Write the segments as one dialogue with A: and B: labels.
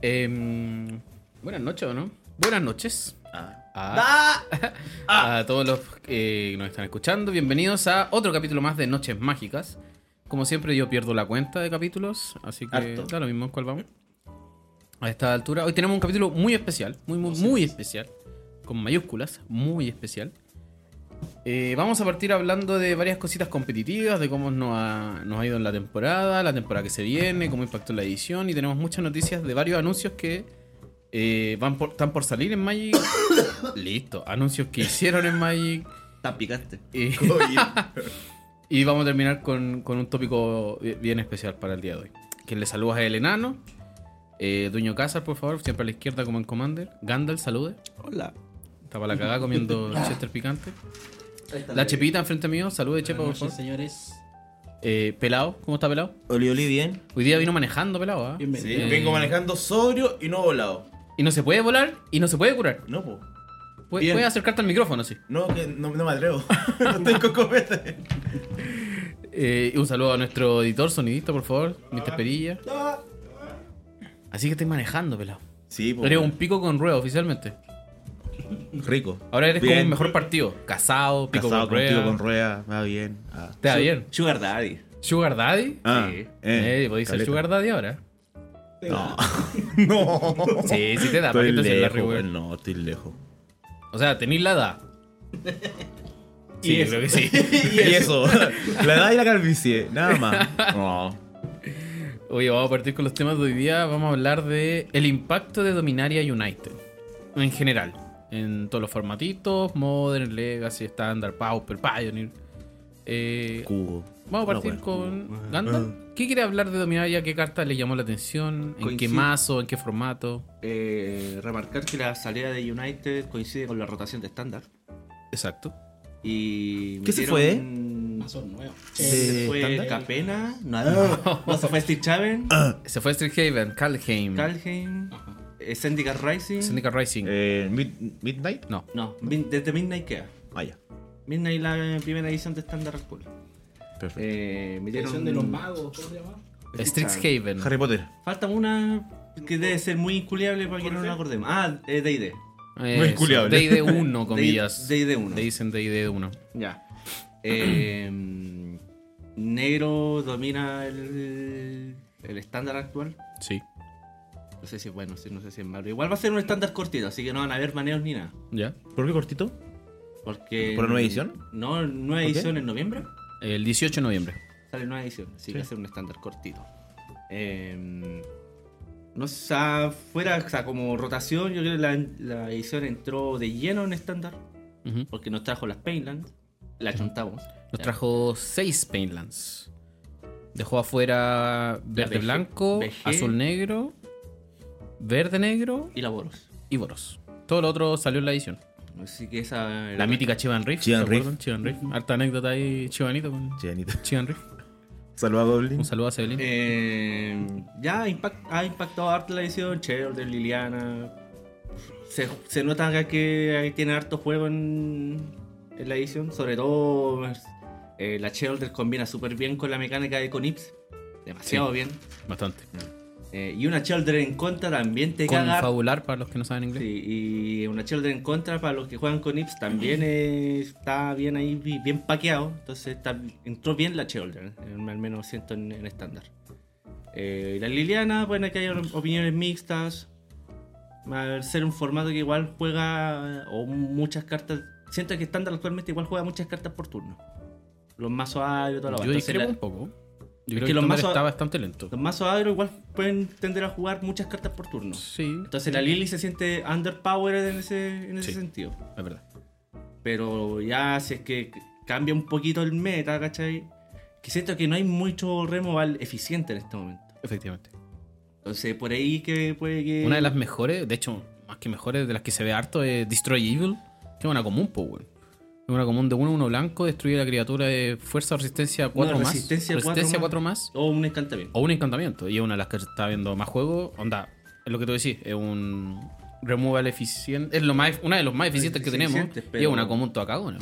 A: Em, buenas noches, ¿o no? Buenas noches. a- a-
B: ¡Ah!
A: a todos los que nos están escuchando, bienvenidos a otro capítulo más de Noches Mágicas. Como siempre, yo pierdo la cuenta de capítulos, así que
B: Harto.
A: da lo mismo en cuál vamos. A esta altura, hoy tenemos un capítulo muy especial, muy, muy, muy especial, con mayúsculas, muy especial. Eh, vamos a partir hablando de varias cositas competitivas, de cómo nos ha, nos ha ido en la temporada, la temporada que se viene, cómo impactó la edición y tenemos muchas noticias de varios anuncios que eh, van por, están por salir en Magic. Listo, anuncios que hicieron en Magic.
B: Tan picaste.
A: Y, y vamos a terminar con, con un tópico bi- bien especial para el día de hoy. Quien le saluda es el enano. Eh, Duño Cázar, por favor, siempre a la izquierda como en Commander. Gandalf, salude.
B: Hola.
A: Está para la cagada comiendo chester picante. La Chepita enfrente mío, salude Chepa, por favor.
C: señores.
A: Eh, pelado, ¿cómo está Pelado?
B: Oli, oli, bien.
A: Hoy día vino manejando Pelado, ¿ah?
C: Bienvenido.
A: Eh,
D: Vengo manejando sobrio y no volado.
A: Y no se puede volar y no se puede curar.
D: No, po.
A: Pu-
D: Bien.
A: puede acercarte al micrófono, sí.
D: No, que no, no me atrevo. no tengo copete.
A: Eh, un saludo a nuestro editor, sonidista, por favor,
D: Ah.
A: Mr. Perilla. Así que estoy manejando, pelado.
D: Sí, po.
A: Eres un pico con rueda oficialmente.
D: Rico.
A: Ahora eres como
D: Bien.
A: un mejor partido. Casado, pico
D: Casado
A: con
D: con
A: rueda.
D: tío con rueda. Va bien. Ah.
A: Te va bien.
B: Sugar Daddy.
A: Sugar Daddy.
D: Ah,
B: Sí.
A: Eh, ¿Podéis ser
D: caleta.
A: Sugar Daddy ahora?
D: No. no.
A: Sí, sí te da. ¿para
D: Estoy
A: qué te haces la
D: lejos,
A: re, weón?
D: weón. No, estoy lejos.
A: O sea, tenéis la edad. Sí,
C: Y eso.
A: creo que sí.
D: Y eso. la edad y la calvicie. Nada más. No.
A: Oye, vamos a partir con los temas de hoy día. Vamos a hablar de el impacto de Dominaria United. En general. En todos los formatitos. Modern, Legacy, Standard, Pauper, Pioneer. Eh,
D: Cubo.
A: vamos a partir
D: No,
A: con Gandalf. ¿Qué quiere hablar de Dominaria? ¿Qué carta le llamó la atención? ¿En qué
B: Coincido.
A: mazo? ¿En qué formato?
B: Eh, remarcar que la salida de United coincide con la rotación de estándar.
A: Exacto.
B: Y.
D: ¿Qué se
B: metieron-
C: Mazos nuevos. Eh,
B: Se fue
D: ¿Estándar?
B: Capena. No, no, no, se fue Steve Chaven.
A: Se fue Strixhaven, Kalheim,
B: Calheim. eh, Syndicate Rising.
A: Syndicate Rising.
D: Eh, Mid- Midnight. Ah,
A: No.
B: No, Min- desde Midnight queda.
D: Vaya.
B: Midnight la primera edición de estándar al culo.
D: Perfecto.
B: Eh,
C: La
B: metieron-
C: edición de los magos, ¿cómo se llama?
A: Strixhaven.
D: Harry Potter.
B: Falta una que debe ser muy inculiable para que no nos acordemos. Ah, eh, D&D.
A: Eh,
D: Muy
A: eso,
D: culiable.
A: DD1, comillas.
B: D&D 1.
A: Le dicen DD1.
B: Ya. Eh, negro domina el el estándar actual.
A: Sí.
B: No sé si es bueno, sí, no sé si es malo. Igual va a ser un estándar cortito, así que no van a haber maneos ni nada.
A: ¿Ya?
D: ¿Por qué cortito?
B: Porque
D: ¿Por la nueva edición?
B: No, nueva
D: ¿Por qué?
B: edición en noviembre.
A: El 18 de noviembre.
B: Sale nueva edición, así que va a ser un estándar cortito. Eh, no sé, o sea, fuera, o sea, como rotación, yo creo que la, la edición entró de lleno en estándar,
A: Ujú.
B: porque nos trajo las Painlands, la chontamos.
A: Nos trajo 6 Painlands. Dejó afuera verde
B: BG,
A: blanco,
B: BG.
A: azul negro, verde negro
B: Y la Boros.
A: y boros. Todo lo otro salió en la edición.
B: Así que esa...
A: La mítica Chivan Riff.
D: Chivan
A: ¿se
D: Reef.
A: acuerdan? Chivan Reef. Harta anécdota ahí, Chivanito con
D: Chianito.
A: Chivan Reef.
D: Saluda a Goblin.
A: Un saludo a Sebelín.
B: Eh, ya impact- ha impactado harto la edición, Sheldon, Liliana. Se, se nota acá que ahí tiene harto juego en, en la edición. Sobre todo eh, la Sheldon combina súper bien con la mecánica de Conips. Demasiado
A: Sí.
B: bien.
A: Bastante.
B: Eh, y una Sheldon en contra también te caga.
A: Confabular para los que no saben inglés.
B: Sí, y una Sheldon en contra para los que juegan con Ips también eh, está bien ahí, bi- bien paqueado. Entonces está- entró bien la Sheldon, eh, al menos siento en en estándar. Eh, y la Liliana, bueno, aquí hay opiniones mixtas. Al ser un formato que igual juega, o muchas cartas. Siento que estándar actualmente igual juega muchas cartas por turno. Los mazos agro, toda la
A: Yo
B: banda. Entonces,
A: discrepo un
B: la-
A: poco. Yo creo
B: que
A: que,
B: los
A: el
B: mazos-
A: está bastante lento.
B: Los mazos agro igual pueden tender a jugar muchas cartas por turno.
A: Sí,
B: Entonces la Lily se siente underpowered en ese, en ese
A: Sí.
B: sentido.
A: es verdad.
B: Pero ya si es que cambia un poquito el meta, ¿cachai? Que siento que no hay mucho removal eficiente en este momento.
A: Efectivamente.
B: Entonces por ahí que puede que...
A: Una de las mejores, de hecho, más que mejores, de las que se ve harto es Destroy Evil, que es una común, po, weón. Es una común de 1 1 blanco, destruye a la criatura de fuerza o resistencia 4 más.
B: resistencia cuatro
A: resistencia
B: más.
A: cuatro más.
B: O un encantamiento.
A: O un encantamiento. Y es una de las que está viendo más juego. Onda, es lo que tú decís, es un removal eficiente. Es lo más, una de los más eficientes que tenemos.
B: Eficientes,
A: Y es
B: pero- Eh,
A: una común toda cagona.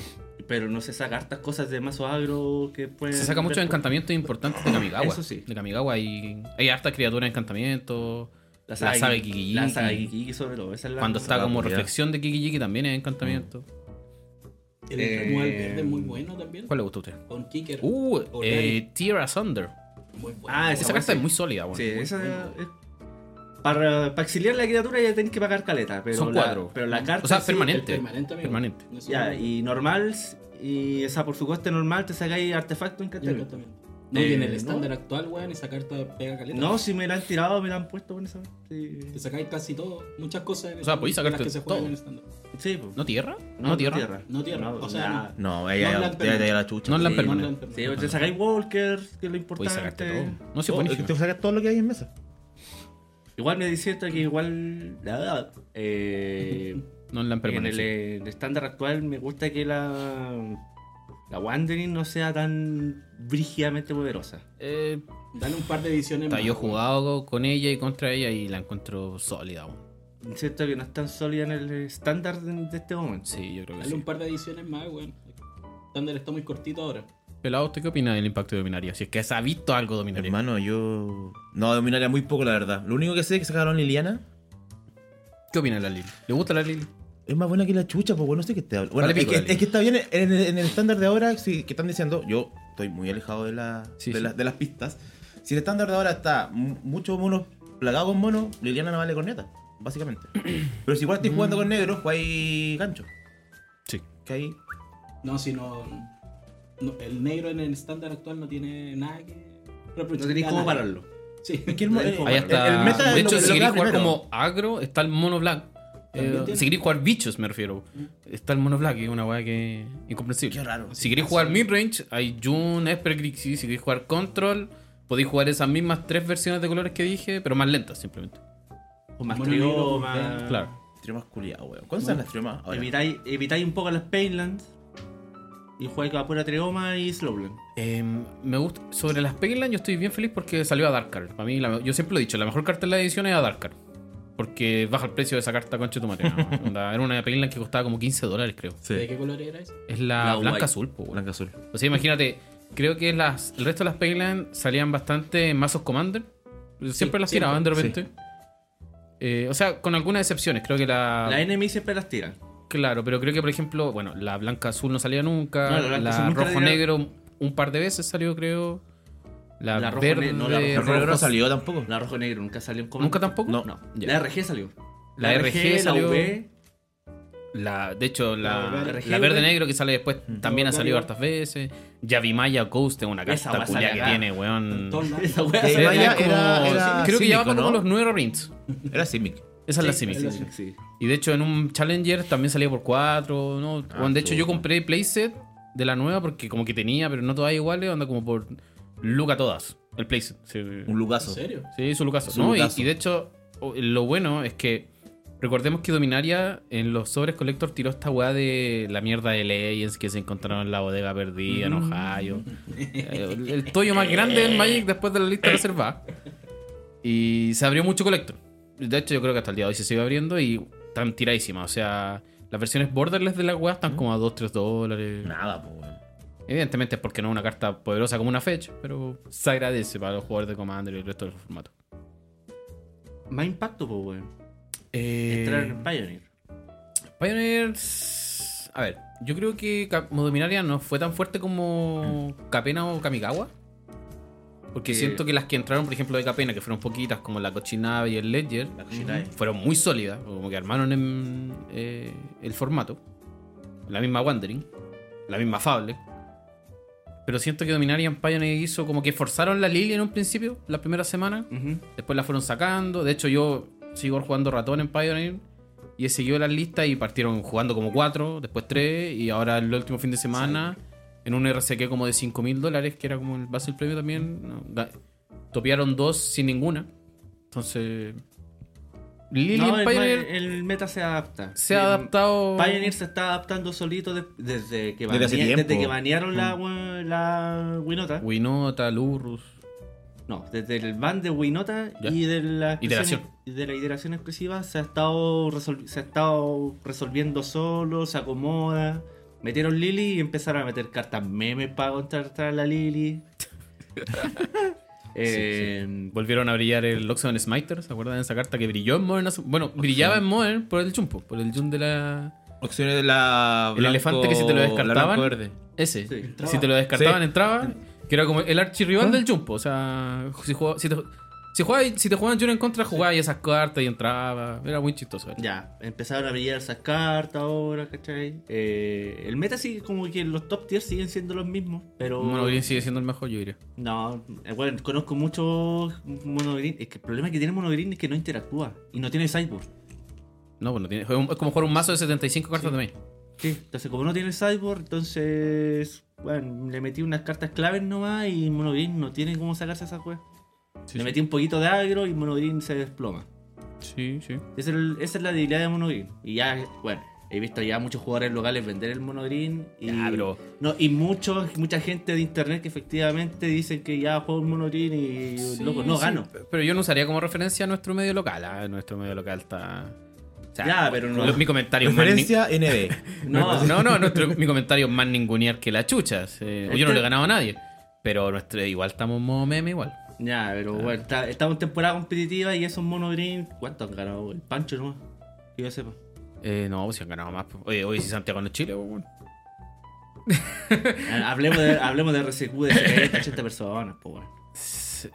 B: Pero no se saca estas cosas de mazo agro que pueden...
A: Se saca muchos
B: ver por-
A: encantamientos importantes de Kamigawa.
B: Eso sí.
A: De Kamigawa hay, hay hartas criaturas de encantamiento.
B: La
A: saga
B: Kiki-
A: Kikijiki.
B: La saga Kikijiki sobre todo. Esa es la Mm.
A: Cuando está
D: la
A: como
D: culiao.
A: reflexión de Kiki Jiki también es encantamiento.
C: El
B: Eh,
C: Samuel Verde es muy bueno también.
A: ¿Cuál le gustó a usted?
C: Con Kicker.
A: Uh,
C: Ordari.
A: eh, Tear Asunder.
C: muy bueno.
B: ah,
A: Esa
B: weá
A: carta
B: sí.
A: es muy sólida, bueno.
B: Sí, esa es- Para, para exiliar la criatura ya tenés que pagar caleta. Pero
A: Son
B: la,
A: cuatro.
B: Pero la carta.
A: O sea,
B: sí,
C: El
A: permanente.
C: permanente, amigo.
A: Permanente.
C: No es
B: Ya,
C: un-
B: y normal. Y esa por su coste normal te sacáis artefacto en
C: y
B: cartel.
C: encantamiento. No,
B: Eh,
C: y en el
B: no.
C: estándar actual, weón, esa carta pega caleta.
B: No, si me la han tirado, me la han puesto con esa. Sí,
C: Te sacáis casi todo, muchas cosas en
A: O sea, podéis
C: en las
A: sacarte
C: que se juegan
A: todo.
C: en el estándar.
B: sí pues.
A: ¿No tierra? No, tierra.
C: No tierra, o sea,
B: nada.
D: No,
C: No,
D: ella
C: Land
D: ya ya-
C: Permanent.
D: ya la chucha.
A: No, Land
D: sí.
A: Permanent.
C: No, no, no.
B: Sí, pues, te sacáis Walker, que es lo importante.
A: Podéis sacarte todo. No se
D: Oh,
A: puede.
D: Te sacas todo lo que hay en mesa.
B: Igual me diciendo que igual. la verdad, eh,
A: No en la
B: en el
A: permanente.
B: eh, el estándar actual me gusta que la. La Wandering no sea tan brígidamente poderosa.
A: Eh,
C: Dale un par de ediciones
A: puta,
C: más.
A: yo he
C: weón.
A: jugado con ella y contra ella y la encuentro sólida, bueno.
B: Siento que no es tan sólida en el estándar de, de este momento.
A: Sí, yo creo que
C: Dale un
A: sí.
C: par de ediciones más, weón. El estándar está muy cortito ahora.
A: Pelado, ¿usted qué opina del impacto de Dominaria? Si es que se ha visto algo Dominaria.
D: Hermano, yo. No, dominaría muy poco, la verdad. Lo único que sé es que sacaron Liliana.
A: ¿Qué opina de la Lili? ¿Le gusta la Lili?
D: Es más buena que la chucha, pues bueno, no sé qué te hablo. Bueno,
A: Vale,
D: es,
A: pico,
D: que,
A: dale.
D: es que está bien en, el- en el estándar de ahora, sí, que están diciendo, yo estoy muy alejado de, la,
A: Sí,
D: de,
A: sí.
D: las- de las pistas. Si el estándar de ahora está mu- muchos monos plagados con monos, Liliana no vale corneta, básicamente. Pero si igual estoy
A: Mm.
D: jugando con negros, hay gancho.
A: Sí.
D: Que hay
C: No, si no. no, el negro en el estándar actual no tiene nada que.
B: No tenéis cómo pararlo.
C: Sí.
D: Es que el mo-
C: No hay
D: eh,
C: cómo
A: Ahí
D: Bueno,
A: está.
D: el- el meta
A: de
D: es lo
A: hecho,
D: que-
A: si
D: lo que
A: queréis
D: va
A: jugar
D: primero.
A: como agro, está el mono black.
C: También
A: Eh,
C: tiene.
A: si queréis jugar bichos, me refiero. Está el mono black, que es una weá que. incomprensible.
D: Qué raro.
A: Si queréis jugar midrange, hay June, Esper, Grixis. Si queréis jugar control, podéis jugar esas mismas tres versiones de colores que dije, pero más lentas simplemente.
B: Con más
C: Mono negro,
B: triomas.
C: con-
A: Claro.
D: Triomas culiados, weón. ¿Cuándo están las triomas? Ahora.
B: Evitáis, evitáis un poco las Painlands. Y jugáis con la pura trioma y Slowland.
A: Eh, me gusta. Sobre las Pegline, yo estoy bien feliz porque salió a Dark Card. Para mí, la me- yo siempre lo he dicho, la mejor carta de la edición es a Dark Card. Porque baja el precio de esa carta concha de tu madre. ¿no? Onda, Era una Pegline que costaba como 15 dólares, creo.
C: ¿De qué color era ese?
A: Es la,
B: La
A: blanca
B: white.
A: azul, po, weón.
D: Blanca azul.
A: O sea, imagínate, creo que las, el resto de las Payland salían bastante en mazos Commander. Siempre
C: Sí,
A: las tiraban de repente. Eh, o sea, con algunas excepciones. Creo que la.
B: Las enemy siempre las tiran.
A: Claro, pero creo que, por ejemplo, bueno, la blanca azul no salía nunca.
B: No, la
A: la
B: blanca azul nunca
A: rojo
B: la
A: negro un par de veces salió, creo. La,
B: La rojo
A: verde.
B: ne- no, la
D: El
B: rojo
D: rojo no
A: rojo-
D: salió tampoco.
B: La rojo negro nunca salió en comando.
A: ¿Nunca tampoco?
D: No.
B: No.
A: Ya.
B: La RG salió.
A: La RG salió-
B: La V.
A: La, de hecho, la,
C: La
A: la,
B: verde-
A: verde negro que sale después también ha
C: La
A: salido
C: verde-
A: hartas veces. Yavimaya Ghost es una carta
B: Esa va a
A: culia
B: salir
A: que
B: acá.
A: tiene, weón.
C: Todo el lado.
B: Esa weá
D: Sí,
A: Esa
B: salió
D: vaya,
A: es como-
D: era- era
A: creo que ya va
D: Simic,
A: como
D: ¿no?
A: los nueve rints.
D: Era Simic.
A: Esa es la
C: Sí,
A: Simic.
C: es la
B: acá. Sí.
A: Y de hecho en un Challenger también salía por 4, ¿no?
D: Ah,
A: Bueno, de hecho
D: chuta.
A: yo compré playset de la nueva porque como que tenía, pero no todas iguales, anda como por Luca todas, el playset. Sí,
D: Un
C: ¿En
D: lugazo.
C: serio?
A: sí su Lucaso.
D: Su
A: ¿no? Y,
D: Lucaso.
A: y de hecho o- lo bueno es que recordemos que Dominaria en los sobres Collector tiró esta weá de la mierda de Legends que se encontraron en la bodega perdida en Ohio. Eh, el, el toyo más grande del Magic después de la lista reservada. Y se abrió mucho Collector. De hecho, yo creo que hasta el día de hoy se sigue abriendo y están tiradísimas. O sea, las versiones borderless de la weá están como a 2-3 dólares.
D: Nada, pues, weón.
A: Evidentemente es porque no es una carta poderosa como una fecha, pero se agradece para los jugadores de Commander y el resto del formato.
B: Más impacto, pues, weón.
A: Eh,
B: Entrar en Pioneer.
A: Pioneers. A ver, yo creo que Cap- como Dominaria no fue tan fuerte como Capena o Kamikawa. Porque
B: Eh.
A: siento que las que entraron, por ejemplo, de Capena, que fueron poquitas, como la Cochinada y el Ledger,
D: La cochinada.
A: fueron muy sólidas, como que armaron en, eh, el formato. La misma Wandering, la misma Fable. Pero siento que Dominaria en Pioneer hizo como que forzaron la Lily en un principio, la primera semana.
B: Ujú.
A: Después la fueron sacando. De hecho, yo sigo jugando ratón en Pioneer. Y he seguido las listas y partieron jugando como cuatro, después tres. Y ahora el último fin de semana, en un RCQ como de 5 mil dólares, que era como el base del premio también, no, ga- topearon dos sin ninguna. Entonces, Lily
B: No,
A: en
B: el,
A: Pioneer
B: el meta se adapta.
A: se
B: El-
A: ha adaptado.
B: eh, Pioneer se está adaptando solito de- desde, que
D: Desde hace
B: banea-
D: tiempo.
B: desde que banearon la, we- la Winota.
A: Winota, Lurrus.
B: No, desde el ban de Winota
A: Ya.
B: y de la
A: Iteración.
B: y de la iteración exclusiva se ha estado resol- se ha estado resolviendo solo, se acomoda. Metieron Lily y empezaron a meter cartas memes para contratar a la Lily. Eh,
A: Volvieron a brillar el Oxon Smiter, ¿se acuerdan de esa carta que brilló en Modern? hace- Bueno, brillaba en Modern por el chumpo, por el jump de la...
D: Opciones de la.
A: El elefante que si te lo descartaban.
D: la blanco-verde.
A: Ese.
B: Sí.
C: Entraba.
A: Si te lo descartaban,
D: Sí. ¿Ah?
A: entraba. Que era como el archirrival del Jumpo. O sea, si, jugaba- si te, si, jugaba- si te jugaban Jump en contra, jugabas esas cartas y entraba. Era muy chistoso. era.
B: Ya, empezaron a brillar esas cartas ahora, ¿cachai? Eh, el meta sí, como que los top tier siguen siendo los mismos, pero...
A: Mono Green sigue siendo el mejor, yo diría.
B: No, eh, bueno, conozco muchos monogreen. Es que el problema que tiene monogreen es que no interactúa y no tiene sideboard.
A: No, bueno, tiene, es un- es como jugar un mazo de 75 cartas también.
B: Sí, entonces como no tiene sideboard, entonces... Bueno, le metí unas cartas claves nomás y monogreen no tiene cómo sacarse esa juega.
A: Sí, sí.
B: le metí un poquito de agro y monogreen se desploma.
A: Sí, sí.
B: Esa es, el- esa es la debilidad de monogreen. Y ya, bueno, he visto ya muchos jugadores locales vender el monogreen. Y,
A: Ya, pero-
B: no, y mucho, mucha gente de internet que efectivamente dicen que ya juego el monogreen y loco, no
A: Sí,
B: gano.
A: sí, Pero yo no usaría como referencia a nuestro medio local. ah, Nuestro medio local está. O sea,
B: Ya, pero no-
A: lo- Mi comentario es más ni-
D: Referencia NB.
B: No,
A: No, no, nuestro- mi comentario es más ningunear que la chucha. eh, yo no
B: Este-
A: le he ganado a nadie. Pero nuestro, igual estamos modo meme igual.
B: Ya, pero bueno, está- estamos en temporada competitiva y esos monogreen, ¿cuántos han ganado? El Pancho nomás, que yo sepa.
A: Eh, no, pues si han ganado más. pues. Oye, oye, si Santiago no es Chile, pues, bueno.
B: Ah, Hablemos de, hablemos de RCQ de 70, 80 personas, pues bueno.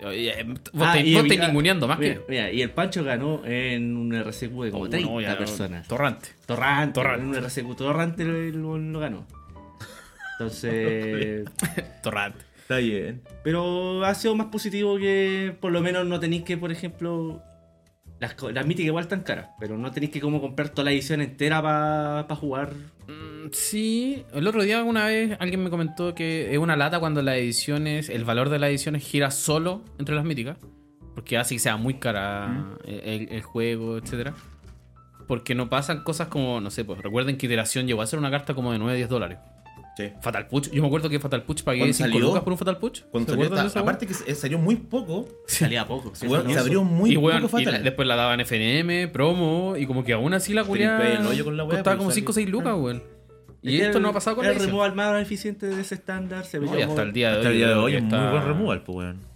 A: Oye, eh, vos
B: Ah,
A: te-
B: y
A: vos
B: mira,
A: estáis ninguneando más
B: mira,
A: que.
B: Mira, y el Pancho ganó en un RCQ de como
A: Oh,
B: 30
A: no, ya,
B: personas.
A: Torrante.
B: Torrante,
A: Torrante.
B: en un RCQ Torrante lo, lo- lo ganó. Entonces,
A: Torrante.
D: Está bien.
B: pero ha sido más positivo que por lo menos no tenéis que, por ejemplo, las, co- las míticas igual están caras, pero no tenéis que como comprar toda la edición entera para jugar.
A: Mm, Sí, el otro día una vez alguien me comentó que es una lata cuando las ediciones, el valor de las ediciones gira solo entre las míticas, porque hace que sea muy cara eh, el, el juego, etcétera. Porque no pasan cosas como, no sé, pues recuerden que Iteración llegó a ser una carta como de 9 10 dólares.
D: Sí.
A: Fatal Puch, yo me acuerdo que Fatal Puch pagué
D: ¿Cuándo
A: 5
D: salió?
A: lucas por un Fatal Puch.
D: Cuando
A: ¿Se
D: salió
A: acuerdan de esa
D: esta- aparte que se- salió muy poco,
B: Salía poco. sí,
D: weón,
B: eso
D: se
B: no.
D: abrió muy
A: y weón,
D: poco
A: y la-
D: fatal.
A: después la daban FNM, promo, y como que aún así la culia
D: Triple el hoyo con la wea,
A: costaba
D: pues,
A: como
D: salió.
A: 5 o 6 lucas, weón. Y
B: Es que
A: esto
B: el-
A: no ha pasado con la
B: El
A: edición.
B: removal más eficiente de ese estándar se
A: No,
B: veía
A: y hasta
B: como-
A: el día de hoy.
D: Hasta el día
A: yo
D: de
A: creo
D: hoy
A: que
D: es muy
A: está-
D: buen removal, pues weón.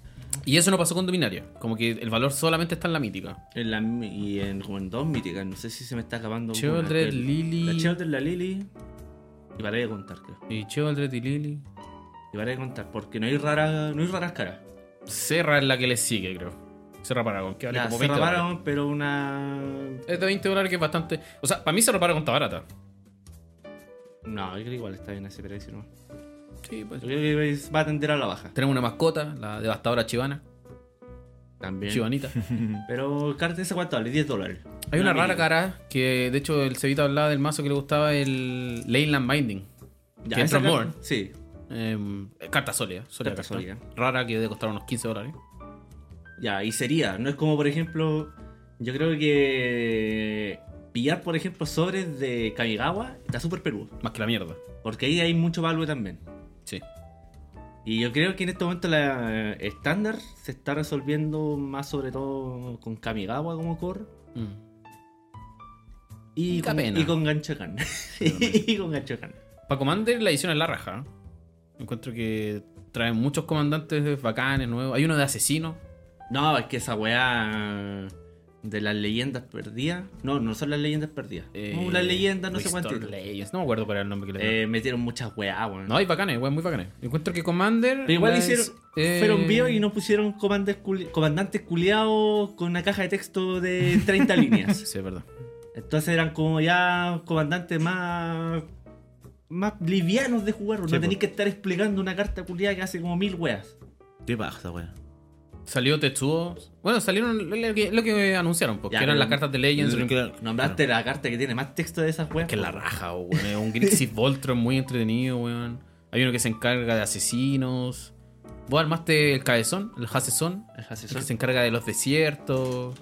A: Y eso no pasó con Dominaria. Como que el valor solamente está en la mítica.
B: En la, y en, como en dos míticas, no sé si se me está acabando. alguna,
A: Childred,
B: que-
A: Lily.
B: La Childred, la Lily. Y para de contar, creo.
A: Y Childred y Lily.
B: Y para de contar, porque no hay, rara, no hay raras caras.
A: Serra es la que le sigue, creo. Serra Paragon, que vale
B: Ya,
A: como pues.
B: se
A: 20 dólares.
B: raparon, pero una.
A: Es de 20 dólares que es bastante. O sea, para mí Serra Paragon está barata.
B: No, yo creo que igual está bien ese precio, ¿no?
A: Sí, pues.
B: Yo creo que es- va a tender a la baja.
A: Tenemos una mascota, la devastadora chivana.
B: También.
A: Chivanita.
B: Pero, carta esa cuánto vale? 10 dólares.
A: Hay una rara
B: mítica.
A: cara que, de hecho, el Cevita hablaba del mazo que le gustaba el Leyland Binding.
B: Ya,
A: que
B: esa
A: entra
B: carta-
A: Moore.
B: Sí,
A: Em, carta sólida. sólida
B: Carta sólida.
A: Rara que debe costar unos 15 dólares.
B: Ya, y sería. No es como, por ejemplo, yo creo que pillar, por ejemplo, sobres de Kamigawa está súper peludo.
A: Más que la mierda.
B: Porque ahí hay mucho value también.
A: Sí.
B: Y yo creo que en este momento la eh, estándar se está resolviendo más sobre todo con Kamigawa como core.
A: Mm.
B: Y con,
A: Capena.
B: y con Ganchokan. y con Ganchokan.
A: Para Commander la edición es la raja. Encuentro que traen muchos comandantes bacanes nuevos. Hay uno de asesino.
B: No, es que esa weá de las leyendas perdidas. No, no son las leyendas perdidas.
A: eh,
B: las leyendas, no sé
A: Restore
B: cuánto.
A: Legends, No me acuerdo cuál era el nombre que le dieron.
B: Eh, metieron muchas weá, weón.
A: no, hay bacanes, weón, muy bacanes. Encuentro que Commander.
B: Pero igual
A: la
B: hicieron,
A: es- eh,
B: fueron vivos y no pusieron comandantes, culi- comandantes culiados con una caja de texto de 30 líneas.
A: Sí, es verdad.
B: Entonces eran como ya comandantes más más livianos de jugar.
D: Sí,
B: no
A: pues.
D: po.
B: tenéis que estar explicando una carta culiada que hace como mil weas.
D: Qué paja, weón.
A: Salió Tetsuo. Bueno, salieron lo que, lo que anunciaron, porque
B: Ya,
A: eran
B: pero-
A: las cartas de Legends.
D: Lo que-
B: Nombraste la carta que tiene más texto de esas weas.
A: Que es la raja, weón. Es Un Grixis Voltron muy entretenido, weón. Hay uno que se encarga de asesinos. Vos armaste el cabezón, el Hasezón.
B: El
A: El que
B: asesor.
A: se encarga de los desiertos.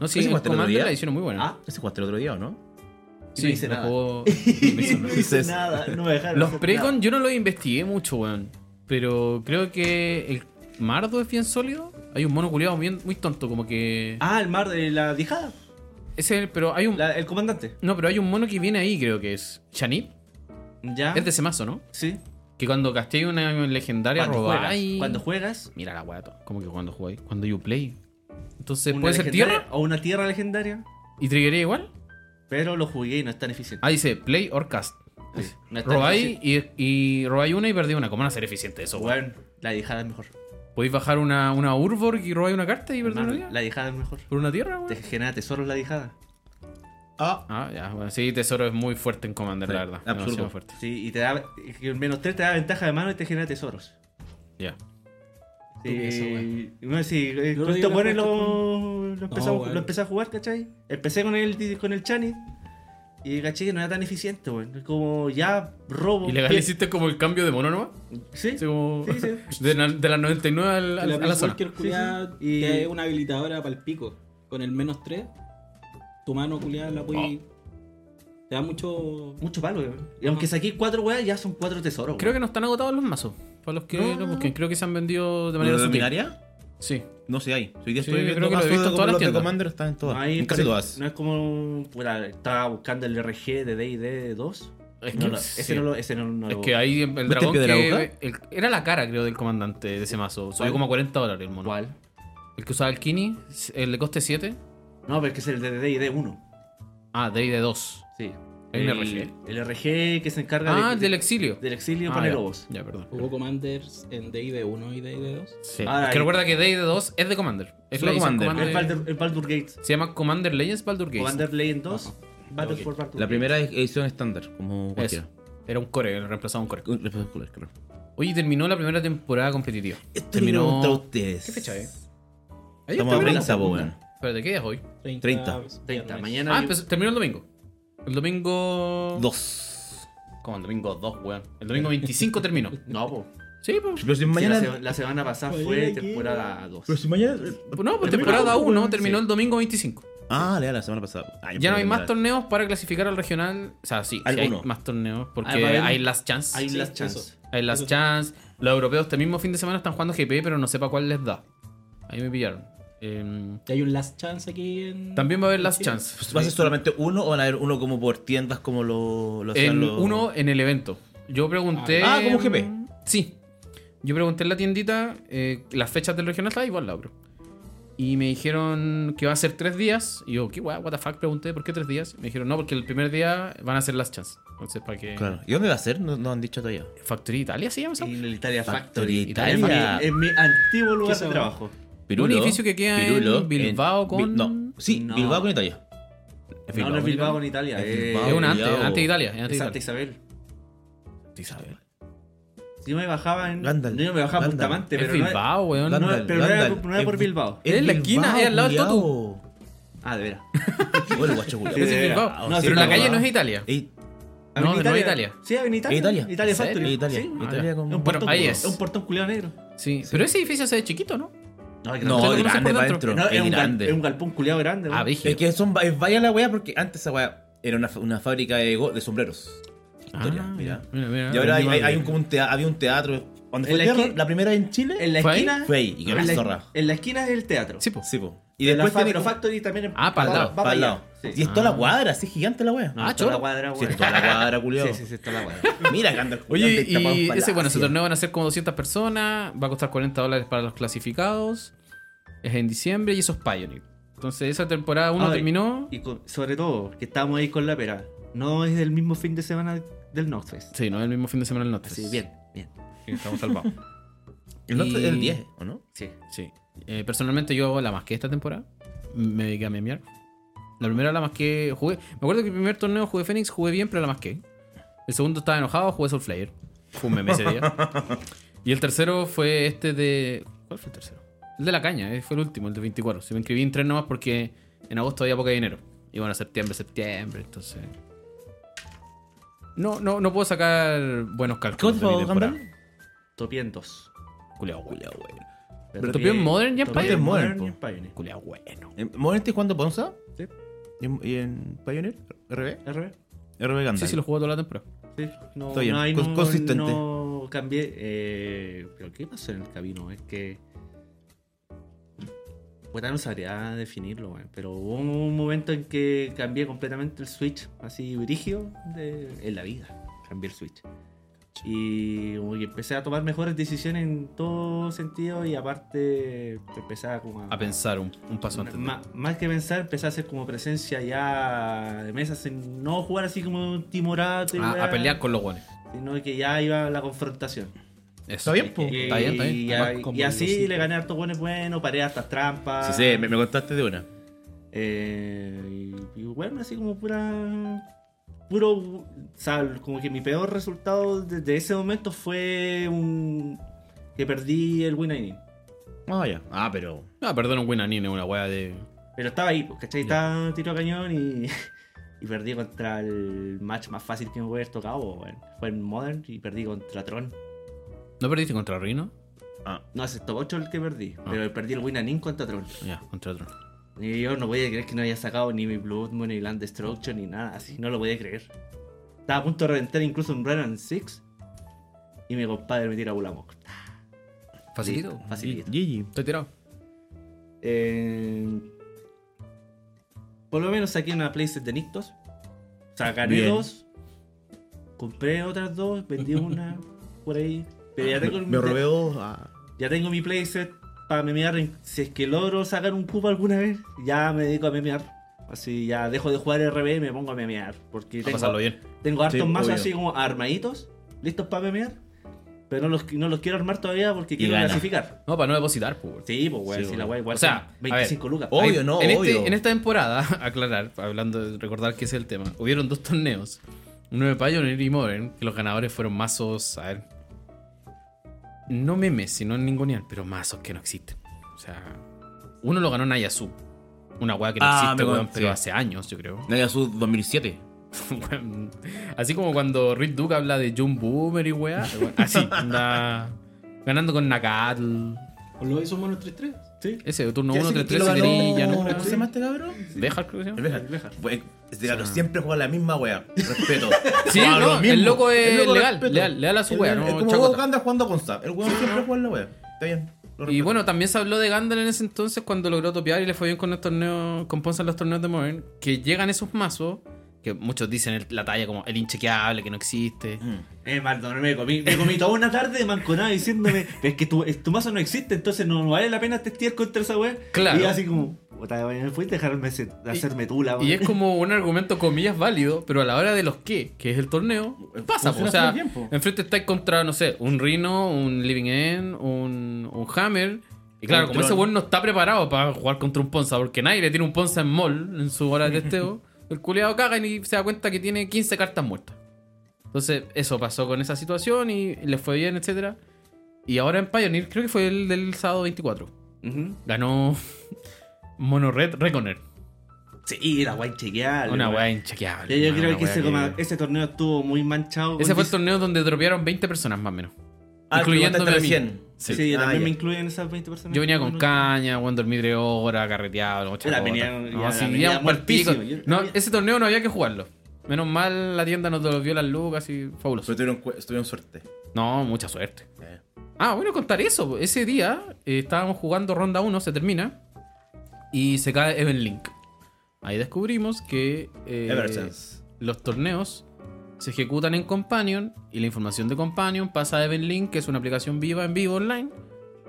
A: No, sí,
D: ¿Ese
A: el
D: jugaste el otro
A: Commander
D: día?
A: la edición es muy buena.
B: Ah,
D: Ese jugaste el otro día, ¿o no?
B: no
A: sí,
B: hice
A: lo
B: nada.
A: jugó- lo hizo,
B: no
A: ¿no?
B: hice
D: Entonces,
B: nada, no me dejaron.
A: Los
B: hacer
A: precon
B: nada.
A: yo no los investigué mucho, weón. Pero creo que el Mardo es bien sólido. Hay un mono culiado bien, muy tonto, como que.
B: Ah, el mar de la dijada.
A: Ese es el- pero hay un.
B: la- el comandante.
A: No, pero hay un mono que viene ahí, creo que es. Chanip.
B: Ya.
A: Es de ese mazo, ¿no?
B: Sí.
A: Que cuando gastéis una legendaria
B: Cuando
A: robáis.
B: juegas, cuando juegas
A: Mira la weá, como que cuando jugáis, cuando you play. Entonces
B: una
A: puede ser
B: legendaria
A: tierra
B: o una tierra legendaria,
A: y triggeré igual.
B: pero lo jugué y no es tan eficiente.
A: Ah, dice play or cast.
B: Sí, no es tan
A: Robáis
B: eficiente.
A: y, y robáis una y perdí una. ¿Cómo van a ser eficientes eso, weón?
B: Bueno, la dejada es mejor.
A: Podéis bajar una, una Urborg y robáis una carta y perdí una
B: Hermano,
A: vida?
B: La dejada es mejor.
A: ¿Por una tierra,
B: Te
A: weón?
B: genera tesoros la dejada.
D: Ah,
A: Ah, ya, bueno, sí, Tesoro es muy fuerte en Commander,
D: Sí,
A: la verdad.
D: absurdo.
A: Demasiado fuerte.
B: Sí, y te da. y el menos 3 te da ventaja de mano y te genera tesoros.
A: Ya.
C: Tuve esa wea.
B: Sí, y bueno, sí, eh,
C: Yo
B: con
C: lo
B: estos
C: vi
B: buenos
C: en la
B: lo, lo, empezó,
C: No, weón.
B: lo empecé a jugar, ¿cachai? Empecé con el, con el Chani y caché que no era tan eficiente, weón. Como ya robo.
A: ¿Y legal hiciste como el cambio de mono nomás?
B: Sí,
A: Así
B: sí,
A: como-
B: sí.
A: De, la, de las 99 al- al-
C: La
A: a la
C: Prince
A: zona.
C: Walker culiada
B: Sí, sí. Y-
C: te da una habilitadora para el pico. Con el menos 3, tu mano culiada la puedes. Te da mucho.
B: Mucho palo, weón. Y aunque saqué cuatro weas, ya son cuatro tesoros.
A: Creo que no están agotados los mazos. Para los que
D: No.
A: lo busquen, creo que se han vendido de
D: ¿lo
A: manera
D: de
A: sutil.
D: Dominaria?
A: Sí.
D: No sé, hay. Hoy día
A: Sí,
D: estoy
A: creo
D: viendo
A: que lo he
D: más
A: visto en
D: de
A: todas las
D: los de
A: tiendas.
D: Commander están en todas.
B: No, hay-
D: en casi
B: pero
D: todas.
B: no es como. puta, estaba buscando el RG de DD 2.
A: Es
B: No,
A: que,
B: no,
A: sí.
B: ese no lo. Ese no, no
A: Es
B: lo-
A: que ahí el
D: ¿Viste
A: dragón
D: el pie de la
A: que-
D: aguja?
A: el- era la cara, creo, del comandante de ese mazo. Subió
B: ¿Cuál?
A: como a 40 dólares el mono.
B: ¿Cuál?
A: El que usaba el Kini, el de coste 7.
B: No, pero es que es el de DD 1.
A: Ah, de ahí de 2.
B: Sí.
A: ¿El
B: El, el RG que se encarga
A: Ah, el del exilio.
B: del exilio
A: Ah,
B: pone
A: ya.
B: lobos.
A: Ya, perdón.
C: Hubo commanders en D&D 1 y D&D 2.
A: Sí.
B: Ah,
A: es que
B: ahí.
A: recuerda que Day de 2 es de Commander. Es
D: Solo
A: la edición
D: Commander.
B: El Baldur, el Baldur Gates.
A: Se llama Commander Legends Baldur Ah, Gates.
B: Commander Legend 2. Battle
A: Ok.
B: for Baldur
D: La
B: Gates.
D: primera edición estándar, como
A: Eso.
D: cualquiera.
A: Era un core, reemplazaba un core.
D: Un espectacular, claro.
A: Oye, terminó la primera temporada competitiva.
D: Esto le quiero
A: terminó.
D: preguntar a ustedes.
A: ¿Qué fecha es?
D: Estamos a
B: está la
D: 30, po,
B: segunda.
D: weón.
A: Espérate, ¿qué día es hoy?
C: 30.
D: 30.
B: 30.
C: viernes.
B: Mañana.
A: Ah,
B: hay-
A: empezó- terminó el domingo. El domingo.
D: Dos.
A: Como el domingo 2, weón. El domingo 25 terminó.
B: No, po.
A: Sí, pues.
D: Pero si
B: Sí, la,
D: mañana.
B: sema- la semana pasada
C: Mañana
B: fue
C: aquí,
B: temporada 2.
D: Pero si mañana.
A: No, pues
D: Terminó,
A: temporada
D: pues,
A: 1
D: weón.
A: terminó
D: Sí.
A: el domingo 25.
D: Ah, lea la semana pasada. Ah, yo
A: Ya no hay
D: pensé
A: más
D: que era-
A: torneos para clasificar al regional. O sea, sí, sí hay
D: Alguno.
A: más torneos porque
B: Ah, va a haber-
A: hay las chances.
B: Hay
A: Hay,
C: Sí,
B: las
C: eso.
B: chances.
A: las
C: eso.
A: chances. Los europeos este mismo fin de semana están jugando GP, pero no sé para cuál les da. Ahí me pillaron. Eh,
C: Y hay un last chance aquí en...
A: también va a haber
C: en
A: las
C: Chile.
A: chances.
D: Pues, ¿Va a ser solamente uno o van a haber uno como por tiendas como lo, lo hacían
A: En
D: los-
A: uno en el evento. Yo pregunté.
D: Ah, ¿como GP?
A: Sí. Yo pregunté en la tiendita eh, las fechas del regional, está igual la abro. Y me dijeron que va a ser tres días. Y yo, ¿qué guay? ¿What the fuck? Pregunté, ¿por qué tres días? Me dijeron, no, porque el primer día van a ser las chances. Entonces, ¿para qué?
D: Claro. ¿Y dónde va a ser? No, no han dicho todavía.
A: Factoría Italia se llama esa
B: Y en el Italia
D: Factory
B: Factory.
A: Italia.
B: Es mi- Es mi antiguo lugar
C: ¿Qué
B: de
C: se-
B: trabajo.
A: Un edificio que queda en Bilbao con-
D: No, sí,
B: No.
D: Bilbao con Italia. Es
B: No, no es Bilbao en Italia.
D: Es
B: Es,
D: Bilbao.
A: Es una
D: Obligado.
A: antes, antes de Italia. es
B: es
A: antes de
B: Santa
A: Italia.
B: Isabel.
D: Isabel.
B: Yo me bajaba en.
D: Gandalf.
B: Yo me bajaba en
D: Gandalf.
B: Bustamante,
A: Es
B: pero.
A: Bilbao, weón.
B: No,
D: Gandalf,
B: pero no era-
D: Gandalf.
B: no era por
D: Es-
B: Bilbao.
A: Es en la esquina,
D: Bilbao,
A: es al lado del Totu.
D: culiao.
B: No- Ah, de veras.
D: Bueno, guacho, culiao.
A: Pero sí es
B: Sí,
A: Bilbao.
D: ah,
A: No,
D: sí,
A: pero la
D: Bilbao.
A: calle no es Italia.
D: Ey,
A: No, no es Italia.
B: Sí, en Italia.
D: Italia.
B: Italia
A: ¿En serio?
B: Factory.
D: Italia,
B: Sí,
A: ah,
D: Italia
A: ya.
D: con-
B: Es un
A: Bueno,
B: portón,
A: ahí
B: es
A: es.
B: un portón culiado negro.
A: Sí. Pero ese edificio se ve chiquito, ¿no?
B: No, es
A: ¿Ustedes lo
D: No, es
A: conocen
D: grande
A: por
D: para
A: dentro?
D: adentro.
B: No, es
D: es
B: un, gal-
D: grande.
B: es un galpón culiado grande.
A: Ah,
B: weón.
A: vigio.
D: Es que son, es vaya la wea porque antes esa wea era una, fa- una fábrica de, go- de sombreros. Historia, mira.
A: mira, Ah, mira.
D: Y ahora hay,
A: Vendí
D: hay-
A: más
D: hay
A: bien.
D: un, como un tea- había un teatro. Cuando fue
B: En la
D: la,
B: esquina-
D: la primera en Chile.
B: En la
A: ¿Fue ahí?
B: esquina.
D: Fue ahí, y quedó
B: en,
D: la
B: la,
D: zorra.
B: en la esquina es el teatro.
A: Sí, po.
D: Sí, po. Y
B: Y la
D: después
B: fa-
D: tiene
B: pero
D: como-
B: Factory también es-
A: Ah, para el
B: va-
A: lado.
B: va
D: para
B: para
D: al
B: allá.
D: lado.
B: Sí.
D: Y es toda la cuadra, así gigante la wea.
A: Ah,
B: Ah, toda
A: choro.
B: la cuadra,
D: Sí,
B: weón.
D: es toda la cuadra, culiao.
B: Sí, sí, sí, toda la cuadra.
D: Mira, Gandalf.
A: Oye,
D: Gandalf tapado en
A: y ese, bueno, ese
D: palacio.
A: torneo van a ser como 200 personas, va a costar 40 dólares para los clasificados, es en diciembre y eso es Pioneer. Entonces esa temporada 1
B: Ay.
A: terminó.
B: Y con- sobre todo, que estábamos ahí con la pera. No es del mismo fin de semana del Northfest.
A: Sí, no es el mismo fin de semana del Norte.
B: Así, bien, bien.
A: Estamos salvados.
D: El otro es
A: Y-
D: el 10, ¿o no?
B: Sí.
A: Sí. Eh, personalmente yo la masqué esta temporada. Me dediqué a memear. La primera la masqué. Jugué. Me acuerdo que el primer torneo jugué Fénix, jugué bien, pero la masqué. El segundo estaba enojado, jugué Soul Flyer. Fue un meme ese día. Y el tercero fue este de. ¿Cuál fue el tercero? El de la caña, eh, fue el último, el de 24. Se me inscribí en tres nomás porque en agosto había poco dinero. Y bueno, septiembre, septiembre, entonces. No, no, no puedo sacar buenos cálculos. de mi temporada.
B: Topien 2.
A: Culeado, bueno.
D: Culiao, weón.
A: Pero Topien Modern y Empire.
B: Topien Modern
D: Modern,
B: y Empire.
A: Culeado, bueno.
D: ¿En Modern estás jugando Ponza?
B: Sí.
D: ¿Y en, y en Pioneer? ¿RB?
B: ¿RB?
D: RB Gandalf.
A: Sí, sí, lo jugué toda la temporada.
B: Sí. No,
D: Está bien,
B: no, ahí
D: cons-
B: no-
D: consistente.
B: No cambié. eh, Pero ¿qué pasó en el camino? Es que. Puta, no sabría definirlo, weón, pero hubo un momento en que cambié completamente el Switch, así brígido, de... en la vida. Cambié el Switch.
A: Chucha.
B: Y como que empecé a tomar mejores decisiones en todo sentido y aparte empecé a, como
A: A pensar un, un paso antes. de-
B: Ma- más que pensar, empecé a hacer como presencia ya de mesas, en no jugar así como timorato, y
A: Ah, A,
B: weá,
A: a pelear con los guanes.
B: sino que ya iba a la confrontación.
A: Eso.
D: Está bien, po.
A: Está bien, está
B: Eh, Y,
A: bien.
B: ya-
C: Más como
B: y así
C: Diosito.
B: le gané hartos buenos, bueno, paré hartas trampas.
A: Ah.
D: Sí, sí, me, me contaste de una.
B: Eh, y, y bueno, así como pura. Puro. O sea, como que mi peor resultado desde ese momento fue un. que perdí el win inning.
D: Ah, ya. Ah, pero.
A: No, perdón, un buena nina, una wea de.
B: Pero estaba ahí, pues, ¿cachai?
A: Ya.
B: Estaba tiro a cañón y, y perdí contra el match más fácil que me hubiera tocado, pues, weón. Fue en Modern y perdí contra Tron.
A: ¿No perdiste contra Rino?
D: Ah,
B: No, es Top 8 el que perdí, pero perdí el Winanin contra Tron.
A: Ya, contra Tron.
B: Y yo no podía creer que no había sacado ni mi Blood Moon, ni Land Destruction, ni nada así. No lo podía creer. Estaba a punto de reventar incluso un Run and Six. Y mi compadre me tira Bulamok.
A: Facilito.
B: Listo, Facilito.
D: Gigi.
A: Estoy tirado.
B: Eh, por lo menos saqué una playset de Nictos. O sea, gané
D: Bien.
B: dos. Compré otras dos, vendí una por ahí. Pero ya tengo,
D: Me robé dos. ah.
B: ya tengo mi playset para memear. Si es que logro sacar un cupo alguna vez, ya me dedico a memear. Así ya dejo de jugar RB y me pongo a memear. Porque
A: A
B: tengo,
A: pasarlo bien.
B: tengo hartos
D: Sí,
B: mazos
D: obvio.
B: así como armaditos, listos para memear. Pero no los, no los quiero armar todavía porque quiero
D: gana.
B: clasificar.
A: No, para no depositar, pues.
B: Sí, pues weón,
D: Sí,
B: si
D: weón.
B: la weá igual
A: O sea,
B: son
A: a ver, Oh.
B: 25 lucas.
D: o- Obvio,
A: Hay-
D: no,
A: en, este,
D: obvio.
A: en esta temporada, aclarar, hablando de recordar que ese es el tema, hubieron dos torneos. Uno de Pioneer y Modern, que los ganadores fueron mazos, a ver. No memes, sino ningunear, pero mazos que no existen. O sea, uno lo ganó Nayasu. Una weá que no
D: Ah,
A: existe,
D: me
A: weón,
D: acuerdo,
A: pero
D: sí.
A: hace años, yo creo.
D: Nadia Sud 2007.
A: Weón, así como cuando Rick Duke habla de John Boomer y weá. weón, Así, anda ganando con Nakatl.
C: ¿Os lo hizo mono 3-3?
B: Sí.
A: Ese turno
D: ¿Ese
A: 1,
D: que
A: 3,
D: lo
A: 3,
D: ganó-
A: grilla, ¿no?
D: ¿Cómo se llama este cabrón?
A: Deja, creo que se llama.
D: El Bejar. Pues, este cabrón siempre juega la misma wea. Respeto.
A: Ah. Sí,
D: Juega lo
A: no,
D: mismo.
A: el loco es
D: El loco
A: legal,
D: respeto.
A: legal, legal a su
D: El-
A: wea,
D: el-
A: no
D: Es como
A: chacota.
D: vos que andas jugando con Zap. El weón siempre juega la wea. Está bien. lo
A: Y
D: respeto.
A: bueno, también se habló de Gandalf en ese entonces cuando logró topear y le fue bien con los torneos, con Ponza en los torneos de Modern, que llegan esos mazos, que muchos dicen el- la talla como el inchequeable, que no existe.
B: Eh, Maldonado, me comí, me comí toda una tarde de manconada diciéndome, es que tu, es- tu mazo no existe, entonces no vale la pena testear contra esa weá.
A: Claro.
B: Y yo así como, puta, me fuiste a dejarme se- hacerme tula,
A: Y
B: weón.
A: es como un argumento, comillas, válido, pero a la hora de los que, que es el torneo, pasa. po. O sea,
D: Funciona todo el tiempo.
A: enfrente estáis contra, no sé, un Rhino, un Living End, un, un Hammer. Y claro,
D: Un
A: como ese
D: Tron.
A: weón no está preparado para jugar contra un Ponza, porque nadie le tiene un Ponza en mall en su hora de testeo, el culiado caga y se da cuenta que tiene 15 cartas muertas. Entonces, eso pasó con esa situación y le fue bien, etcétera. Y ahora en Pioneer, creo que fue el del sábado 24.
B: Ujú.
A: Ganó Mono Red Reconer.
B: Sí, la weá chequeable.
A: Una weá
B: weá. Yo,
A: inchequeable.
B: yo
A: hermano,
B: creo
A: una
B: que
A: weá
B: ese, coma- ese torneo estuvo muy manchado.
A: Ese
B: con
A: fue el
B: dis-
A: torneo donde dropearon 20 personas más o menos.
D: Ah, el que
A: incluyéndome
D: contaste
A: a mí.
D: recién.
B: Sí,
A: Sí.
B: yo
D: Ah,
B: también
D: ya.
B: me incluí en esas 20 personas.
A: Yo venía con
B: K.
A: caña, weón, dormí tres horas, carreteado, no, chacota.
B: venía-
A: No,
B: ya,
A: sí,
B: venía
A: íbamos pa'l pico.
B: muertísimo. Yo-
A: No, ese torneo no había que jugarlo. Menos mal la tienda nos devolvió las lucas y fabuloso.
D: Pero tuvieron, cu- tuvieron suerte.
A: No, mucha suerte.
D: Eh.
A: Ah, bueno, contar eso. Ese día eh, estábamos jugando ronda 1, se termina. Y se cae Even Link. Ahí descubrimos que eh,
D: Eversense.
A: los torneos se ejecutan en Companion y la información de Companion pasa a Evenlink, que es una aplicación viva en vivo online,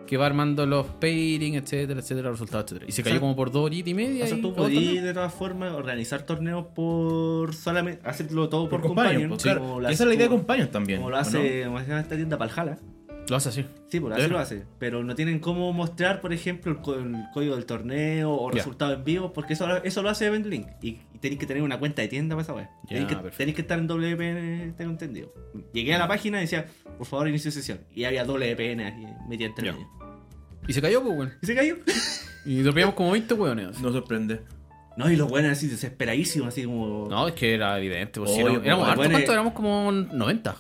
A: que va armando los pairing, etcétera, etcétera, los resultados, etcétera. Y se cayó
B: O sea,
A: como por dos horitas y media.
B: O sea,
A: y
B: tú
A: acabó el
B: podías
A: torneo.
B: de todas formas organizar torneos por solamente hacerlo todo por,
D: Por compañeros.
B: compañero.
D: pues, claro. Que esa es la idea de compañeros también.
B: Como lo
D: ¿o
B: hace como se llama esta tienda Paljala.
A: Lo hace así.
B: Sí, pues así lo hace. Pero no tienen cómo mostrar, por ejemplo, el, co- el código del torneo o
A: Ya.
B: resultado en vivo, porque eso, eso lo hace Event Link. Y, y tenéis que tener una cuenta de tienda para esa wea.
A: Ya,
B: Tenéis que,
A: perfecto.
B: tenéis que estar en WPN, tengo entendido. Llegué a la página y decía, por favor, inicio sesión. Y había WPN ahí metida entre
A: Ya.
B: medio.
A: Y se cayó, pues, weón.
B: Y se cayó.
A: Y dropeamos como 20 weones.
D: No No sorprende.
B: No, y los buenos así desesperadísimos, así como.
A: No, es que era evidente. Pues, si
D: Obvio,
A: éramos- éramos,
D: pues,
A: hartos,
B: bueno,
A: ¿cuántos?
B: eh.
A: éramos como 90.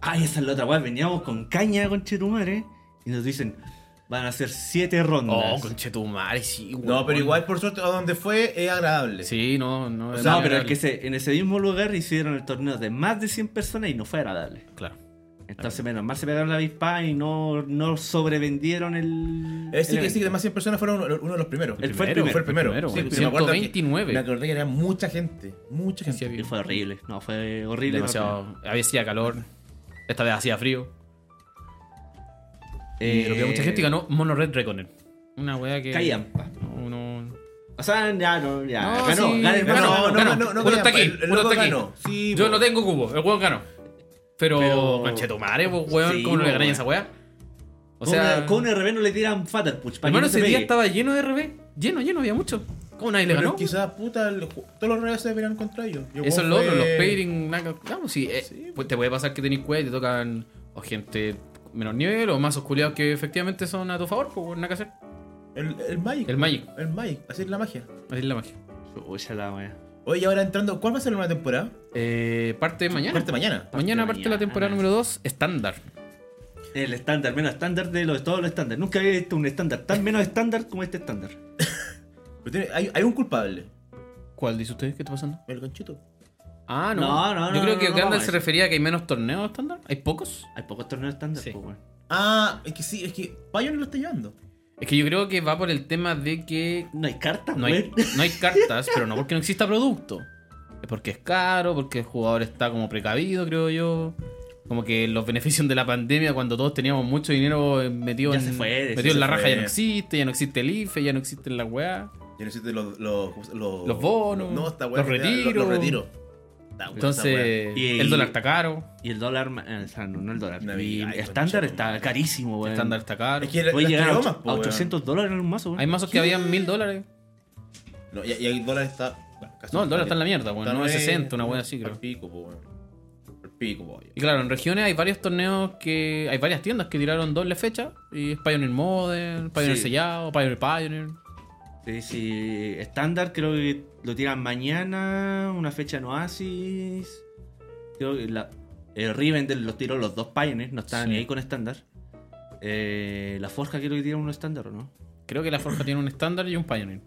B: Ay, esa es la otra wea. Veníamos con caña con Chetumare. Y nos dicen, van a hacer siete
A: Oh,
B: rondas.
A: conchetumare, sí, weón.
D: No, pero igual, por suerte, a donde fue es agradable.
A: Sí, no, no.
D: O
A: era
D: sea,
B: no, pero es
A: agradable.
B: que se- en ese mismo lugar hicieron el torneo de más de 100 personas y no fue agradable.
A: Claro.
B: Entonces, menos mal se pegaron la avispa y no, no sobrevendieron el.
A: Este
D: Es decir,
B: el
D: que sí, que
B: evento.
D: además 100 personas fueron uno, uno de los primeros.
B: El fue primero,
D: Fue el primero.
A: el primero,
D: Sí,
A: weón.
D: sí, me acuerdo que-
A: 129.
D: Me acordé que era mucha gente. Mucha
A: Sí,
D: gente.
A: había-
B: Y fue horrible. No, fue horrible.
A: demasiado. Había sido calor. Esta vez hacía frío.
B: Eh,
A: Y lo que mucha gente y ganó Mono Red Reconer. Una weá que.
B: Callampa.
A: No, no.
B: O sea, ya, no, ya.
A: No,
B: ganó,
A: sí,
B: ganó,
A: ganó,
B: ganó, ganó.
A: ganó. Uno está aquí,
D: el- el
A: uno
D: loco
A: está aquí.
D: ganó. Sí,
A: Yo
D: po.
A: no tengo cubo, el weón ganó. Pero.
B: Pero-
A: Conchetumare, pues weón,
B: Sí,
A: ¿cómo no le
B: po,
A: ganáis a
B: weón.
A: esa weá? O
B: Con una-
A: sea.
B: con un RB no le tiran Fatal Push. para
A: Hermano,
B: que no se
A: ese día
B: pegue.
A: estaba lleno de RB. Lleno, lleno, había mucho. ¿Cómo nadie le
D: Pero
A: ganó?
D: quizás, puta, el ju- todos los reyes se verán contra ellos. Y el
A: Eso es
D: weón
A: lo
D: fue-
A: otro, los pairing. nada, Vamos, sí, eh, pues te puede pasar que tenés cueva y te tocan o gente menor nivel o más osculiados que efectivamente son a tu favor, pues nada que hacer.
D: El, el Magic.
A: El Magic,
D: El Magic, así es la magia.
A: así es la magia.
B: Chucha la wea.
D: Oye, ahora entrando, ¿cuál va a ser la nueva temporada?
A: Eh, parte mañana.
D: Parte mañana.
A: mañana
B: parte
A: parte la temporada
B: mañana.
A: número 2, estándar.
B: El estándar, menos estándar de los, todos los estándares. Nunca había visto un estándar tan menos estándar como este estándar.
D: Pero tiene- hay, hay un culpable.
A: ¿Cuál dice usted? ¿Qué está pasando?
D: El ganchito.
A: Ah, no.
B: No, no,
A: Yo
B: no,
A: creo
B: no,
A: que
B: no,
A: Gandalf
B: vamos a
A: se
B: eso.
A: refería a que hay menos torneos estándar. ¿Hay pocos?
B: Hay pocos torneos estándar,
A: Sí.
B: po, weón.
D: Ah, es que sí, es que Bayon lo está llevando.
A: Es que yo creo que va por el tema de que
B: No hay cartas,
A: no hay,
B: weón.
A: no hay cartas, pero no porque no exista producto. Es porque es caro, porque el jugador está como precavido, creo yo. Como que los beneficios de la pandemia, cuando todos teníamos mucho dinero eh, metido
B: Ya
A: en,
B: se fue,
A: metido
B: sí,
A: en
D: se
A: la raja,
D: fue.
A: ya no existe, ya no existe el IFE, ya no existen las weas.
D: Yo necesito los, los, los,
A: Los bonos,
D: No, está bueno.
A: los
D: que te da-
A: retiros.
D: Los, los retiros. Está buena esa wea.
A: Entonces,
B: Y-
A: el dólar está caro,
B: Y el dólar, ma- eh, o sea, no, no el dólar.
D: Una
B: y
D: vida,
B: el
D: ay,
B: estándar
D: concha,
B: está
D: man.
B: carísimo,
A: el
B: weón.
A: estándar está caro.
D: Es que la-
B: Puede
D: las
B: llegar a,
D: triomas,
B: och-
D: po,
B: a
D: weón.
B: 800 dólares en un mazo, weón.
A: Hay mazos que habían mil dólares.
D: No, y, y el dólar está. bueno, casi
A: No, el dólar está en la mierda,
D: Está
A: bueno, 960, una buena así,
D: al
A: creo.
D: pico, po, weón. Al pico, po,
A: Y claro, en regiones hay varios torneos que. Hay varias tiendas que tiraron doble fecha. Y es Pioneer Modern, Pioneer
B: Sí.
A: Sellado, Pioneer Pioneer.
B: Sí, sí, estándar creo que lo tiran mañana, una fecha en Oasis. Creo que la, el Rivendell los tiró los dos Pioneers, no estaban
A: Sí.
B: ni ahí con estándar. Eh, la Forja creo que tira uno estándar, ¿o no?
A: Creo que la Forja tiene un estándar y un Pioneer.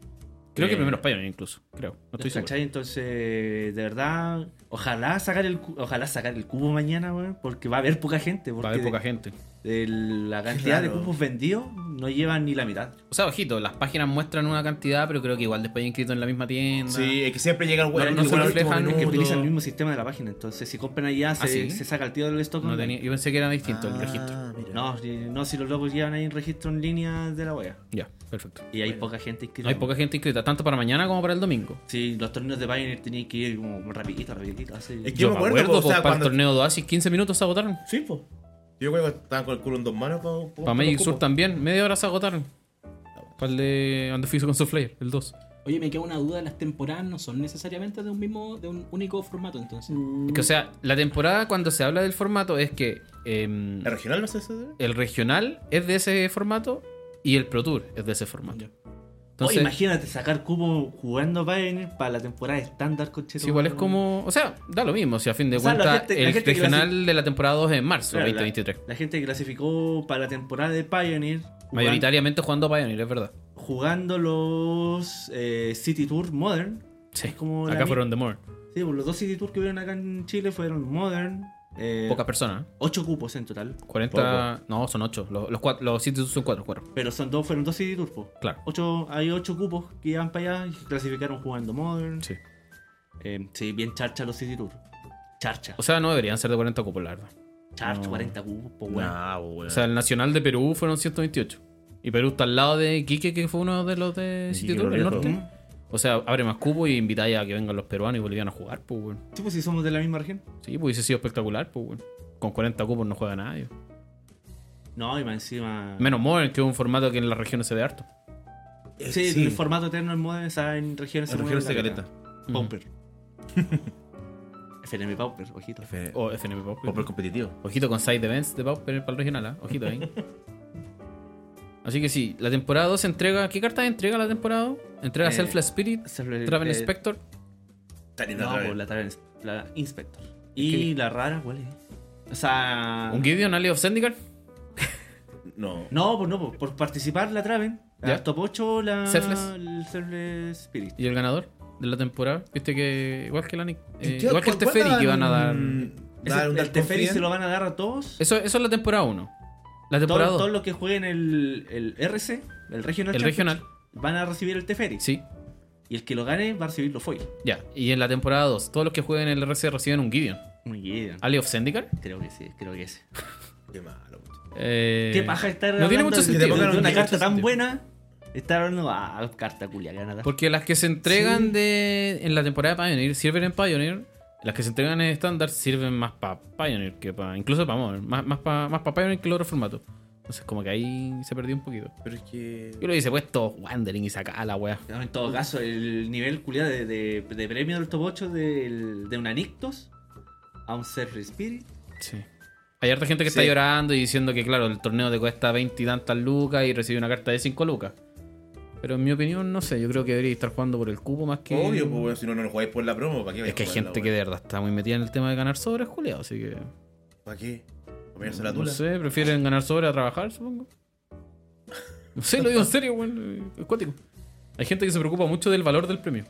A: Creo que
B: Eh.
A: primero es Pioneer incluso, creo. No estoy seguro.
B: ¿Cachai? Entonces, de verdad, ojalá sacar el, cu- ojalá sacar el cubo mañana, weón, porque va a haber poca gente. Porque
A: Va a haber poca gente.
B: de- de la cantidad de
D: Claro.
B: cubos vendidos no llevan ni la mitad.
A: O sea, ojito, las páginas muestran una cantidad, pero creo que igual después hay inscrito en la misma tienda.
D: Sí, es que siempre llega el weón.
A: no se reflejan,
B: Es que
A: Puto.
B: utilizan el mismo sistema de la página, entonces si compran allá se,
A: sí?
B: se saca el tío del stock.
A: No
B: online.
A: tenía- yo pensé que era distinto
D: Ah.
A: el registro.
B: No, eh, no, si los locos llevan ahí un registro en línea de la wea.
A: Ya, perfecto.
B: Y hay
D: Bueno.
B: poca gente inscrita.
A: Hay poca gente inscrita, tanto para mañana como para el domingo.
B: Sí, los torneos de Pioneer tenían que ir como rapidito, rapidito. Así.
D: Es que-
A: Yo
D: me
A: me
D: acuerdo,
A: acuerdo,
D: po, o
A: po,
D: sea,
A: para el
D: cuando-
A: torneo de Oasis, 15 minutos se agotaron.
D: Sí, po. Yo creo que estaban con el culo en dos manos para.
A: Para Magic Sur también, media hora se agotaron. Para el de Andefiso con Soulflayer, el 2.
C: Oye, me queda una duda, las temporadas no son necesariamente de un mismo, de un único formato entonces.
A: Es que, o sea, la temporada cuando se habla del formato es que em,
D: ¿La regional no sé eh? si-
A: el regional es de ese formato y el Pro Tour es de ese formato.
C: Ya.
A: Entonces,
B: Oh, imagínate sacar cubo jugando Pioneer para la temporada estándar con
A: sí, igual es como. O sea, da lo mismo. Si a fin de
B: O sea, la
A: cuentas,
B: gente- la
A: el
B: gente que
A: regional de la temporada 2 es en marzo,
B: Claro, la-
A: 2023.
B: La gente que clasificó para la temporada de Pioneer jugan-
A: Mayoritariamente jugando a Pioneer, es verdad.
B: jugando los eh, City Tour Modern.
A: Sí.
B: Es como la
A: Acá
B: mi-
A: fueron The More.
B: Sí, pues, los dos City Tour que hubieron acá en Chile fueron Modern. Eh,
A: Pocas personas. ¿eh?
B: 8 cupos en total.
A: 40. No, son 8. Los, los, cuat- los sitios son 4, 4.
B: Pero son dos, fueron dos City Tour, po.
A: Claro.
B: Ocho, hay ocho cupos que iban para allá y clasificaron jugando Modern.
A: Sí.
B: Eh, sí, bien charcha los City Tour. Charcha.
A: O sea, no deberían ser de 40 cupos, la verdad.
B: Charcha,
A: no.
B: 40 cupos, po, weón.
D: Nah, po, weón.
A: O sea, el Nacional de Perú fueron 128. Y Perú está al lado de Quique, que fue uno de los de
D: Iquique,
A: City Tour, el
D: Loreto.
A: norte.
B: Mm.
A: O sea, abre más cubo y invitáis a que vengan los peruanos y bolivianos a jugar, pues, weón.
B: Sí, pues si somos de la misma región.
A: Sí, pues hubiese sido espectacular, pues, weón. Con 40 cupos no juega nadie.
B: No, y más encima.
A: Menos Modern, que es un formato que en las regiones se ve harto.
D: Eh,
B: Sí, el formato eterno en Modern está en regiones
D: En regiones
B: mueve la
D: secretas.
B: pena. Pauper. FNM Pauper, ojito.
D: F-
A: O FNP Pop.
D: Por el competitivo.
A: Ojito con side events de Pauper para el regional, ¿ah? Ojito ahí. Así que sí, la temporada 2 entrega. ¿Qué cartas entrega la temporada 2? Entrega
B: Eh,
A: Selfless Spirit, Traven Spector.
D: Está linda
B: No,
D: otra
B: pues
D: vez.
B: la Traven la Inspector. Y la rara, ¿cuál es? O sea.
A: Un Gideon, Ali of Zendikar.
D: No.
B: No, pues no, pues, por participar la Traven. La
A: Ya.
B: Top 8, la.
A: Selfless.
B: El Selfless Spirit.
A: ¿Y el ganador de la temporada? Viste que igual que la Nick- eh,
D: ¿Qué-
A: igual que el
D: cuál- cuál
A: Teferi que
D: dan-
A: iban a dar.
B: Ese-
D: dar un
B: el Teferi
D: Dalconfident?
B: se lo van a dar a todos.
A: Eso, eso es la temporada 1. La
B: Todo-
A: temporada
B: todos,
A: 2.
B: los que jueguen el, el RC, el Regional
A: El
B: Championship,
A: regional.
B: van a recibir el Teferi.
A: Sí,
B: Y el que lo gane va a recibir los foil.
A: ya. Y en la temporada 2, todos los que jueguen el RC reciben un Gideon.
B: Un Gideon.
A: Ali of Zendikar.
B: Creo que sí, creo que sí.
D: Qué malo. mucho.
A: Eh,
B: Qué paja estar
A: No tiene
B: hablando
A: mucho
B: de-
A: sentido.
B: de,
D: No
B: una
D: tiene
B: carta
D: mucho
B: tan
D: sentido.
B: buena. Estar hablando a ah, carta culia, Canadá.
A: Porque las que se entregan de en la temporada de Pioneer sirven en Pioneer. Las que se entregan en estándar sirven más para Pioneer que para. Incluso para Modern. Más, más para más pa Pioneer que el otro formato. Entonces, como que ahí se perdió un poquito.
D: Pero es que.
A: Yo lo hice puesto Wandering y saca a la wea.
B: No, en todo caso, el nivel culiado de, de, de premio del top 8 del, de un Anictos a un Self Spirit.
A: Sí. Hay harta gente que está
D: Sí.
A: llorando y diciendo que, claro, el torneo te cuesta 20 y tantas lucas y recibe una carta de 5 lucas. Pero en mi opinión, no sé. Yo creo que debería estar jugando por el cubo más que.
D: Obvio, pues, weón, si no, no lo jugáis por la promo, ¿para qué vais
A: Es
D: a
A: que hay
D: jugarla,
A: gente que de verdad está muy metida en el tema de ganar sobres, Juliado, así que.
D: weón? ¿Para qué? ¿Para pegarse la
A: No
D: tula?
A: sé, prefieren ganar sobre a trabajar, supongo. No sé, lo digo en serio, weón. Es cuático. Hay gente que se preocupa mucho del valor del premio.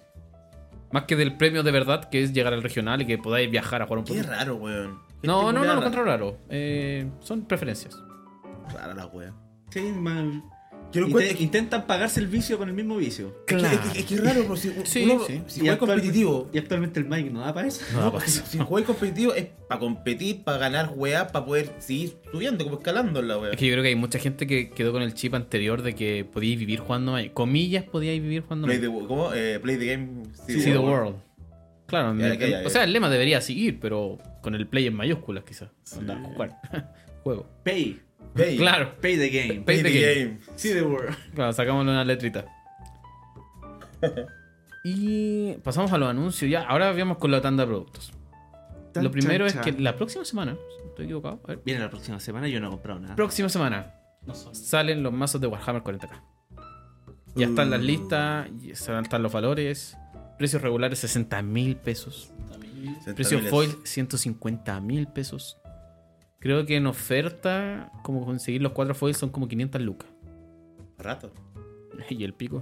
A: Más que del premio de verdad, que es llegar al regional y que podáis viajar a jugar un
D: Qué
A: poquito.
D: raro, weón. Gente
A: No, no, no,
D: culiada
A: lo
D: rara.
A: encuentro raro. Eh, son preferencias.
D: Rara la wea.
B: Sí, man.
D: Yo lo
B: Inte-
D: encuentro-
B: Intentan pagarse el vicio con el mismo vicio.
D: Es que-
A: Claro.
D: Es que, es que es raro, pero si,
A: Sí,
D: uno-
A: sí.
D: si jugáis
B: actualmente-
D: competitivo.
B: Y actualmente el Mike no da para eso.
A: No,
D: No,
A: pues,
D: si, si jugáis competitivo es para competir, para ganar weá, para poder seguir subiendo, como escalando en la wea.
A: Es que yo creo que hay mucha gente que quedó con el chip anterior de que podíais vivir jugando Magic. Comillas, podíais vivir jugando
D: Play
A: Magic.
D: the, ¿Cómo? Eh, play the game.
A: See, the world. Claro,
D: Ya,
A: me-
D: ya, ya, ya.
A: o sea, el lema debería seguir, pero con el play en mayúsculas quizás. Onda, jugar. Juego.
B: Pay.
D: Play,
A: Claro.
B: Pay the game.
A: Pay the game.
B: See the world.
A: Claro, sacámosle una letrita. y pasamos a los anuncios ya. Ahora vamos con la tanda de productos. Lo primero es que la próxima semana, estoy equivocado, a ver,
B: Viene la próxima semana y yo no he comprado nada.
A: próxima semana
C: No son.
A: salen los mazos de Warhammer 40k. Ya están
D: Mm.
A: las listas, ya están los valores. Precios regulares 60 mil pesos.
C: también.
D: Senta
A: Precio
D: miles.
A: foil 150 mil pesos. Creo que en oferta, como conseguir los cuatro foils son como 500 lucas.
D: Para rato.
A: Y el pico.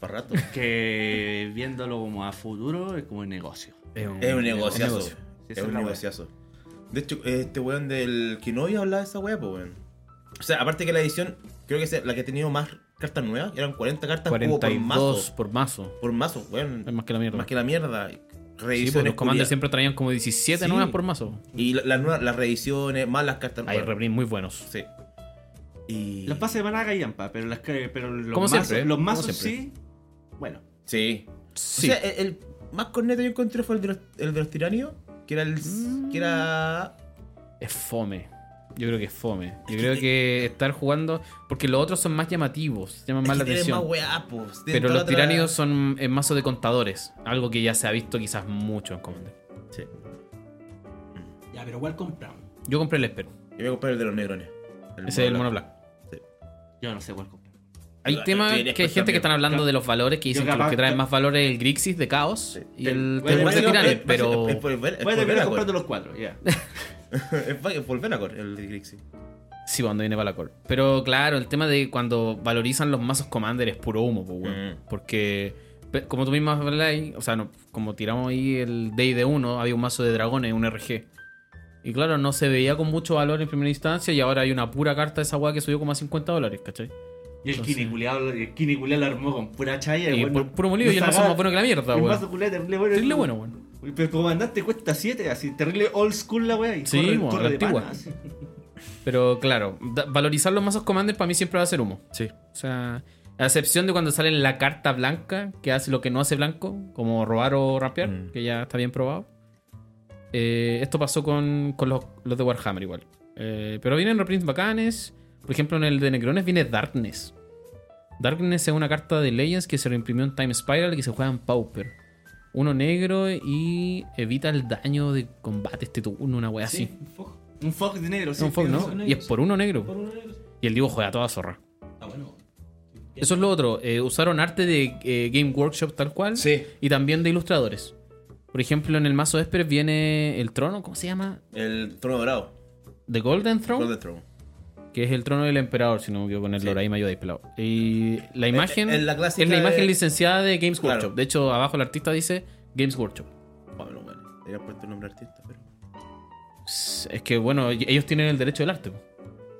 D: Para rato.
B: Que viéndolo como a futuro es como un negocio.
D: Es un negociazo.
A: negocio.
B: Sí,
D: Es
B: esa es
D: un
B: la wea.
D: negociazo. De hecho, este weón del Kinobi hablaba de esa weá, pues weón. O sea, aparte que la edición, creo que es la que ha tenido más cartas nuevas. Eran 40 cartas como por
A: 42
D: mazo.
A: por mazo.
D: Por mazo, weón.
A: Es más que la mierda.
D: Más que la mierda.
A: Sí, porque
D: Reediciones.
A: los comandos
D: culiadas.
A: siempre traían como 17
D: Sí.
A: nuevas por mazo.
D: Y la- las, nuevas, las reediciones, más las cartas
A: Hay
D: nuevas.
A: reprints muy buenos.
D: Sí. Y.
B: Las pases van a gallampa, pero, las, que- pero los
A: Como
B: mazos,
A: siempre, ¿eh?
B: los
A: Como
B: mazos sí.
A: siempre.
B: Bueno,
D: Sí.
A: Sí.
D: O sea, el, el más corneto yo encontré fue el de los, el de los tiranios. Que era el.
A: Mm.
D: Que era.
A: es fome. Yo creo que es fome. Yo creo que estar jugando. Porque los otros son más llamativos, llaman más
D: es
A: la
D: que tiene
A: atención.
D: más weá, pues. Tiene
A: Pero
D: toda
A: los
D: otra-
A: tiránidos son en mazo de contadores. Algo que ya se ha visto quizás mucho en Commander.
D: Sí.
C: Ya, pero igual compramos.
A: Yo compré el Esper.
D: Yo voy a comprar el de los negrones.
A: Ese es el
D: mono
A: mono
D: blanco.
A: black.
B: yo no sé cuál comprar.
A: Hay
D: Yo- yo
A: temas
D: estoy
A: que
D: en
A: hay
D: Esper
A: gente que
D: también.
A: están hablando de los valores que dicen que los
B: capaz-
A: que traen
B: yo-
A: más valores es el Grixis de Caos y el
B: Bueno,
A: Temur de
B: bueno,
A: Tiranes,
D: es- es-
A: pero.
D: Es por ver- es
B: Voy a
D: por
B: terminar
D: Veracor.
B: comprando los cuatro, ya.
D: Es por- es por Veracor, el de Grixie.
A: Sí, cuando viene Balacor. Pero claro, el tema de cuando valorizan los mazos Commander es puro humo, pues, weón.
D: Mm.
A: Porque, pe- como tú mismo habláis, o sea, no, como tiramos ahí el Day de 1, había un mazo de dragones, un RG. Y claro, no se veía con mucho valor en primera instancia y ahora hay una pura carta de esa weá que subió como a 50 dólares, ¿cachai?
B: Y el
A: Entonces-
B: Kini culiao- el Kini culiao lo armó con pura chaya.
A: Y
B: weón,
A: por
B: no-
A: puro molido
B: no
A: y el mazo es
B: sacaba-
A: más bueno que la mierda,
B: el
A: weón.
B: mazo culiao terrible bueno.
A: Terrible bueno, weón.
B: Uy, Pero el comandante cuesta 7, así terrible old school la wea. Y
A: Sí,
B: corre,
A: bueno,
B: corre
A: la
B: de
A: antigua.
B: pana, así.
A: Pero claro, da- valorizar los mazos Commander para mí siempre va a ser humo. Sí. O sea, a excepción de cuando sale la carta blanca, que hace lo que no hace blanco, como robar o rapear,
D: Mm.
A: que ya está bien probado. Eh, esto pasó con, con los, los de Warhammer igual. Eh, pero vienen reprints bacanes. Por ejemplo, en el de Necrones viene Darkness. Darkness es una carta de Legends que se reimprimió en Time Spiral y que se juega en Pauper. Uno negro y evita el daño de combate este turno, una wea así.
C: un foco.
B: Un Fox de negro, sí.
A: No, fue-
C: sí,
A: no,
C: son
A: Y
C: ellos.
A: es por uno negro.
C: Por uno de ellos.
A: Y el dibujo era toda zorra.
C: Está bueno.
A: Eso es lo otro. eh, usaron arte de eh, Game Workshop tal cual.
D: Sí.
A: Y también de ilustradores. Por ejemplo, en el mazo Esper viene el trono, ¿cómo se llama?
D: El trono dorado.
A: The Golden Throne,
D: Golden Throne.
A: que es el trono del emperador, si no me equivoco, con el
D: Sí.
A: lore, ahí me ayudáis, pelado. Y la imagen
D: eh, la
A: es
D: clásica
A: la imagen
D: de-
A: licenciada de Games
D: Claro.
A: Workshop. De hecho, abajo el artista dice Games Workshop.
D: Pablo, bueno. Debería haber puesto el nombre artista, pero.
A: Es que, bueno, ellos tienen el derecho del arte. po.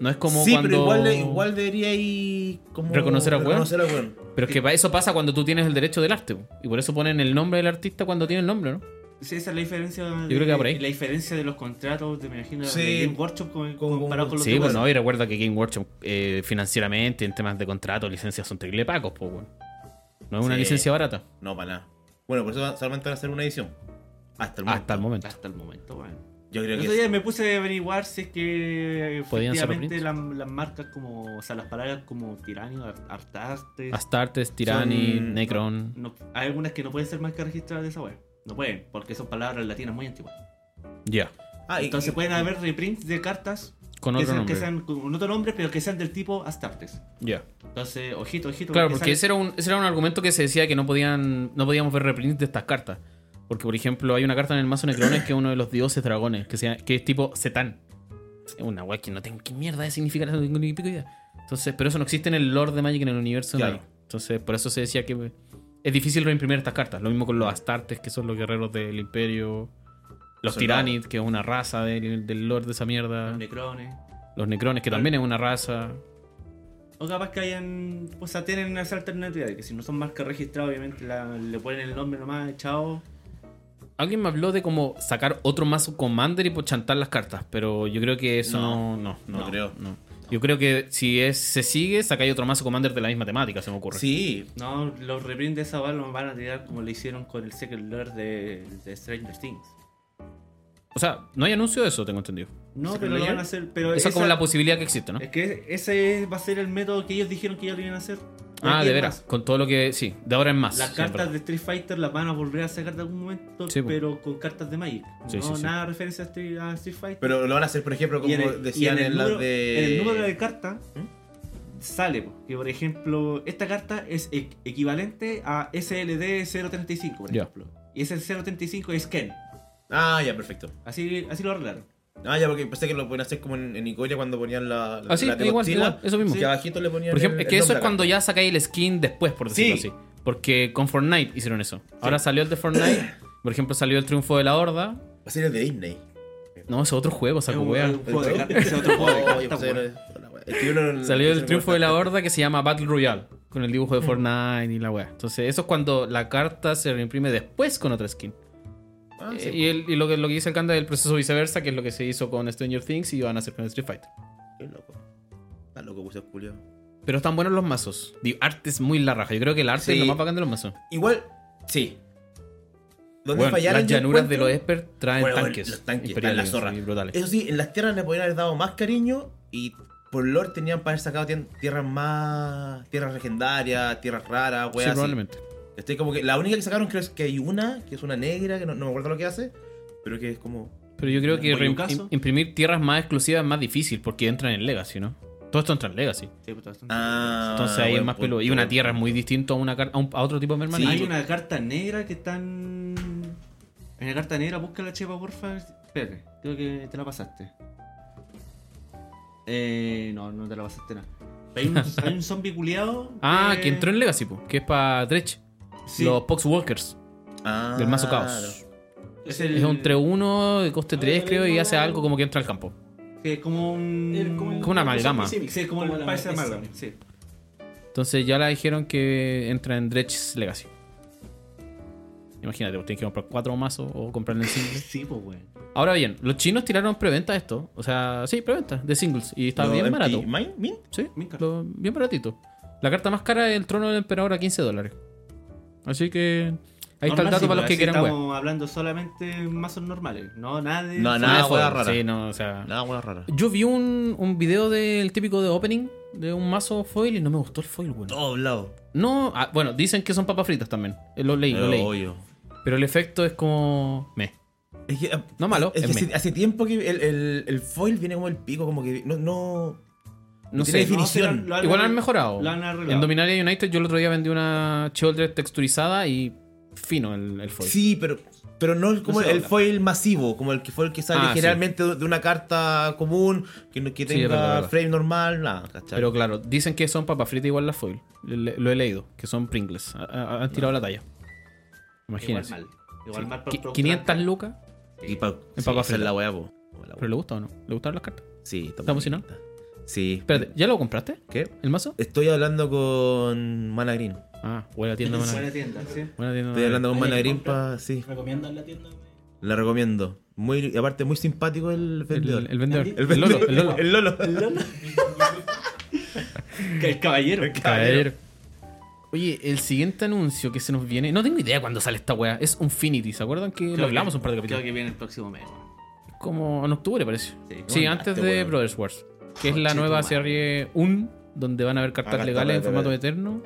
A: No es como
D: sí,
A: cuando...
D: pero igual, igual debería ir. Como...
A: ¿Reconocer al weón?
D: Reconocer al weón.
A: Pero es que pa- eso pasa cuando tú tienes el derecho del arte. po. Y por eso ponen el nombre del artista cuando tiene el nombre, ¿no?
B: Sí, esa es la diferencia. Yo
A: creo que va por ahí.
B: La diferencia de los contratos, te me imagino,
D: Sí.
B: de Game Workshop con-
D: Con-
B: comparado con los
A: Sí,
B: de
A: bueno,
B: Wizard.
A: y recuerda que Game Workshop eh, financieramente, en temas de contrato, licencias son triple pacos, pues, bueno. No es una
D: Sí.
A: licencia barata.
D: No, para nada. Bueno, por eso va- solamente van a hacer una edición. Hasta el momento.
A: Hasta el momento.
B: Hasta el momento, bueno.
D: Yo creo
B: El
D: que
B: otro día me puse a averiguar si es que
A: Podían ser
B: efectivamente las, las marcas como, o sea, las palabras como tiranio, Ar- artaste,
A: Astartes, Tirani,
D: Son-
A: Necron.
B: no- hay algunas que no pueden ser marcas registradas de esa web. No pueden, porque son palabras latinas muy antiguas.
A: Ya.
D: Ah, y-
B: Entonces
D: y-
B: pueden haber reprints de cartas
A: Con
B: que
A: otro
B: sean, que
A: nombre.
B: sean con otro nombre, pero que sean del tipo Astartes.
A: Ya.
B: Entonces, ojito, ojito.
A: Claro, porque ese era, un, ese era un argumento que se decía que no podían no podíamos ver reprints de estas cartas. Porque, por ejemplo, hay una carta en el mazo Necrones que es uno de los dioses dragones, que, sea, que es tipo Setán. Es una weá que no tengo qué mierda de significar, no tengo ni pico idea. Entonces, pero eso no existe en el lore de Magic, en el universo de
D: Claro.
A: Magic. Entonces, por eso se decía que es difícil reimprimir estas cartas. Lo mismo con los Astartes, que son los guerreros del Imperio. Los
D: Soldados.
A: Tiranids, que es una raza del, del lore de esa mierda.
B: Los necrones.
A: Los Necrones, que también es una raza.
B: O capaz que hayan. O sea, tienen unas alternativas. Que si no son marcas registradas, obviamente la- le ponen el nombre nomás, chao.
A: Alguien me habló de como sacar otro mazo Commander y pues chantar las cartas, pero yo creo que eso no, no, no,
D: no creo.
A: no. Yo creo que si es, se sigue, sacáis otro mazo Commander de la misma temática, se me ocurre.
D: Sí,
B: No, los reprints de esa bala los van a tirar como lo hicieron con el Secret Lord de, de Stranger Things.
A: O sea, no hay anuncio de eso, tengo entendido.
B: No,
D: ¿Secret
B: pero lo
D: Lair?
B: van a hacer. Pero
A: Esa es como la posibilidad que existe, ¿no?
B: Es que ese va a ser el método que ellos dijeron que ya lo iban a hacer.
A: Ah,
B: Aquí
A: de
B: es
A: veras,
B: más,
A: con todo lo que... Sí, de ahora en más.
B: Las
A: sí, es
B: cartas
A: verdad.
B: de Street Fighter las van a volver a sacar de algún momento,
A: Sí, po.
B: pero con cartas de Magic.
A: Sí,
B: no,
A: sí, sí.
B: nada de referencia a Street, a Street Fighter.
D: pero lo van a hacer, por ejemplo, como
B: y en el,
D: decían
B: y en
D: en,
B: el
D: las
B: número,
D: de. ¿Mm?
B: en el número de cartas sale po, que por ejemplo esta carta es e- equivalente a SLD 035 por
A: Ya.
B: ejemplo y ese 035 es Ken
D: Ah, ya, perfecto.
B: así, así lo arreglaron
D: Ah, ya, porque pensé que lo pueden hacer como en, en Icoria cuando ponían la. la
A: Ah, sí,
D: la
A: igual,
D: tecoxila,
A: igual, eso mismo.
D: Que abajito le ponían.
A: Por ejemplo,
D: el-
A: es que
D: el
A: eso es
D: nombre a la
A: cuando
D: carta.
A: ya sacáis el skin después, por decirlo
D: Sí.
A: así. Porque con Fortnite hicieron eso. Ahora salió el de Fortnite, por ejemplo, salió el triunfo de la horda.
D: Va a ser el de Disney.
A: No, es otro juego, saco
B: un-
A: wea.
B: es un juego de
D: ¿El
B: cartas ese es otro juego de
D: Oh, yo
B: cartas,
D: pensé que
B: weón.
D: era- hola, weón. Es que yo no-
A: Salió
D: no sé
A: el triunfo
D: cómo
A: de la
D: está. Mm.
A: horda que se llama Battle Royale, con el dibujo de Fortnite y la weá. Entonces, eso es cuando la carta se reimprime después con otra skin.
D: Ah,
A: Eh,
D: sí,
A: y el- y lo, que, lo que dice el Kanda es el proceso viceversa, que es lo que se hizo con Stranger Things y van a hacer con Street Fighter.
D: Qué loco. Está loco, pues, puse Julio.
A: Pero están buenos los mazos. Digo, arte es muy la raja. Yo creo que el arte es
D: Sí.
A: lo más bacán de los mazos.
D: Igual, sí. Donde
A: Bueno,
D: fallaron,
A: las
D: yo
A: llanuras de
D: encuentro-
A: los Esper traen
D: Bueno, bueno,
A: tanques.
D: los tanques,
A: imperiales,
D: las zorras.
A: sí, brutales.
D: Eso sí, en las tierras le podrían haber dado más cariño y por lore tenían para haber sacado tien- tierras más. tierras legendarias, tierras raras,
A: Sí,
D: weas. así.
A: probablemente.
D: Estoy como que la única que sacaron creo es que hay una, que es una negra, que no, no me acuerdo lo que hace, pero que es como.
A: Pero yo creo que
B: Bueno, en
A: reim-
B: caso-
A: imprimir tierras más exclusivas es más difícil porque entran en Legacy, ¿no? Todo esto entra en Legacy.
B: Sí, pues, bastante.
D: Ah,
A: Entonces ahí es
D: buen
A: más
D: punto,
A: peludo. Y una
D: buen
A: tierra es
D: punto.
A: muy distinto a, una car- a, un- a otro tipo de merman.
D: Sí.
B: hay una carta negra que están en la carta negra busca la chepa porfa espérate creo que te la pasaste eh, no no te la pasaste nada hay un, hay un zombie culiado
A: Ah, que entró en Legacy, po, que es para Dredge.
B: Sí.
A: Los Poxwalkers
D: Ah,
A: del mazo Caos.
B: es, el-
A: Es un 3-1 de coste
C: Ah,
A: 3,
C: el
A: creo, y
C: mismo-
A: hace algo como que entra al campo.
B: Sí, es como un.
C: Es el-
A: Como una amalgama.
C: Pacific,
B: Sí, es como, el
C: la-
B: país
C: esa.
B: amalgama. Sí.
A: Entonces ya la dijeron que entra en Dredge's Legacy. Imagínate, vos tenés que comprar cuatro mazos o comprar el single.
B: Sí, pues, weón.
A: Ahora bien, los chinos tiraron preventa de esto. O sea, sí, preventa de singles. Y está
D: Lo
A: bien
D: empty
A: barato.
D: mind- mint.
A: Sí,
B: Bien caro.
A: lo- bien baratito. La carta más cara es el trono del emperador a 15 dólares. Así que ahí está el
B: Normal,
A: dato para
B: sí, pues,
A: los que
B: así
A: quieran web.
B: Estamos hablando solamente de mazos normales. No, nada de.
D: No,
A: de
D: nada. hueá
A: juego.
D: rara.
A: Sí, no, o sea.
D: Nada, buena rara.
A: Yo vi un, un video del típico de opening de un mazo foil y no me gustó el foil, bueno.
D: Todo hablado.
A: No, ah, bueno, dicen que son papas fritas también. Eh, Lo leí, lo
D: Pero
A: leí.
D: obvio.
A: Pero el efecto es como. Me.
D: Es que, ah,
A: No malo,
D: es que
A: es
D: hace,
A: me.
D: hace tiempo que el, el- el foil viene como el pico, como que no, no,
A: No
D: tiene
A: sé.
D: definición.
A: Igual han mejorado.
B: Lo han arreglado.
A: En Dominaria United yo el otro día vendí una Childred texturizada y fino el, el foil.
D: Sí, pero, pero no el- como
B: No se
D: el
B: habla.
D: foil masivo, como el que fue el que sale
A: Ah, sí.
D: generalmente de- de una carta común, que, no- que
A: Sí,
D: tenga
A: es verdad, es verdad.
D: frame normal, nada, ¿cachai?
A: Pero claro, dicen que son papas fritas igual la foil. Le- lo he leído, que son Pringles. A- a- Han tirado la talla.
B: Igual
A: Imagínense.
B: mal. Igual
A: Sí.
B: mal
A: Qui-
B: por
A: 500 lucas,
D: y pa, sí,
A: papa
D: esa es
A: frita.
D: la weá, po. Como la
A: pero
D: weá.
A: le gusta o no? ¿Le gustaron las cartas?
D: Sí,
A: ¿Está emocionado?
D: bonita. Sí.
A: Espérate, ¿ya lo compraste?
D: ¿Qué?
A: ¿El mazo?
D: Estoy hablando con Mana Green.
A: Ah, buena tienda,
B: Buena
A: buena,
B: tienda, sí.
A: buena tienda.
D: Estoy hablando con
C: Oye,
D: Mana
C: ¿qué
D: Green
C: compra?
D: pa- sí.
C: ¿Recomiendan la tienda? güey?
D: La recomiendo. Muy, y aparte, muy simpático el vendedor.
A: El, el vendedor. El,
D: vendedor.
A: Lolo. El Lolo.
D: El Lolo.
B: El caballero.
A: Caballero. Oye, el siguiente anuncio que se nos viene. No tengo idea cuándo sale esta wea. Es Infinity. ¿Se acuerdan que lo hablamos un par de capítulos?
B: Creo que viene el próximo mes.
A: Como en octubre, parece.
B: Sí.
A: Sí,
D: Bueno,
A: antes
D: este
A: de
D: weón.
A: Brothers Wars. Que es la
B: Conche tu
A: nueva
B: madre.
A: serie UN, donde van a haber cartas
D: Ah, cartas
A: legales en
D: legales.
A: formato eterno.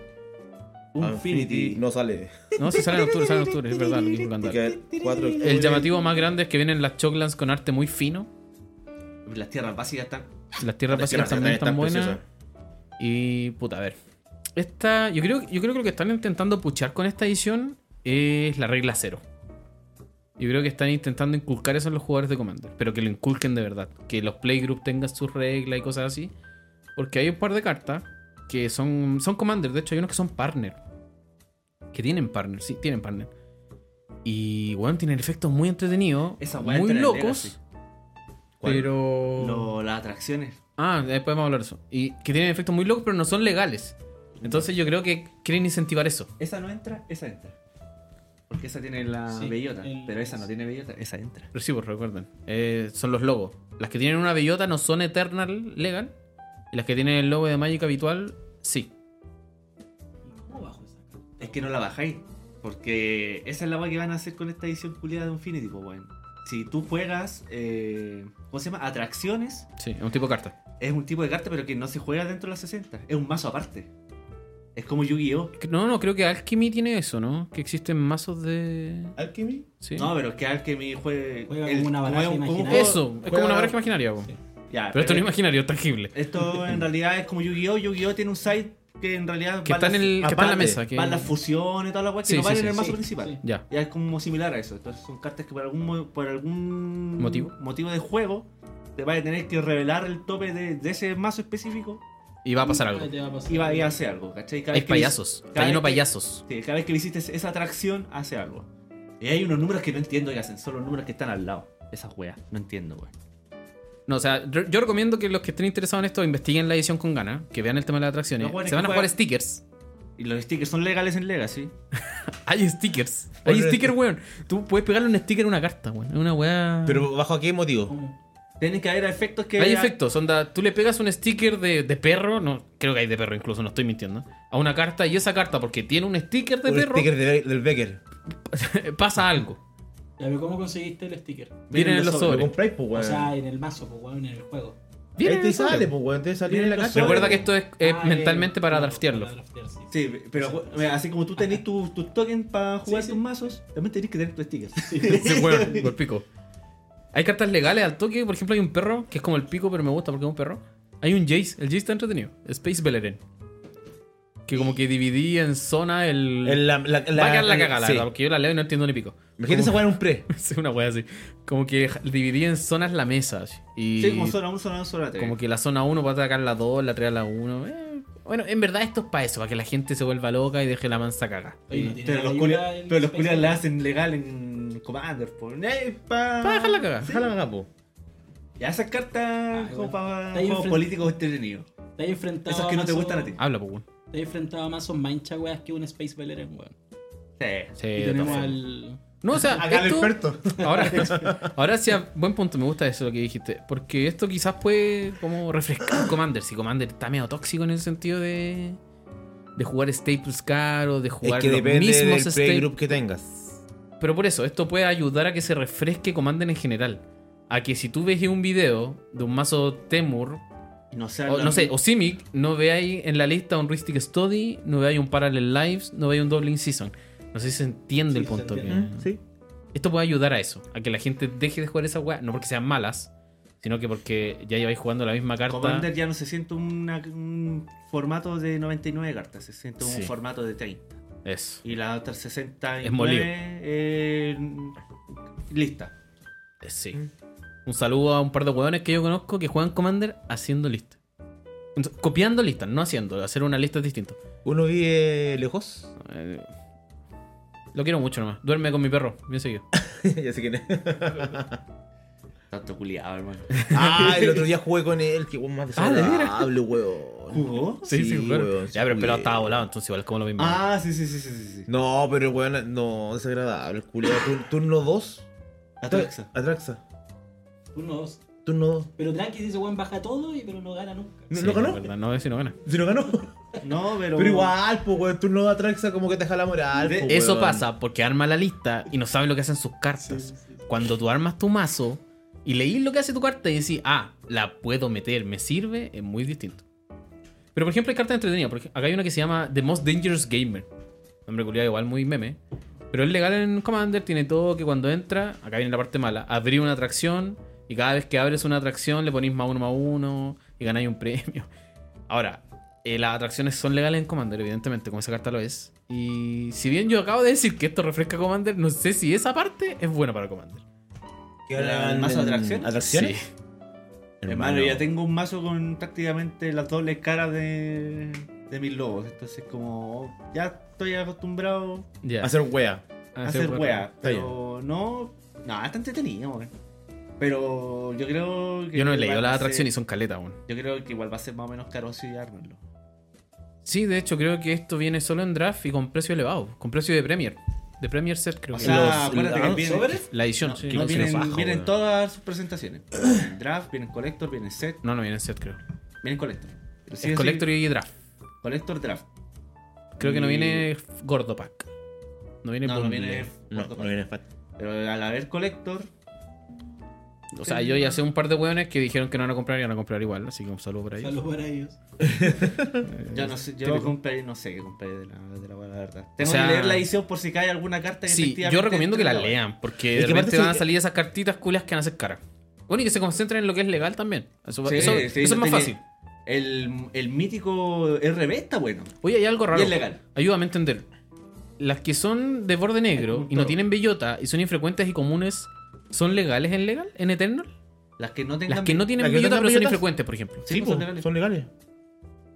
D: Infinity no sale.
A: No, si sale en octubre, sale en octubre, es verdad, lo dijo
D: Y
A: Gandalf.
D: que cuatro-
A: El llamativo más grande es que vienen las Choclands con arte muy fino.
B: Las tierras básicas están.
A: Las tierras
D: Las tierras
A: básicas también
D: están
A: están buenas.
D: preciosas.
A: Y puta, a ver. Esta, yo creo, yo creo que lo que están intentando puchar con esta edición es la regla cero. Yo creo que están intentando inculcar eso en los jugadores de Commander, pero que lo inculquen de verdad. Que los playgroups tengan sus reglas y cosas así. Porque hay un par de cartas que son, son Commander, de hecho hay unos que son partner. Que tienen partner, sí, tienen partner. Y bueno, tienen efectos muy entretenidos,
B: Esa weá
A: muy
B: entra en el
A: locos.
D: ¿Cuál?
A: Pero...
B: Lo- las atracciones.
A: Ah, después podemos hablar de eso. Y que tienen efectos muy locos, pero no son legales. Entonces yo creo que quieren incentivar eso.
B: Esa no entra, esa entra. Porque esa tiene la
C: Sí,
B: bellota.
C: el-
B: Pero esa no tiene bellota, esa entra.
A: Pero sí, pues recuerden. eh, son los logos. Las que tienen una bellota no son Eternal legal. Y las que tienen el logo de Magic habitual, sí.
C: ¿Cómo bajo esa carta?
B: Es que no la bajáis. Porque esa es la weá que van a hacer con esta edición culiada de Infinity, pues bueno. Si tú juegas, eh, ¿cómo se llama? Atracciones,
A: Sí, es un tipo de carta.
B: es un tipo de carta, pero que no se juega dentro de las 60. Es un mazo aparte. Es como Yu-Gi-Oh!
A: No, no, creo que Alchemy tiene eso, ¿no? Que existen mazos de.
D: Alchemy.
A: Sí.
B: No, pero es que Alchemy juegue.
C: Juega
B: el-
C: como una baraja
B: juega un- como un
C: imaginaria.
B: juego-
A: eso, es como una baraja imaginaria. po.
C: Sí.
B: Ya, eh,
A: Pero esto no es imaginario, es tangible.
B: Esto en realidad es como Yu-Gi-Oh! Yu-Gi-Oh! tiene un site que en realidad
A: Que
B: va
A: está en,
B: la-
A: el, que está en la
D: aparte,
A: mesa. Que...
B: van las fusiones y toda la weá que
A: Sí,
B: no
A: sí,
B: van
A: sí,
B: en el mazo
C: sí,
B: principal.
C: sí.
A: Ya.
B: Ya es como similar a eso. Entonces son cartas que por algún mo- por algún
A: Motivo.
B: de juego te vas a tener que revelar el tope de, de ese mazo específico
A: Y va a pasar algo.
C: Ah, Te va a pasar
B: y va y
C: algo.
B: hace algo, ¿cachai? Cada
A: Hay
B: vez que le-
A: payasos.
B: Mm, cada
A: Está lleno de
B: vez que-
A: payasos.
B: sí, cada vez que visites esa atracción, hace algo. Y hay unos números que no entiendo que hacen, son los números que están al lado. Esas weas, no entiendo, weón.
A: No, o sea, yo yo recomiendo que los que estén interesados en esto investiguen la edición con ganas, que vean el tema de las atracciones.
B: No, bueno,
A: Se van a
B: que
A: jugar
B: juega-
A: stickers.
B: Y los stickers son legales en Legacy.
A: Hay stickers. Hay
D: Bueno,
A: stickers, weón. Tú puedes pegarle un sticker a una carta, weón. Es una weá.
D: Pero bajo qué motivo?
C: ¿Cómo?
B: Tienen que haber efectos que.
A: Hay efectos, onda, tú le pegas un sticker de, de perro, no, creo que hay de perro incluso, no estoy mintiendo, a una carta y esa carta, porque tiene un sticker de
D: Un
A: perro,
D: sticker de- del Becker.
A: pasa algo.
C: Ya, pero ¿Cómo conseguiste el sticker?
A: Vienen en los
D: Lo
A: sobres.
D: compráis, pues, weón.
C: O sea, en el mazo, pues, weón, en el juego.
A: Vienen
D: Ahí
A: en
D: te
A: los sobres.
D: sale, pues, weón. Te sale en la
C: Vienen los
D: casa.
A: Recuerda que esto es eh,
C: Ah,
A: mentalmente
C: eh,
A: para
C: claro,
A: draftearlo.
C: para draftear, sí.
B: Sí, pero
C: Sí.
B: mira, así como tú tenés tus tus tokens para jugar
C: sí.
B: tus mazos, también tenés que tener tus stickers.
A: Sí, weón, por pico. Hay cartas legales al toque, por ejemplo, hay un perro que es como el pico, pero me gusta porque es un perro. Hay un Jace, el Jace está entretenido, Space Beleren. Que como que dividía en zona el.
D: En la,
A: Va
D: la,
A: a quedar la
D: en-
A: cagada, la
D: sí.
A: verdad, porque yo la leo y no entiendo ni pico.
D: Imagínate esa
A: Como-
D: weá en un pre.
A: Sí, una wea así. Como que ja- dividía en zonas la mesa. así. Y
B: Sí, como zona 1, zona 2, zona 3.
A: como que la zona 1 va a atacar la 2, la 3 a la 1. bueno, en verdad esto es para eso, para que la gente se vuelva loca y deje la mansa caga.
C: Oye, no tiene
B: pero, los
C: ayuda
B: culia-
C: el
B: pero los
C: Space
B: culias
C: Jam.
B: la hacen legal en Commander, por. Eh, pa...
A: Para dejarla cagar.
D: Deja la cagada, po.
B: Ya esas cartas
C: Ah,
B: como
C: bueno.
B: para
C: Está ahí
B: juegos
C: enfrente.
B: políticos entretenidos.
C: Te has enfrentado
B: Esas
C: a
B: que no te
C: mazos-
B: gustan a ti.
A: Habla, pues, weón.
C: Te has enfrentado a mazos mancha, weas, que un Space Valerian, weón.
B: Sí.
A: Sí,
C: Y
A: de
C: tenemos
A: todas formas.
C: al.
A: No, o sea,
E: Acá el
A: esto-
E: experto.
A: Ahora, ahora sí, a buen punto, me gusta eso lo que dijiste. Porque esto quizás puede como refrescar Commander. Si Commander está medio tóxico en el sentido de. de jugar staples caros, de
D: Es
A: jugar
D: que
A: los
D: depende del
A: mismos
D: playgroup
A: staples.
D: que tengas.
A: Pero por eso, esto puede ayudar a que se refresque Commander en general. A que si tú ves un video de un mazo Temur,
B: Y No sé,
A: o, no sé, o Simic, no veáis en la lista un Ristic Study, no veáis un Parallel Lives, no veáis un Doubling Season. No sé si se entiende
C: ¿Eh? Sí,
A: el
C: se
A: punto. que-
C: entiende.
D: Sí.
A: esto puede ayudar a eso, a que la gente deje de jugar esa weá, no porque sean malas, sino que porque ya lleváis jugando la misma carta.
B: Commander ya no se siente una- un formato de 99 cartas, se siente un
A: Sí.
B: formato de 30.
A: Eso.
B: Y la otra 69
A: Es molido.
B: eh, lista.
A: Eh, Sí. Un saludo a un par de hueones que yo conozco que juegan Commander haciendo listas. Entonces, Copiando listas, no haciendo, hacer una lista es distinto.
D: Uno vive lejos.
A: Eh, Lo quiero mucho nomás. Duerme con mi perro, bien seguido.
D: ya sé quién es.
B: Tanto culiado, hermano.
D: Ah, el otro día jugué con él. Que weón más
A: Ah, ¿de veras?
D: desagradable, weón.
B: ¿Jugó?
A: claro.
D: weón, sí
A: Ya, pero el pelado
D: jugué.
A: estaba volado, entonces igual es como lo mismo.
B: Ah, sí, sí, sí, sí, sí. sí.
D: No, pero weón, no, desagradable. Culiado, turno 2.
B: Atraxa.
D: Atraxa.
C: Turno 2.
D: Turno 2.
C: Pero tranqui, ese weón baja todo, y, pero no gana nunca.
D: ¿No,
A: Sí,
D: no ganó?
A: es verdad, No, sí, no gana.
D: Si no ganó.
B: No, pero.
D: Pero igual, pues, weón, turno 2 Atraxa como que te jala moral.
B: De-
D: po,
A: Eso
D: Oh, weón.
A: pasa porque arma la lista y no sabe lo que hacen sus cartas. Cuando tú armas tu mazo y leís lo que hace tu carta y decís, ah, la puedo meter, me sirve, es muy distinto. Pero por ejemplo, hay cartas entretenidas. Por ej- acá hay una que se llama The Most Dangerous Gamer. Nombre culiado igual muy meme. Pero es legal en Commander, tiene todo que cuando entra, acá viene la parte mala, abrir una atracción y cada vez que abres una atracción le ponís más uno más uno y ganáis un premio. Ahora, eh, las atracciones son legales en Commander, evidentemente, como esa carta lo es. Y si bien yo acabo de decir que esto refresca Commander, no sé si esa parte es buena para Commander.
D: Que ahora
B: ¿El
D: venden
B: mazo de atracciones?
D: ¿Atracciones?
A: Sí.
B: Hermano, ya tengo un mazo con prácticamente las dobles caras de, de mis lobos. Entonces, como oh, ya estoy acostumbrado
A: Ya.
D: Hacer wea.
A: Ah,
B: a
A: hacer
B: hacer
A: hueá.
B: weas.
D: está
B: Pero no, no, está entretenido, weón. Pero yo creo que.
A: Yo no he
B: igual
A: leído
B: va
A: las
B: a
A: atracciones y
B: ser-
A: son caleta aún.
B: Yo creo que igual va a ser más o menos caro si armarlo.
A: Sí, de hecho, creo que esto viene solo en draft y con precio elevado. Con precio de Premier. De Premier Set, creo
B: O
A: que.
B: sea,
D: Los-
B: acuérdate
D: ¿ah,
B: que vienen,
C: sobres?
A: la edición,
B: no,
A: sí.
B: no,
A: no,
B: vienen,
A: vienen-
B: vienen
A: weón.
B: todas sus presentaciones. Vienen draft, vienen collector, vienen set,
A: No, no vienen set, creo.
B: vienen collector. Pero sí
A: es
B: o sí,
A: Collector y Draft.
B: collector draft.
A: Creo que no
B: Y-
A: viene Gordo Pack. No viene
B: No, no
A: bundle.
B: viene.
D: No, no viene fat.
B: Pero al haber collector,
A: O sea, yo ya sé un par de hueones que dijeron que no van a comprar y van a comprar igual. Así que un saludo para ellos.
C: Saludos para ellos.
A: Eh,
B: yo no sé, yo
A: Telecom.
B: compré, no sé qué compré de la, de la, la verdad. Tengo
A: sea-
B: que leer la edición por si cae alguna carta que
A: Sí,
B: efectivamente
A: yo recomiendo que la
B: esté en la
A: lean, porque
D: Es
A: de
D: que aparte
A: repente
D: sí- eh,
A: van a salir esas cartitas culias que van a hacer cara. Bueno, y que se concentren en lo que es legal también. Eso,
B: Sí,
A: eso-
B: sí,
A: eso es
B: no
A: más
B: tiene-
A: fácil.
B: web. El, el mítico RB está bueno.
A: Oye, hay algo raro.
B: Y es legal.
A: Ayúdame a entender. Las que son de borde negro
B: un
A: y no
B: toro.
A: tienen bellota y son infrecuentes y comunes, ¿son legales en legal? ¿En Eternal?
B: Las que no tengan.
A: Las que no tienen
D: las que no
A: bellota pero
D: tengan
A: son
D: bellotas.
A: infrecuentes, por ejemplo.
B: Sí,
D: Sí,
B: pues,
D: po,
B: son legales.
D: son legales.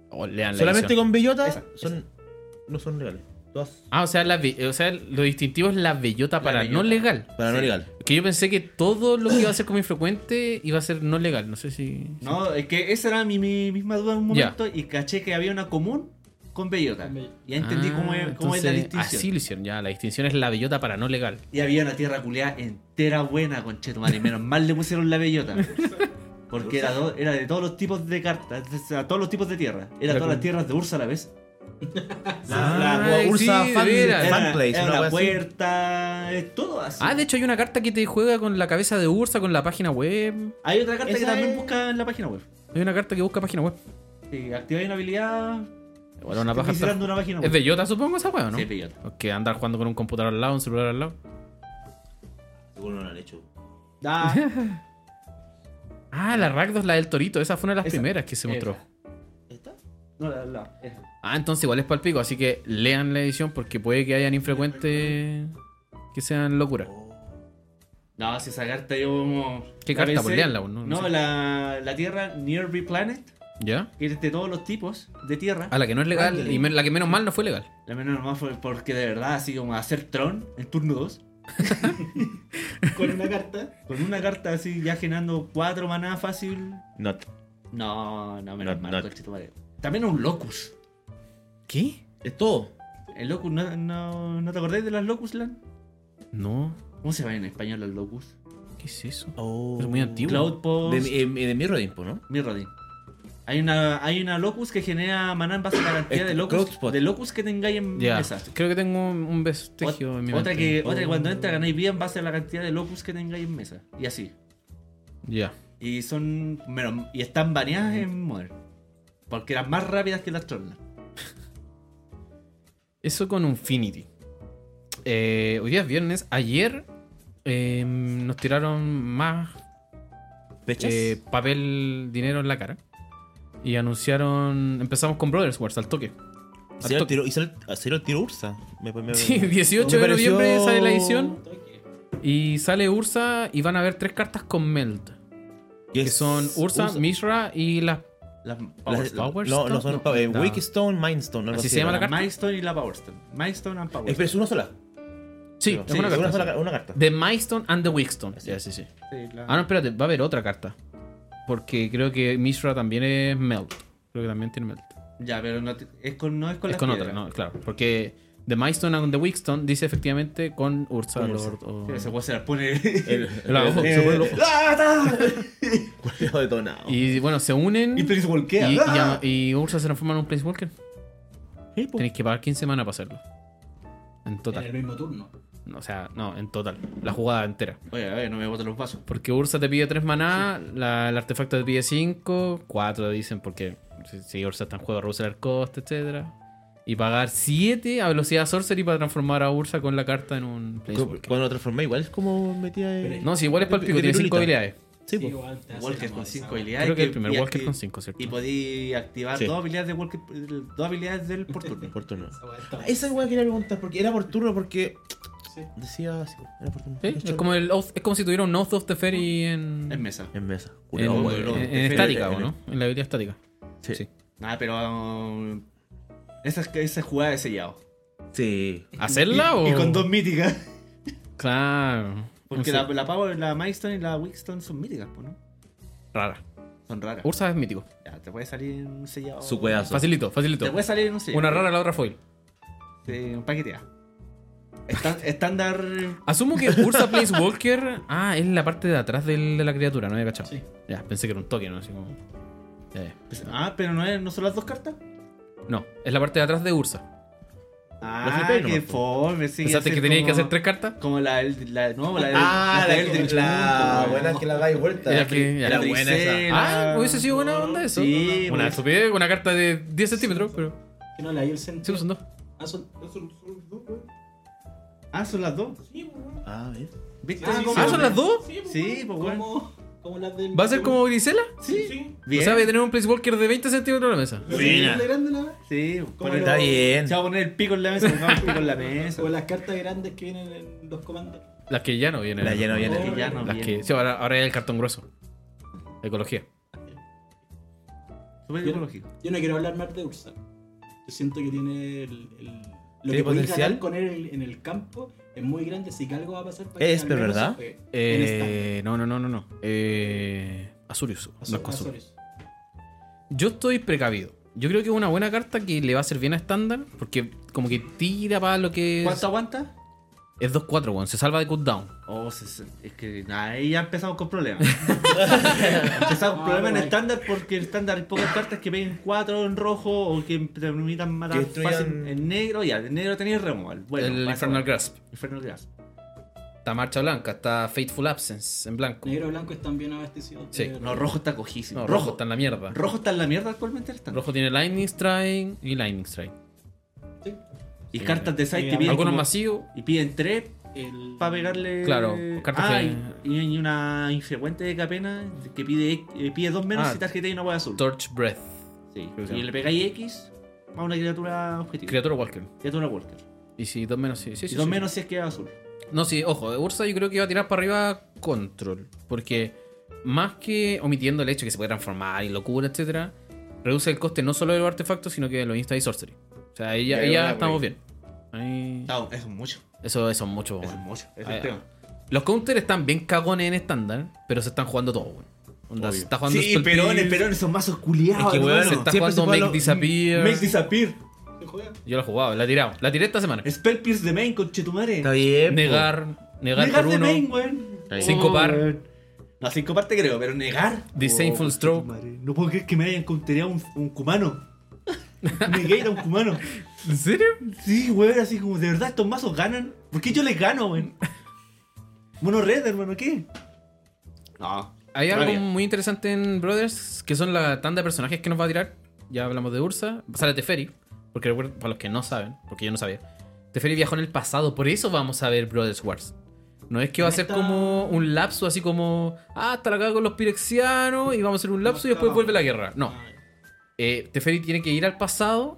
A: O lean la
D: Solamente
A: edición.
D: con bellota
B: Esa,
D: son. No son legales. Todas.
A: Ah, o sea, la be- o sea, lo distintivo es la bellota
B: La
A: para no
B: bellota.
A: legal.
D: Para no
B: Sí.
D: legal.
A: Que yo pensé que todo lo que iba a ser como infrecuente iba a ser no legal. No sé si.
B: No, es que esa era mi, mi misma duda en un
A: Ya.
B: momento y caché que había una común con bellota.
C: Con bellota.
B: Ya entendí
A: Ah,
B: cómo, es, cómo es la
A: entonces,
B: distinción.
A: Así lo hicieron ya. La distinción es la bellota para no legal.
B: Y había una tierra culeada entera buena, conchetumare. Menos mal le pusieron la bellota. Porque era, do- era de todos los tipos de cartas, o sea, todos los tipos de tierra. Era
A: La
B: todas las
A: con-
B: tierras de Ursa a la vez.
A: Ah, sí, de veras.
D: fan,
B: Era,
D: fan place.
B: era
D: una
B: una
D: wea así.
B: puerta, eh, todo así.
A: Ah, de hecho, hay una carta que te juega con la cabeza de Ursa, con la página web.
B: Hay otra carta que
C: Esa
B: también
C: es-
B: busca en la página web.
A: Hay una carta que busca página web.
B: Sí, activáis una habilidad.
A: Igual una paja estar-
B: visitando una página web.
A: Es bellota, supongo, esa weá, ¿no?
B: Sí, es bellota.
A: Que andar jugando con un computador al lado, un celular al lado.
D: Seguro no lo han hecho.
B: Ah,
A: Ah, la Rakdos, la del Torito. Esa fue una de las
B: Esa.
A: primeras que se
B: Esa.
A: mostró.
C: ¿Está?
B: no, la, la, esa.
A: Ah, entonces igual es palpico. Así que lean la edición porque puede que hayan infrecuentes que sean locura.
B: No, si esa carta yo como.
A: ¿Qué
B: la
A: carta?
B: pensé-
A: Pues léanla, no- no
B: No,
A: sé.
B: la, la tierra Nearby Planet,
A: ¿Ya?
B: que es de todos los tipos de tierra.
A: Ah, la que no es legal
B: Ándale.
A: y me- la que menos mal no fue legal.
B: La menos normal fue porque de verdad, así como hacer Tron en turno 2,
C: Con una carta.
B: con una carta así ya generando 4 maná fácil.
D: No.
B: No, no, menos
D: Not-
B: mal,
D: not.
B: conchetumare. También un Locus.
A: ¿Qué?
D: Es todo.
B: El Locus, ¿no, no, ¿no te acordáis de las Locus Land?
A: No.
B: ¿Cómo se llama en español las Locus?
A: ¿Qué es eso?
D: Oh.
A: Es muy antiguo.
B: Cloud Post,
D: De, eh, de Mirrodin, po, ¿no?
B: Mirrodin. Hay una, hay una Locus que genera maná en base a la cantidad
D: Es
B: de
D: que
B: locus,
D: Cloudspot.
B: de locus que tengáis en
A: Ya.
B: mesa.
A: Creo que tengo un- un
B: Ot-
A: vestigio en mi
B: otra,
A: mente.
B: que, otra que cuando
D: Oh.
B: entra ganáis vida en base a la cantidad de locus que tengáis en mesa. Y así.
A: Ya.
B: Y son. bueno, y están baneadas en Modern. Porque eran más rápidas que las trollas.
A: Eso con Infinity. Eh, hoy día es viernes. Ayer eh, nos tiraron más
D: Fechas.
A: eh, papel, dinero en la cara. Y anunciaron. Empezamos con Brothers Wars al toque.
D: Y
A: al
D: salió el
A: toque.
D: tiro, y salió- ah, salió el tiro Ursa. Me, me-
A: Sí,
D: me-
A: 18 de
D: me pareció-
A: noviembre sale la edición. Y sale Ursa y van a haber tres cartas con Melt.
D: Yes.
A: Que son Ursa, Mishra y las.
B: Las
D: Las-
B: Power Stone.
A: Power
D: no, no
A: Stone,
D: son
A: no.
D: pa- eh,
A: No.
D: Wake Stone, Mind Stone. algo
A: Así se llama la
D: ¿verdad?
A: carta.
B: Milestone y la Power Stone. Milestone and Power
D: Eh, Pero es una sola.
A: Sí,
D: No,
A: es una
D: es
A: carta.
D: sola- una carta.
A: The Milestone and the Wickstone. Ya, sí, sí.
B: Stone. Sí, la-
A: Ah, no, espérate, va a haber otra carta. Porque creo que Mishra también es Melt. Creo que también tiene Melt.
B: Ya, pero no, te- es con, no es con
A: es
B: las
A: con otra,
B: piedras.
A: no, claro. Porque The Milestone and the Wigston dice efectivamente con Ursa
B: Con Ursa.
A: Lord. o-
B: Ese weón se la pone.
D: El,
A: El ojo, se pone el ojo.
B: ¡Ah, ta!
D: culiao detonado.
A: Y bueno, se unen.
B: Y
A: Y,
B: Prince Walkea.
A: y-
B: ¡Ah!
A: y Ursa se transforma en un Place Walker.
B: Sí, po.
A: Tenéis que pagar 15 semanas para hacerlo. En
B: Eh.
C: En
A: total.
C: el mismo turno.
A: O sea, no, en total. La jugada entera.
B: Oye, a ver, no me boten los vasos.
A: Porque Ursa te pide 3 maná, la- el artefacto te pide 5, 4 dicen porque si, si Ursa está en juego reduce el coste, etc. Y pagar 7 a velocidad sorcery para transformar a Ursa con la carta en un
D: Cu-
A: planeswalker.
D: Cuando lo transformé, igual es como metía.
C: Pero es-
D: En...
A: No, si igual es para el pico, tiene 5 habilidades.
D: Sí, po.
C: igual te hace
B: Walker
C: la
B: con
C: moda,
B: 5
C: esa weá.
B: habilidades.
A: Creo que el
B: que-
A: primer
B: y-
A: Walker
B: y-
A: con 5, ¿cierto?
B: Y podí activar
D: Sí.
B: dos habilidades de Walker. Dos habilidades del por turno.
D: Por turno.
C: Esa weá está-
D: Esa weá quería preguntar, porque era por turno, porque.
C: Sí.
D: Decía así, era por turno.
A: Sí, es como, el Oath- es como si tuviera un Oath of the Fairy en,
B: En mesa.
D: En mesa.
A: en,
D: Culiao,
B: bueno,
A: en-
B: no,
A: en
B: te-
A: estática,
D: en-
A: ¿o ¿no? En la habilidad estática.
D: Sí.
A: Sí.
D: Sí.
B: Ah, pero. um, esa, esa jugada de sellado.
A: ¿Hacerla o...?
B: Y con dos míticas.
A: Claro.
B: Porque
A: Sí.
B: la, la Power, la Milestone y la Wickstone son míticas, po, ¿no?
A: Rara.
B: Son raras.
A: Ursa es mítico.
B: Ya, te puede salir un sellado.
D: Su cueazo.
A: Facilito, facilito.
B: Te puede salir, no sé. eh,
A: Una rara, la otra foil.
B: Sí, un paquete A. Estan- estándar.
A: Asumo que Ursa Place Walker. Ah, es la parte de atrás del- de la criatura, no había cachado.
C: Sí.
A: Ya, pensé que era un toque, ¿no? Así como- Ya, ya.
B: Ah, pero no, es- no son las dos cartas.
A: No, es la parte de atrás de Ursa.
B: Ah,
D: flipé
B: qué
D: nomás,
B: fome, sí.
A: ¿Pensaste
B: hacer
A: que tenías
B: como-
A: que hacer tres cartas?
B: Como la del. La, no, la del.
D: Ah, la,
B: del
D: que-
B: Eldritch
D: la
B: Moon, po,
D: buena que la dais vuelta.
A: Era que-
D: Era
A: era
D: buena esa.
A: Ah, hubiese sido buena onda eso.
B: Sí,
A: una
B: pues.
A: estupidez, una carta de 10 centímetros, pero.
C: Que no le hay el centro.
A: Sí, pues son dos.
C: Ah, son, son, son dos, weón.
B: Ah, son las dos.
C: Sí, pues, weón.
D: Ah, ¿ves?
B: ¿Viste?
C: Ah,
B: Sí,
C: ¿cómo?
A: Ah,
B: sí,
A: son las dos.
C: Sí, pues,
B: Sí, pues, weón.
C: Como, como las del.
A: ¿Va a ser como Grisela?
C: Sí, sí.
A: O
B: Bien.
A: sea, voy a tener un Place Walker de 20 centímetros en la mesa.
C: Lo
D: Buena.
C: que es grande, la-
B: Sí, poner-
D: Está
C: lo-
D: bien.
B: Se va a poner el pico en la mesa, pongamos el pico en la mesa.
C: O las cartas grandes que vienen en los comandos.
A: Las que ya no vienen.
D: La ya no viene.
B: Las que ya no
A: Las que.
B: vienen.
A: Sí, ahora, ahora hay el cartón grueso. Ecología.
B: Súper ecológico.
C: Yo no quiero hablar más de Ursa. Yo siento que tiene el. el lo
D: ¿Tiene
C: que podéis
D: potencial?
C: ganar con él en el campo es muy grande, así que algo va a pasar para
D: Es,
C: que. al
D: pero
C: menos
D: ¿verdad?
C: se juegue. En esta-
A: Eh, no, no, no, no, no. Eh, Azurius. No es
C: Azor-
A: con Azur.
C: Azores.
A: Yo estoy precavido. Yo creo que es una buena carta que le va a ser bien a estándar, porque como que tira para lo que es.
B: ¿Cuánto aguanta?
A: Es 2-4, weón. Se salva de cooldown.
B: Oh, se- se- es que nah, ahí ya empezamos con problemas. empezamos con
C: Ah,
B: problemas en
C: bueno.
B: estándar porque en estándar hay pocas cartas que peguen 4 en rojo o que permitan matar
D: Que destruyan-
B: fácil en negro. Ya, en negro tenéis removal. Bueno,
A: el
B: pasa-
A: Infernal Grasp.
B: Infernal Grasp.
A: Está marcha blanca, está Fateful Absence en blanco.
C: Negro y blanco están bien abastecidos.
A: Sí,
C: Eh,
B: No, rojo está cojísimo.
A: No, rojo.
B: rojo.
A: está en la mierda. Rojo.
B: rojo está en la mierda actualmente en estándar.
A: tiene Lightning Strike y Lightning Strike.
C: sí.
B: Y cartas de side
C: Eh,
B: que piden.
A: Algunos
B: como-
A: masivos.
B: Y piden 3
C: El-
B: para pegarle.
A: Claro, cartas
B: ah,
A: que-
B: y, y una infrecuente de Capena que pide, eh, pide 2 menos
A: Ah,
B: si tarjeta y una hueá azul.
A: Torch Breath.
B: Sí.
A: Creo que
B: Y
A: sí.
B: le pegáis X a una criatura objetiva.
A: Criatura Walker.
B: Criatura Walker.
A: Y si dos menos, sí. sí,
B: Y
A: sí,
B: dos
A: sí.
B: menos si es que es azul.
A: No, sí, ojo, Ursa yo creo que iba a tirar para arriba control. Porque más que omitiendo el hecho de que se puede transformar y locura, etcétera, reduce el coste no solo de los artefactos, sino que de los insta y sorcery. O sea, ahí ya,
B: Ya,
A: ahí ya
B: ya,
A: estamos
B: güey.
A: bien. Ahí-
B: No, eso es mucho.
A: Eso, eso es mucho,
B: Eso es
A: weón.
B: mucho.
A: Ah,
B: Ese es
A: ya.
B: el tema.
A: Los counters están bien cagones en estándar, pero se están jugando todo, weón. Onda, se está jugando Spell Pierce,
B: perones son mazos culiados.
D: Es que, weón,
A: se está
D: Siempre se
A: jugando
D: juega
A: Make
D: lo-
A: Disappear.
B: Make disappear.
C: se juega.
A: Yo la he jugado, la he tirado. La tiré esta semana.
B: Spell Pierce de main, conchetumare.
D: Está bien. po.
A: Negar, negar
B: Negar
A: por
B: de
A: uno.
B: main, weón. Oh,
D: Está bien.
A: Cinco par.
B: weón. No, cinco par te creo, pero negar. Oh,
A: Disdainful stroke.
B: conchetumare. No puedo creer que me hayan countereado un, un cumano. Negate a un cumano.
A: ¿En serio?
B: Sí, weón, así como, de verdad, estos mazos ganan. ¿Por qué yo les gano, weón? Mono red, hermano, ¿qué? No.
A: Hay
B: Rabia.
A: algo muy interesante en Brothers, que son la tanda de personajes que nos va a tirar. Ya hablamos de Ursa. Sale Teferi, porque recuerdo- para los que no saben, porque yo no sabía. Teferi viajó en el pasado, por eso vamos a ver Brothers Wars. No es que va a ser
C: Está-
A: como un lapso, así como, ah, hasta la cago con los pirexianos y vamos a hacer un lapso y después
C: está-
A: vuelve la guerra. No,
C: Ah,
A: eh, Teferi tiene que ir al pasado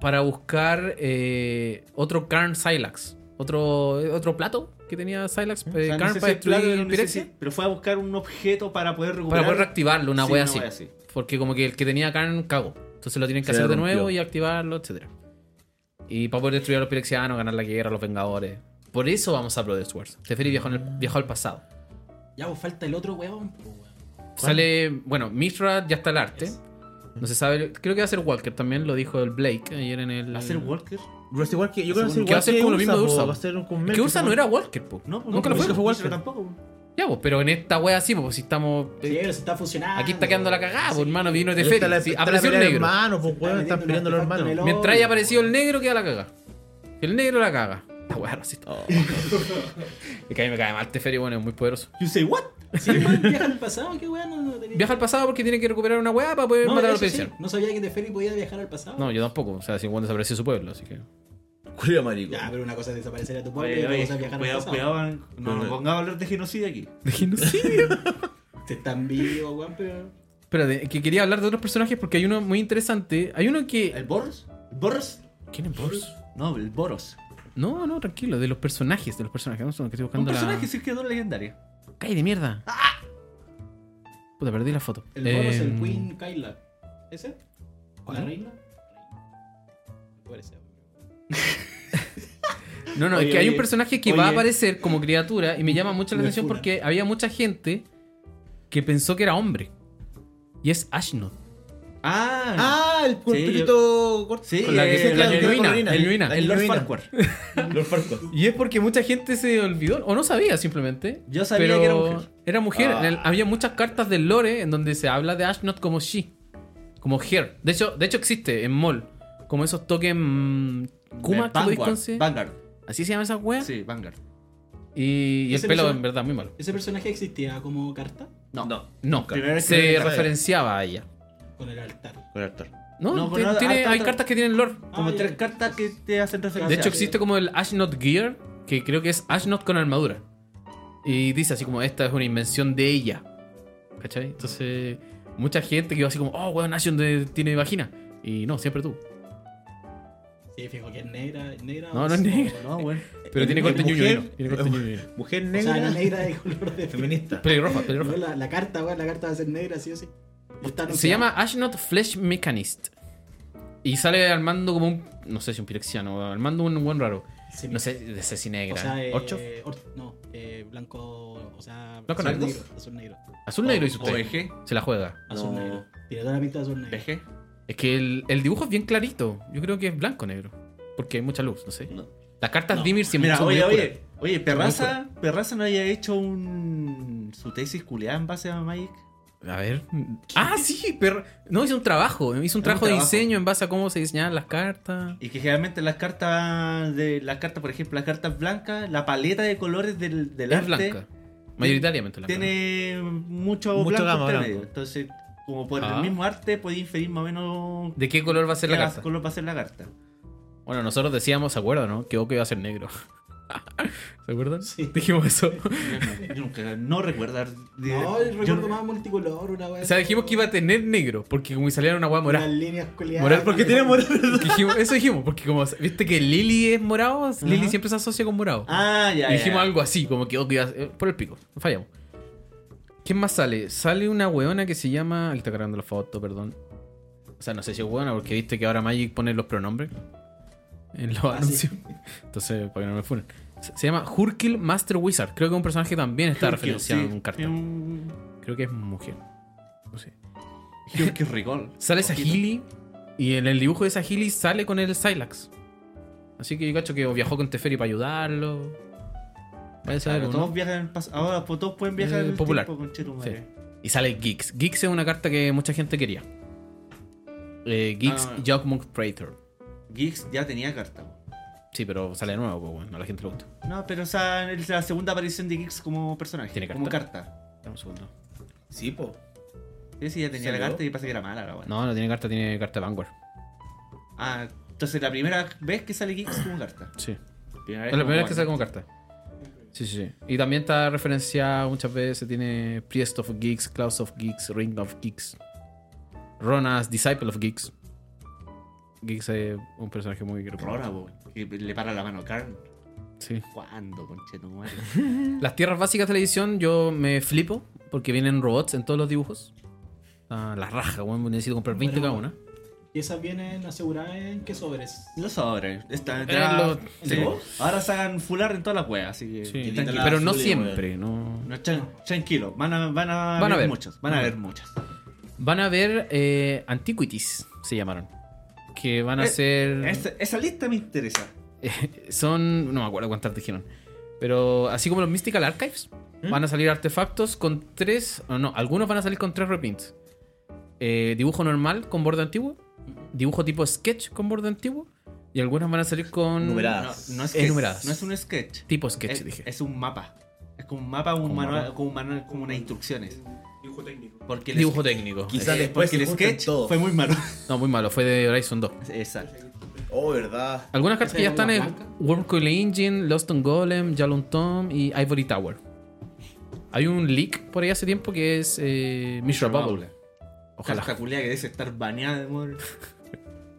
A: para buscar eh, otro Karn Silax. Otro, eh, otro plato que tenía Silax, eh,
B: O sea,
A: Karn
B: no sé si
A: para
B: el plato
A: destruir
B: era un
A: Pirexia.
B: necesidad, Pero fue a buscar un objeto para poder recuperar.
A: Para poder reactivarlo, una
B: Sí,
A: wea así.
B: wea así.
A: Porque como que el que tenía Karn cagó. Entonces lo tienen que
D: Se
A: hacer de
D: rompió.
A: nuevo y activarlo, etc. Y para poder destruir a los Pirexianos, ganar la guerra, a los Vengadores. Por eso vamos a Brothers Wars. Teferi viajó, en el- viajó al pasado.
C: Ya, pues falta el otro huevón. pues, weón.
A: Sale, bueno, Mishra ya está el arte.
C: Yes.
A: No se sabe, creo que va a ser Walker también, lo dijo el Blake ayer en el...
B: ¿Hacer Walker?
D: Pero es igual que. Yo creo que
C: Segundo.
A: Que va a ser como lo mismo de Ursa,
D: po, Va a
A: po.
D: ser un
A: Es
D: convenio.
A: que Ursa no era Walker, po.
B: No, pues
A: Nunca lo fue.
D: fue Walker.
B: tampoco. po.
A: Ya, pues, pero en esta wea sí, pues si estamos.
C: Sí, pero se está fusionando.
A: Aquí está quedando la cagada, pues, hermano, vino de
D: Ahí está
A: feria.
D: la-
A: Sí,
D: está la
A: apareció el
D: pelea de
A: negro.
D: hermanos, po, weón,
C: Está
D: Están peleando
C: metiendo
D: los
C: un artefacto en el
D: hermanos.
A: Mientras haya aparecido el negro, queda la caga. Si el negro la caga. La wea racista.
C: Oh.
A: Es que a mí me cae mal Teferi, bueno, es muy poderoso.
B: You say what?
C: Sí, weón, viaja al pasado, qué weón. No, no tenía-
A: Viaja al pasado porque tiene que recuperar una weá para poder
C: No,
A: matar a
C: eso
A: los
C: sí,
A: pensiones.
C: no sabía que Teferi podía viajar al pasado.
A: No, yo tampoco. O sea, si cuando desapareció su pueblo, así que.
D: Culiao, marico.
C: Ya, pero una cosa es desaparecer a tu pueblo y
B: Oye,
C: otra
B: oye,
C: cosa es viajar al
B: cuidado,
C: pasado.
B: cuidado. No nos pongamos a hablar de genocidio aquí.
A: De genocidio.
C: Se están vivos, weón, pero.
A: Espérate, que quería hablar de otros personajes porque hay uno muy interesante. Hay uno que.
B: ¿El Boros? ¿El Boros?
A: ¿Quién es Boros?
B: No, el Boros.
A: No, no, tranquilo, de los personajes, de los personajes. No sé, que estoy
B: Un
A: buscando
B: personaje
A: la.
B: sí quedó legendario.
A: ¡Cállate, de mierda! Puta, perdí la foto.
C: ¡Ah! El bono es el
A: Em,
C: Queen Kyla. ¿Ese? ¿La
A: ¿Cuál?
C: reina? ¿Cuál es ese?
A: No, no,
B: Oye,
A: es que hay un
B: oye,
A: personaje que
B: oye.
A: va a aparecer como criatura y me llama mucho la
C: Me
A: atención
C: funan.
A: porque había mucha gente que pensó que era hombre. Y es Ashnod.
B: Ah,
D: Ah, el
B: Sí,
D: culpito corto.
B: sí,
A: con la que
B: eh,
A: se- la
B: claro,
A: genuina,
B: con
A: la genuina.
B: el Lord
D: genuina.
B: Farquhar.
D: Lord Farquaad.
A: Y es porque mucha gente se olvidó, o no sabía simplemente.
B: Yo sabía
A: pero
B: que era mujer.
A: Era mujer.
D: Ah.
A: En el- había muchas cartas del lore en donde se habla de Ashnod como she. Como her. De hecho, de hecho existe en mall. Como esos tokens mm, Kuma que
B: Eh,
A: podéis
B: Vanguard.
A: conseguir.
B: Vanguard.
A: Así se llama esa wea.
B: Sí, Vanguard.
A: Y, y el
C: Ese
A: pelo,
C: persona-
A: en verdad, muy malo.
C: ¿Ese personaje existía como carta?
B: No.
D: No,
A: No,
B: Primera vez que lo vi
A: se
D: en la
A: referenciaba a ella.
C: Con el altar.
D: con el actor.
A: No,
B: No, ah,
A: ti-
B: pero
A: tiene-
B: harta-
A: hay
B: harta-
A: cartas que tienen lore.
B: Como
C: Ah,
B: tres
C: ya.
B: cartas que te hacen
C: Ah,
B: referencia.
A: De hecho, existe como el Ashnot Gear, que creo que es Ashnot con armadura. Y dice así como, esta es una invención de ella. ¿Cachai? Entonces, mucha gente que va así como, oh, weón, Ashnot eh, tiene vagina. Y no, siempre tú.
C: Sí, fijo que es negra. negra
A: No,
C: o-
A: no es negra.
B: No, bueno.
A: Pero tiene
D: Eh,
A: corte
D: mujer,
A: ñuño. vino, Tiene corte ñuño. vino.
D: Mujer
C: O sea, la
D: negra
C: negra de color de
D: feminista.
A: Pelirroja,
C: No,
A: pelirroja.
C: la, la carta, weón, la carta va a ser negra, sí o sí. Y está
A: Se
C: anunciada.
A: llama Ashnot Flesh Mechanist. Y sale armando como un, no sé si un pirexiano, armando un buen raro.
C: Sí,
A: No sé, de sé si
C: O
A: negra.
C: sea, eh,
A: ¿Orcho?
C: or- no, eh, blanco. O sea,
A: ¿Blanco
C: azul
A: negro?
C: negro. Azul negro.
A: Azul negro y su
B: O E eje.
A: Se la juega.
C: Azul
D: No.
C: negro. Tiene toda la pinta de azul negro.
B: Eje.
A: Es que el, el dibujo es bien clarito. Yo creo que es blanco-negro. Porque hay mucha luz, no sé.
D: No.
A: Las cartas
C: No.
A: Dimir siempre
B: Mira,
A: son muy
B: oye,
A: oscuras.
B: oye, oye, Perraza, Perraza no haya hecho un su tesis culiada en base a Magic.
A: A ver. Ah, sí, pero. No, hizo un trabajo. Hizo un
B: un
A: trabajo de
B: trabajo.
A: diseño en base a cómo se diseñaban las cartas.
B: Y que generalmente las cartas de las cartas, por ejemplo, las cartas blancas, la paleta de colores del, del
A: Es
B: arte
A: blanca. Mayoritariamente blanca.
B: tiene mucho,
D: Mucho
B: blanco
D: gama,
B: entre
D: blanco.
B: medio. Entonces, como por
A: Ah.
B: el mismo arte podía inferir más o menos
A: ¿De qué color va a ser
B: qué
A: la carta?
B: color va a ser la carta.
A: Bueno, nosotros decíamos, ¿se acuerdan, no? Que Oke iba a ser negro. ¿Se acuerdan?
C: Sí.
A: Dijimos eso.
B: Yo nunca no recordar
C: No,
B: yo-
C: recuerdo más multicolor, una weá.
A: eh, O sea, dijimos que iba a tener negro. Porque como salía una guay
C: Las
A: morada.
C: líneas culiadas.
A: Moral porque tiene
C: moral.
A: Dijimos- eso dijimos. Porque como. ¿Viste que Lily es morado? Lily siempre se asocia con morado.
B: Ah, ya.
A: Y
B: ya,
A: dijimos
B: ya.
A: algo así, como que ok, eh, por el pico, fallamos. ¿Quién más sale? Sale una weona que se llama. Aquí está cargando la foto, perdón. O sea, no sé si es weona, porque viste que ahora Magic pone los pronombres en los
C: Ah, sí.
A: anuncios. Entonces, para que no me funen. Se, se llama Hurkil Master Wizard. Creo que un personaje también está
B: Hugh,
A: referenciado
B: sí.
A: en un cartón.
B: Hugh,
A: Creo que es mujer. No sé.
B: qué rigor.
A: Sale esa
B: Ojito.
A: Healy y en el dibujo de esa Healy sale con el Silax. Así que yo cacho que viajó con Teferi para ayudarlo. Vaya a saber,
B: Claro,
A: ¿no?
B: todos viajan en pas- ahora pues, todos pueden viajar
A: Eh,
B: en el
A: popular.
B: tiempo con Chetumare.
A: Y sale Geeks. Geeks es una carta que mucha gente quería. Eh, Geeks
B: Ah.
A: Jogmunk Praetor.
B: Geeks ya tenía carta. po.
A: Sí, pero sale de nuevo, pues bueno, a la gente le gusta.
B: No, pero o sea, es la segunda aparición de Geeks como personaje,
A: ¿Tiene
B: como carta.
A: Dame un segundo.
D: Sí, po.
B: Sí, sí, ya tenía la
D: ¿Salió?
B: carta y pasa que era mala la weá.
A: No, no tiene carta, tiene carta Vanguard.
B: Ah, entonces la primera vez que sale Geeks como carta.
A: Sí.
B: Primera
A: Es la primera vez que sale como carta. Sí, sí, sí. Y también está referenciada muchas veces. Tiene Priest of Geeks, Klaus of Geeks, Ring of Geeks. Ronas, Disciple of Geeks. Geeks es un personaje muy que recuerdo.
B: Rora, po, que le para la mano a Karn.
A: Sí.
B: ¿Cuándo, conchetumare?
A: Las tierras básicas de la edición yo me flipo porque vienen robots en todos los dibujos. Ah, las rajas, weón, necesito comprar 20 cada una.
C: Y esas vienen aseguradas en qué sobres.
B: Los sobres. Esta,
A: Eran Eh, los-
B: sí. Ahora sacan fular en todas las weas, así que.
A: Sí,
B: tranquilo.
D: la-
A: pero no
D: azul y
A: siempre, no.
B: No, tran- tranquilo, van a, van a,
A: Van a
B: ver,
A: ver.
B: muchas. Van a ver muchas.
A: Van a ver eh, Antiquities, se llamaron. que van a
B: Eh,
A: ser.
B: Esa, esa lista me interesa.
A: son. No me acuerdo cuántas dijeron. Pero así como los Mystical Archives,
D: ¿Mm?
A: van a salir artefactos con tres. No, no, algunos van a salir con tres reprints. Eh, dibujo normal con borde antiguo. Dibujo tipo sketch con borde antiguo. Y algunas van a salir con.
D: Numeradas.
B: No, no es
A: Enumeradas.
B: sketch, no es un sketch.
A: Tipo sketch,
B: es,
A: dije.
B: es un mapa. Es como un mapa, un
A: Como
B: manual,
A: mapa.
B: como un manual, como unas instrucciones.
E: Dibujo técnico.
B: Porque el
A: Dibujo técnico.
D: Quizás
B: eh,
D: después
B: porque el
D: se junten
B: sketch
D: todos.
B: fue muy malo.
A: No, muy malo, fue de Horizon 2.
B: Exacto.
D: Oh, verdad.
A: Algunas cartas que ya
C: ¿Esa
A: están
C: era
A: es
C: una blanca?
A: Worm Coil Engine, Lost on Golem, Jalon Tom y Ivory Tower. Hay un leak por ahí hace tiempo que es eh, Mishra Bubble.
B: Ojalá.
A: Ojalá.
B: culia que dice estar baneada de amor.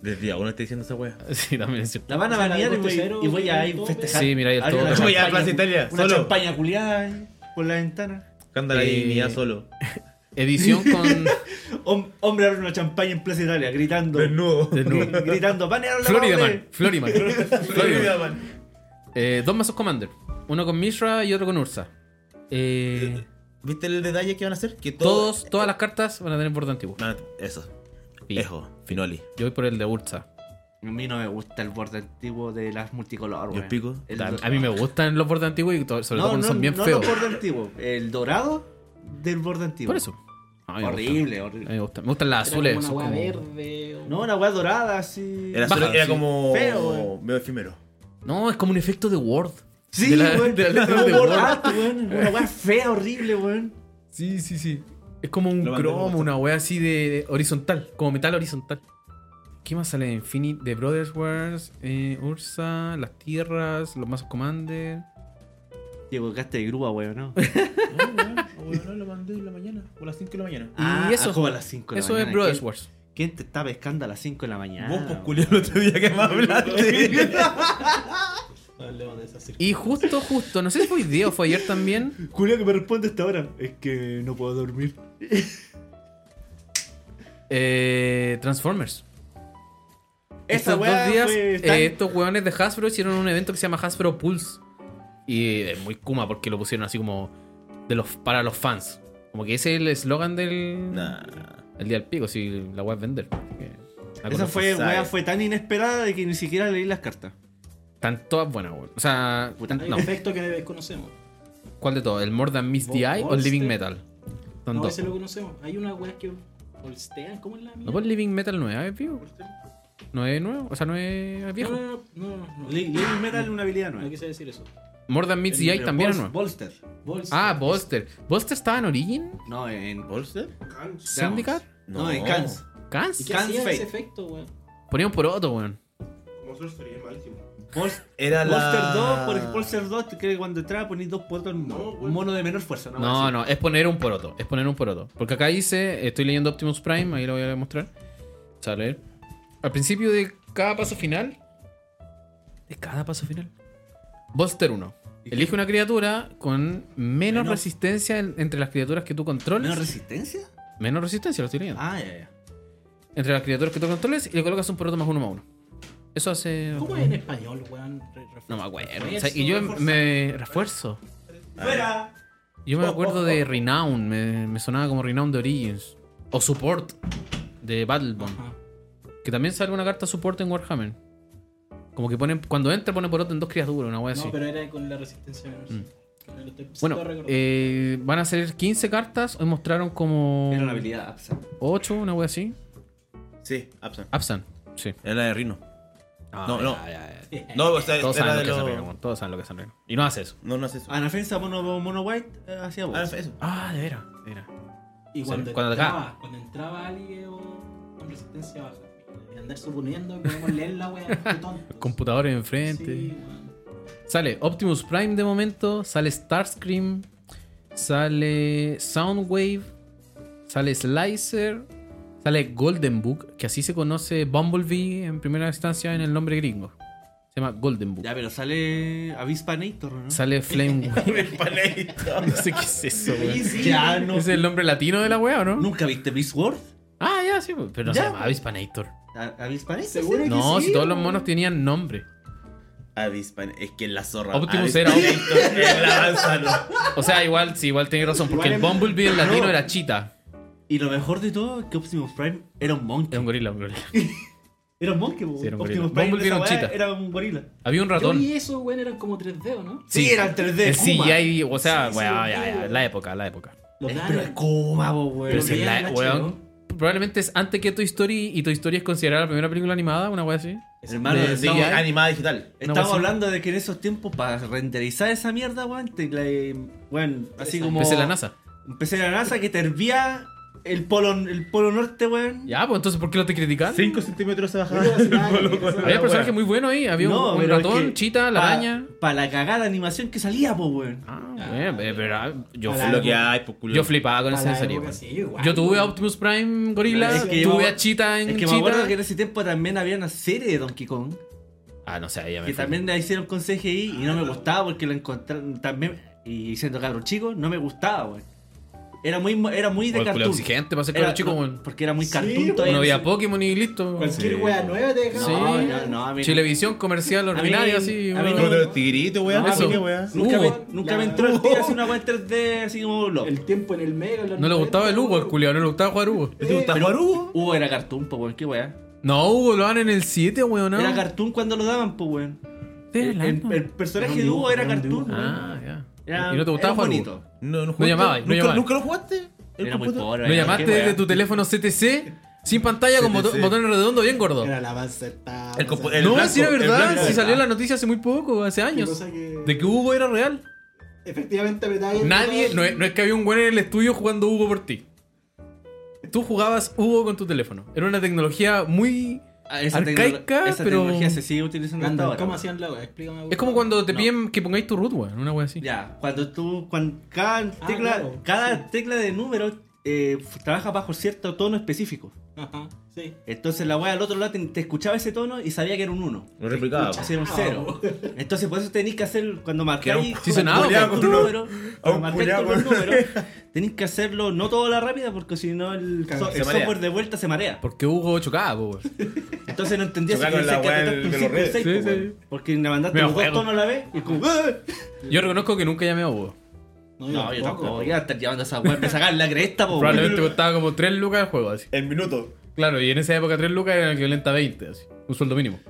D: Desde día uno está diciendo esa wea.
A: Sí, también es cierto.
B: La van a
C: O sea, la
B: banear
C: de
B: y voy,
C: Cero,
B: y voy a
C: que
B: ir
C: todo-
B: festejar.
A: Sí, mira, ahí
B: Hay
A: todo.
B: una
D: Voy a
B: champaña-
D: Plaza Italia,
B: Una
D: solo.
B: champaña culiada ahí por la ventana.
D: Escándalo
A: Eh,
D: de dignidad solo.
A: Edición con.
B: Hom- hombre abre una champaña en Plaza Italia gritando.
D: Desnudo.
A: de nuevo.
B: gri- Gritando, banearon la
A: Florida
B: madre".
A: Man. Florida Man. Florida Man. Eh, dos mazos Commander. Uno con Mishra y otro con Ursa. Eh,
D: ¿Viste el detalle que van a hacer? Que todos.
A: todos, todas las cartas van a tener borde antiguo.
D: Ah, eso.
A: Fin.
D: Ejo. Finoli.
A: Yo voy por el de Ursa.
B: A mí no me gusta el borde antiguo de las multicolor.
D: Yo
B: weón.
D: pico.
B: El
A: A
B: do-
A: a mí me gustan los bordes antiguos y to- sobre
B: No,
A: todo cuando
B: no,
A: son bien
B: no
A: feos.
B: el borde antiguo. El dorado del borde antiguo.
A: Por eso. A mí me Eh. gustan.
B: Horrible,
A: A mí
B: horrible.
A: me gustan. Me gustan las
C: Era
A: azules.
C: como
A: son
C: una
A: como-
C: hueá verde. o-
B: No, una weá dorada así.
D: Era,
A: Baja, Ah,
D: solo- era
A: sí.
D: como.
B: Feo, weón.
D: medio efímero.
A: No, es como un efecto de Word.
B: Sí,
A: de la-
B: weón.
A: de la letra
B: como
A: de
B: bordo
A: Word.
B: arte, weón. Una weá fea, horrible, weón.
A: Sí, sí, sí. Es como un
D: Lo mandé por
A: cromo,
D: WhatsApp.
A: una wea así de horizontal, como metal horizontal. ¿Qué más sale de Infinite? De Brothers Wars, eh, Ursa, Las Tierras, los mazos Commander.
B: Diego, gaste de grúa, weón, ¿no?
D: pues, no lo mandé en la mañana. O a las 5 de la mañana.
A: Y eso-
B: ah, como a las 5 de la
A: Eso
B: mañana.
A: es Brothers
B: ¿Quién-
A: Wars.
B: ¿Quién te está pescando a las 5 de la mañana?
D: Vos, pues,
B: weón?
D: culiao, el otro día que más hablaste.
E: No hablemos de esas circunstancias.
A: Y justo, justo, no sé si fue hoy día o fue ayer también.
B: Julio que me responde hasta ahora. Es que no puedo dormir.
A: eh, Transformers.
B: Esa
A: Estos
B: weá
A: dos días,
B: fue
A: eh,
B: tan-
A: estos weones de Hasbro hicieron un evento que se llama Hasbro Pulse. Y es muy kuma porque lo pusieron así como de los, para los fans. Como que ese es el eslogan del,
D: Nah.
A: El día del pico, si la web vender. Eh, algo
B: Esa
A: no
B: fue,
D: sabe.
B: weá fue tan inesperada de que ni siquiera leí las cartas.
A: Están todas buenas, weón. O sea,
B: Puta,
A: tan-
C: Hay
A: no.
C: un efecto que desconocemos.
A: ¿Cuál de todo? ¿El More Than Miss the
C: Mo-
A: Eye o el Living
C: Monster.
A: Metal? Son
C: No,
A: dos.
C: ese lo conocemos. Hay una weá que holstean. ¿Cómo es la
A: ¿No
C: mía?
A: por Living Metal 9 es vivo? ¿No es nuevo? O sea, ¿no es
C: No,
A: viejo?
C: no, no, no, no.
B: Le- Leí metal una habilidad
C: No
B: nueva.
C: quise decir eso.
A: More Than Meets the Eye
B: Pero
A: también es
B: Bol-
A: nuevo.
B: Bolster.
C: Bolster.
A: Ah, Buster. ¿Buster estaba en Origin?
B: No, en.
D: ¿Bolster?
E: Cans.
A: ¿Syndicate?
B: No, en Cans.
C: ¿Y
A: ¿Cans?
C: qué hacía
B: Fate.
C: ese efecto, weón?
A: Ponían por otro, weón.
E: Como Sorcery es malísimo.
B: Bolster
D: Era la.
B: Bolster 2, por el Bolster 2, que cuando entraba ponís dos puertos en un mono.
E: No,
B: Un mono de menor fuerza, ¿no?
A: No,
B: Así.
A: no, es poner un poroto. Es poner un poroto. Porque acá dice, estoy leyendo Optimus Prime, ahí lo voy a mostrar. O sea, a leer. Al principio de cada paso final. De cada paso final. Buster 1. Elige una criatura con menos, resistencia en- entre las criaturas que tú controles.
B: ¿Menor
A: Menos,
B: resistencia?
A: resistencia, lo estoy leyendo.
B: Ah, ya, ya.
A: Entre las criaturas que tú controles y le colocas un poroto más uno más uno. Eso hace.
C: ¿Cómo es en español, weón? Re- refuerzo.
A: No me acuerdo.
C: Refuerzo,
A: O sea, y yo
C: refuerzo.
A: me refuerzo.
B: ¡Fuera!
A: Yo me acuerdo de Renown, me, me sonaba como Renown de Origins. O Support de Battlebond.
C: Ajá.
A: Que también sale una carta Support en Warhammer. Como que ponen, cuando entra pone por otro en dos criaturas, una wea así.
C: No, pero era con la resistencia menor.
A: Mm.
C: Ahora lo estoy-
A: Bueno,
C: lo recuerdo.
A: eh, van a ser 15 cartas. Hoy mostraron como
B: Era una habilidad absa.
A: 8, una wea así.
D: Sí, Absan.
A: Absan, sí.
D: Era la de Rino.
B: Ah,
D: No, no. No,
C: No,
D: o sea,
A: Todos saben
D: era
A: lo que
D: de
A: es
D: los-
A: Unreal, weón. Todos saben lo que es Unreal. Y no hace eso.
D: No, no hace eso.
B: Anafensa mono, mono white eh, hacía vos.
D: Ah, eso.
A: Ah, de veras. de veras.
C: y
A: sí,
C: cuando,
A: cuando acá-
C: entraba, cuando entraba alguien o- con resistencia baja. Y andar suponiendo que podemos leer la weá. qué tontos.
A: Computadores
C: Sí,
A: enfrente.
C: weón.
A: Sale Optimus Prime de momento, sale Starscream, sale Soundwave, sale Slicer, sale Golden Book, que así se conoce Bumblebee en primera instancia en el nombre gringo. Se llama Golden Book.
B: Ya, pero sale Avispanator, ¿no?
A: Sale Flame
D: El paneito.
A: No sé qué es eso,
B: Oye,
A: weón.
B: sí. Ya, no.
A: ¿Es el nombre latino de la wea o no?
B: ¿Nunca viste Beast World?
A: Ah, ya, sí, pero no
B: Ya,
A: se llama Avispanator.
B: ¿A- ¿Avispanator?
C: Seguro
B: sí?
C: que
A: No,
C: sí,
A: si todos los
C: weón.
A: monos tenían nombre.
D: Avispan. Es que la zorra.
A: Optimus
D: Avispan-
A: era Optimus.
D: Es la
B: Ah,
D: Absan.
A: O sea, igual, sí, igual tenés razón, porque
C: Igual
A: el
C: es-
A: Bumblebee en latino
B: No.
A: era Chita.
B: Y lo mejor de todo es que Optimus Prime era un monkey.
A: Es un gorila, un gorila.
F: Era un monkey, po.
A: Sí, era un
F: Optimus
A: gorila.
F: Prime, esa
A: Bumblebee era un
F: weá,
A: chita.
F: Era un gorila.
A: Había un
G: Yo
A: ratón.
G: vi eso, weón, eran como 3D, ¿o no?
B: Sí, era el 3D.
A: El
B: Kuma.
A: CGI, o sea,
G: Sí, sí,
A: weá,
G: sí,
A: ya, ya,
G: weón.
A: la época, la época.
C: Los
B: Eh,
C: dan-
B: Pero es
A: Oh,
B: Kuma, po, weón.
A: Pero si es
G: vi
A: la,
G: en
A: weón, probablemente es antes que Toy Story y Toy Story es considerada la primera película animada, una weá así.
B: Hermano,
D: de,
B: estamos,
D: de animada digital.
B: estamos
A: así.
B: hablando de que en esos tiempos, para renderizar esa mierda, weón, te la- eh, weón, así como.
A: Empecé la NASA.
B: Empecé la NASA que te hervía el polo, el polo norte, weón.
A: Ya, pues entonces, ¿por qué lo te critican?
D: 5 centímetros se bajaba.
A: Había personajes muy buenos ahí. Había un-
B: Ah, No,
A: un,
B: pero es
A: ratón,
B: que
A: chita, la
B: pa-
A: araña.
B: Para la cagada animación que salía, po, weón.
A: Ah, bueno, eh, pero ah, yo,
G: Para
D: Es
A: fli-
D: lo que hay, pues, culo.
A: yo flipaba con
G: Para
A: esa
G: la
A: serie.
G: época,
A: weón.
G: sí, igual,
A: Yo tuve a
G: weón.
A: Optimus Prime Gorila,
B: Es que yo
A: tuve
B: me-
A: a Chita en
B: Es que me
A: Cheetah.
B: acuerdo que en ese tiempo también había una serie de Donkey Kong.
A: Ah, no sé, ahí ya me
B: Que
A: fui.
B: también la hicieron con CGI y no me gustaba porque la encontraron también. Y siendo cabros chicos, no me gustaba, weón. Era muy, mo- era muy
A: O
B: de
A: el culo
B: cartoon.
A: exigente para ser
B: Era-
A: cabro chico,
B: no,
A: weón.
B: porque era muy
F: Sí,
B: cartoon
F: weón.
B: todavía.
A: No había Pokémon y listo. weón.
F: Sí.
G: Cualquier wea nueva te
A: Sí.
G: dejaba.
B: No, no, no, a mí no.
A: Televisión comercial ordinaria,
B: mí-
A: así.
B: a
A: weón.
B: mí
D: Como de los tigritos, weón.
A: No,
D: así
A: Ah, eso.
D: que, weón.
B: Nunca,
A: Hugo.
B: me, nunca
G: La-
B: me entró el tío así una
A: Uh.
B: weá en 3D, así como Blob.
G: El tiempo en el mega. la
A: No le gustaba el Hugo, el
G: novela.
A: culiao, no le gustaba jugar Hugo.
D: ¿Te gusta
B: Pero-
D: jugar Hugo?
B: Hugo era cartoon, po, weón, qué weá.
A: No, Hugo lo dan en el 7, weón. No.
B: Era cartoon cuando lo daban, po, weón.
A: Ustedes
B: El,
A: la
B: el-
A: dan.
B: el personaje
F: Era un
B: de Hugo
F: dibujo,
B: era
F: era un
B: cartoon,
F: dibujo.
B: weón.
A: Ah, ya.
B: Era-
A: ¿Y no te
B: era
A: gustaba jugar Hugo?
B: bonito.
D: No, no,
A: No llamaba, no
D: ¿Nunca,
A: llamaba.
D: ¿Nunca lo jugaste? ¿El
B: Era muy
D: computador?
B: pobre.
A: ¿No
B: weón, qué
A: llamaste desde
B: weá.
A: tu teléfono CTC sin pantalla con boto-
D: CTC.
A: botón redondo bien gordo?
F: Era la panceta.
D: El compu- el-
A: no,
D: blanco,
A: si era verdad,
D: blanco.
A: si salió la noticia hace muy poco, hace años, de que Hugo era real.
F: Efectivamente, apretáis el
A: Nadie,
F: botón.
A: no es, no es que había un güey en el estudio jugando Hugo por ti. Tú jugabas Hugo con tu teléfono. Era una tecnología muy...
B: Ah, esa
A: Arcaica,
B: tecnolo- esa
A: pero-
B: tecnología se sigue utilizando hasta
C: Gandalf,
B: ahora.
C: ¿Cómo
B: weón.
C: hacían la wea? Explícame.
A: Es como cuando te piden que pongáis tu root, weón, una wea así.
B: Ya, cuando tú, cuando cada
C: Ah,
B: tecla,
C: claro,
B: cada
C: sí.
B: tecla de número eh, f- trabaja bajo cierto tono específico.
C: Ajá, sí.
B: Entonces la wea al otro lado te, te escuchaba ese tono y sabía que era un 1.
D: Lo replicaba.
B: Así era un 0. Entonces por eso tenéis que hacer, cuando
D: Que era un-
B: marcáis
A: sí sonaba,
B: cuando
D: pues.
B: marcáis tu número,
D: a
B: cuando
D: un
B: marcáis
D: culiao
B: todos los
D: con-
B: números, tenéis que hacerlo no todo a la rápida porque si no el,
F: Claro,
B: so-
D: se
B: el
D: marea.
B: software de vuelta se marea.
A: Porque Hugo chocaba, po, weón.
B: Entonces no entendía
D: Chocar con
B: querías
D: la wea
B: apretar
D: del- de
B: un
D: los
B: cinco y un
D: redes.
B: seis,
A: Sí,
B: pues,
A: sí.
B: weón. Porque le mandaste
A: Me
B: los dos
A: juego.
B: tonos a la vez y es como... ¡ah!
A: Yo reconozco que nunca llamé a Hugo.
B: No, yo tampoco. Yo a estar llevando a esa weá para sacar la cresta, po. weón.
A: Probablemente costaba como 3 lucas el juego, así.
D: El minuto.
A: Claro, y en esa época 3 lucas era equivalente a 20, así. Un sueldo mínimo.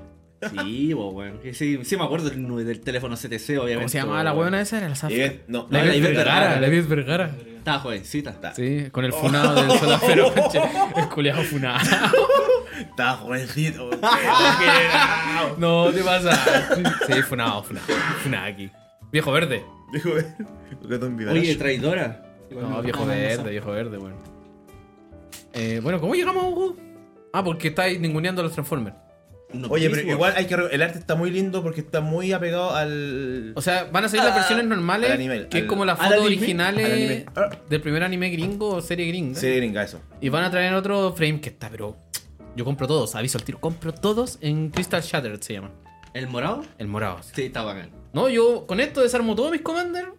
B: Sí, po, weón. Que Sí, sí me acuerdo del, nu- del teléfono CTC, obviamente.
A: ¿Cómo se llamaba la weona esa? Era la Zafra.
D: Eh, No,
A: La
B: Ibet
A: Ibet Vergara.
B: Vergara.
A: La Ibet Vergara.
B: Estaba jovencita.
A: Sí, con el funado del solafero, caché. El culiado funado.
D: Estaba jovencito.
A: Ah, No, te pasa. Sí, funado, funado. Funado aquí. Viejo verde.
D: Dijo, eh, lo que te envió.
B: Oye, traidora.
A: No, viejo verde, viejo verde, bueno. Eh, bueno, ¿cómo llegamos a Hugo? Ah, porque estáis ninguneando a los Transformers.
B: No,
D: Oye, pero
B: pues,
D: igual hay que re- el arte está muy lindo porque está muy apegado al
A: O sea, van a salir las versiones normales,
D: al anime,
A: que
D: al-
A: es como las
B: al
A: fotos
B: anime,
D: al
A: originales
D: anime. Ah.
A: del primer anime gringo o serie gringa.
D: serie gringa eso.
A: Y van a traer otro frame que está, pero yo compro todos, aviso al tiro, compro todos en Crystal Shattered se llama,
B: ¿El morado?
A: el morado.
B: Sí, está bacán.
A: No, yo con esto desarmo todos mis commanders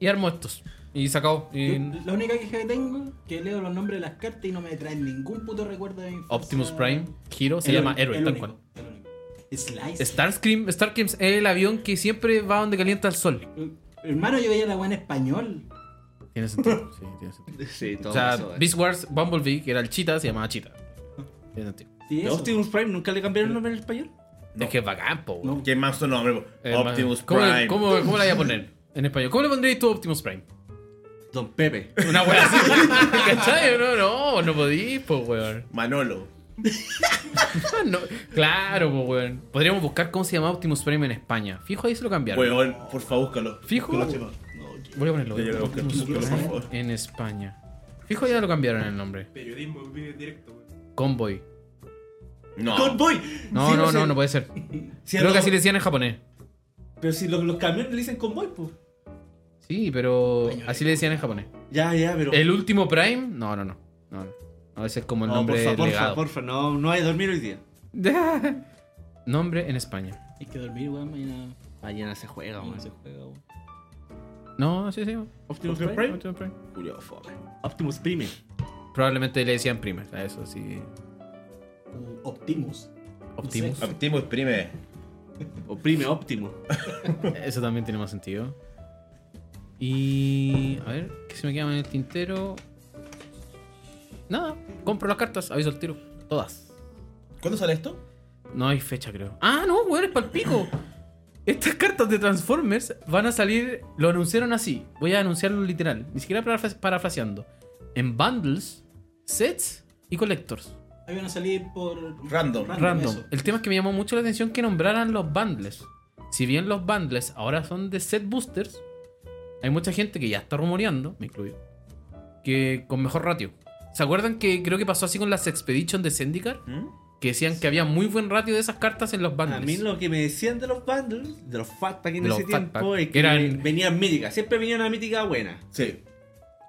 A: y armo estos. Y sacado.
C: Yo-
A: Y...
C: La única queja que tengo es que leo los nombres de las cartas y no me traen ningún puto recuerdo de mi infancia.
A: Optimus Prime, Hero, se
C: El
A: llama
C: único,
A: Héroe,
C: el
A: tal
C: único,
A: cual.
C: el único. Slice.
A: Starscream, Starscream es el avión que siempre va donde calienta el sol.
C: Hermano, yo veía la weá en español.
A: Tiene sentido, sí, tiene sentido.
B: Sí, todo eh.
A: O sea,
B: eso, weón.
A: Beast Wars Bumblebee, que era el Cheetah, se llamaba Cheetah. Tiene sentido.
C: Sí,
B: ¿A
C: eso.
B: Optimus Prime nunca le cambiaron el nombre en español?
A: Es que es bacán, po.
C: No.
D: ¿Qué más su nombre? po?
A: Eh,
D: Optimus
A: ¿cómo,
D: Prime.
A: ¿cómo, cómo la voy a poner en español? ¿Cómo le pondrías tú a Optimus Prime?
B: Don Pepe.
A: Una wea así. ¿Cachai? No, no, no podís, po, weón.
D: Manolo.
A: Ah, no. Claro, po, weón. Podríamos buscar cómo se llamaba Optimus Prime en España. Fijo, ahí se lo cambiaron.
D: Weón, porfa, búscalo.
A: Fijo.
D: Que lo sepa.
A: Voy a ponerlo.
D: Ya, ya, busca,
A: Optimus
D: búscalo,
A: Prime
D: por favor.
A: en España. Fijo, ya lo cambiaron el nombre.
E: Periodismo en vivo y directo, weón.
A: Convoy.
D: No.
B: ¡Convoy!
A: No,
B: Sí,
A: no,
B: pues,
A: no,
B: sí.
A: no puede ser.
B: Sí,
A: Creo
B: no,
A: que así le decían en japonés.
B: Pero si los, los camiones le dicen convoy, pues.
A: Sí, pero así le decían en japonés.
B: Ya, ya, pero.
A: ¿El último Prime? No, no, no. No, no. No, ese es como el
B: No,
A: nombre
B: porfa, porfa,
A: legado.
B: porfa. No, no hay dormir hoy día.
A: nombre en España.
C: Hay que dormir, weón, mañana
B: Mañana se juega,
C: mañana se
B: weón.
C: juega, weón.
A: No, sí, sí.
B: Optimus Prime.
A: Optimus Prime.
D: Culiao, fome.
B: Optimus Prime.
A: Probablemente le decían Prime. A eso sí.
C: O Optimus.
A: Optimus.
C: No
D: Optimus Prime.
B: O Prime Optimus.
A: Eso también tiene más sentido. Y. A ver, ¿qué se me queda en el tintero? Nada, compro las cartas, aviso el tiro. Todas.
D: ¿Cuándo sale esto?
A: No hay fecha, creo. Ah, no, weón, es palpico. Estas cartas de Transformers van a salir. Lo anunciaron así. Voy a anunciarlo literal. Ni siquiera parafra- parafraseando. En bundles, sets y collectors.
F: Ahí van a salir por.
D: Random.
A: Random.
F: eso.
A: El tema es que me llamó mucho la atención que nombraran los bundles. Si bien los bundles ahora son de set boosters, hay mucha gente que ya está rumoreando, me incluyo, que con mejor ratio. ¿Se acuerdan que creo que pasó así con las Expedition de Syndicar?
D: ¿Mm?
A: Que decían que había muy buen ratio de esas cartas en los bundles.
B: A mí lo que me decían de los bundles, de los fatpacks en
A: De los
B: ese
A: Fat
B: tiempo,
A: Pack.
B: es que
A: Eran-
B: venían míticas. Siempre venía una mítica buena.
D: Sí.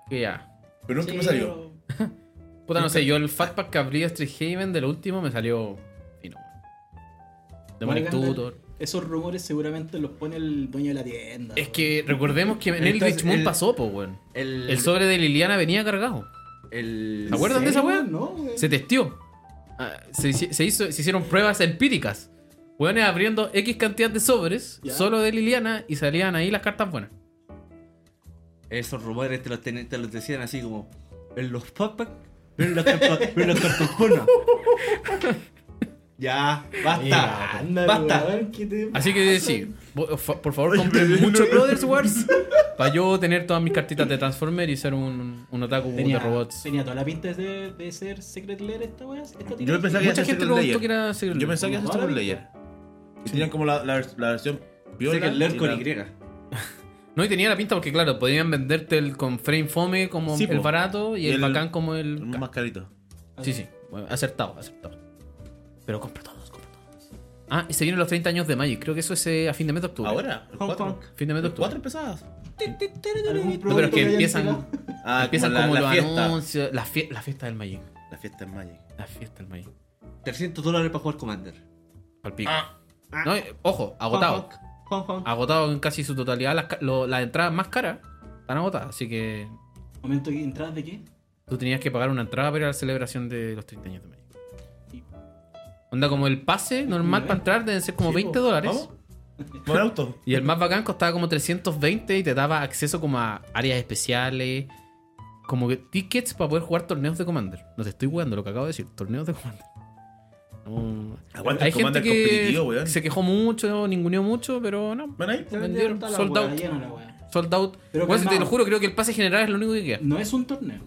A: Que ya.
D: Pero nunca me salió.
A: Puta, no sé, yo el Fatpack que abrí de Street Haven de lo último me salió. Fino. Demonic
F: Morgan,
A: Tutor.
F: Esos rumores seguramente los pone el dueño de la tienda.
A: Es
F: weón.
A: que recordemos que en el
B: Entonces,
A: Rich Moon
B: el-
A: pasó, po, weón.
B: El,
A: El sobre de Liliana venía cargado.
B: el-
A: ¿Se acuerdan de esa weá?
F: No, weón.
A: Se testeó. Ah, se, hici- se hizo, se hicieron pruebas empíricas. Weones abriendo X cantidad de sobres,
F: Ya.
A: solo de Liliana, y salían ahí las cartas buenas.
B: Esos rumores te los, ten- te los decían así como: en los fatpacks, en los cartas- en los cartojunas. Ya, basta.
F: Mira, ándale,
B: basta.
F: weón, ¿qué te
A: Así que sí, vo- eh, fa- por favor compren mucho Brothers Wars para yo tener todas mis cartitas de Transformer y ser un, un otaku
F: Tenía,
A: de robots.
F: tenía toda la pinta de, de ser Secret Lair esta weá. Esta
D: Yo pensaba que
A: Mucha
D: era
A: gente
D: Secret
A: preguntó
D: Layer.
A: que era Secret
D: Yo
A: Lair.
D: pensaba que era Secret Layer. Y tenían como la, la, vers- la versión
B: Sé
D: viola
B: que el leer
D: y
B: con
D: la-
B: Y.
A: No, y tenía la pinta porque, claro, podían venderte el con frame fome como
D: Sí,
A: el
D: po.
A: barato y,
D: Y
A: el,
D: el-
A: bacán como
D: el
A: el.
D: más carito.
A: Sí, sí, bueno, acertado, acertado. Pero compra todos, compra todos. Ah, y se vienen los 30 años de Magic. Creo que eso es eh, a fin de mes de octubre.
D: ¿Ahora? ¿El
B: Hong
D: 4?
B: Kong.
A: Fin de mes de
D: ¿El
A: octubre.
D: 4 empezabas?
F: ¿Algún
A: No, pero es
F: producto
A: que
F: hayan
A: empiezan,
F: tirado?
D: Ah,
A: empiezan como,
D: la, la
A: los
D: fiesta.
A: anuncios. La, fie- la fiesta del Magic.
D: La fiesta en Magic.
A: La fiesta del Magic.
B: 300 dólares para jugar Commander.
A: Palpico.
D: Ah.
A: No, eh, ojo, agotado.
B: Juan,
A: Ah,
B: Juan.
A: Agotado en casi su totalidad. Las, ca- lo- las entradas más caras están agotadas. Así que
F: ¿Momento que entradas de qué?
A: tú tenías que pagar una entrada para ir a la celebración de los 30 años de Magic. Onda, como el pase normal
F: Muy bien.
A: para entrar deben ser como
D: Sí,
A: 20
D: po.
A: dólares.
D: ¿Vamos? ¿Con el auto?
A: Y el más bacán costaba como 320 y te daba acceso como a áreas especiales, como que tickets para poder jugar torneos de Commander. No te estoy jugando lo que acabo de decir, torneos de Commander. No.
D: Aguanta
A: Hay gente
D: el Commander
A: que
D: competitivo, weón.
A: se quejó mucho, ninguneó mucho, pero no.
D: ¿Ven ahí?
A: Vendieron
F: Está la
A: sold
F: weá,
A: out.
F: llena la weá.
A: Sold out.
F: Pero
A: Weón, si te
F: calmado.
A: lo juro, creo que el pase general es lo único que queda.
F: No es un torneo.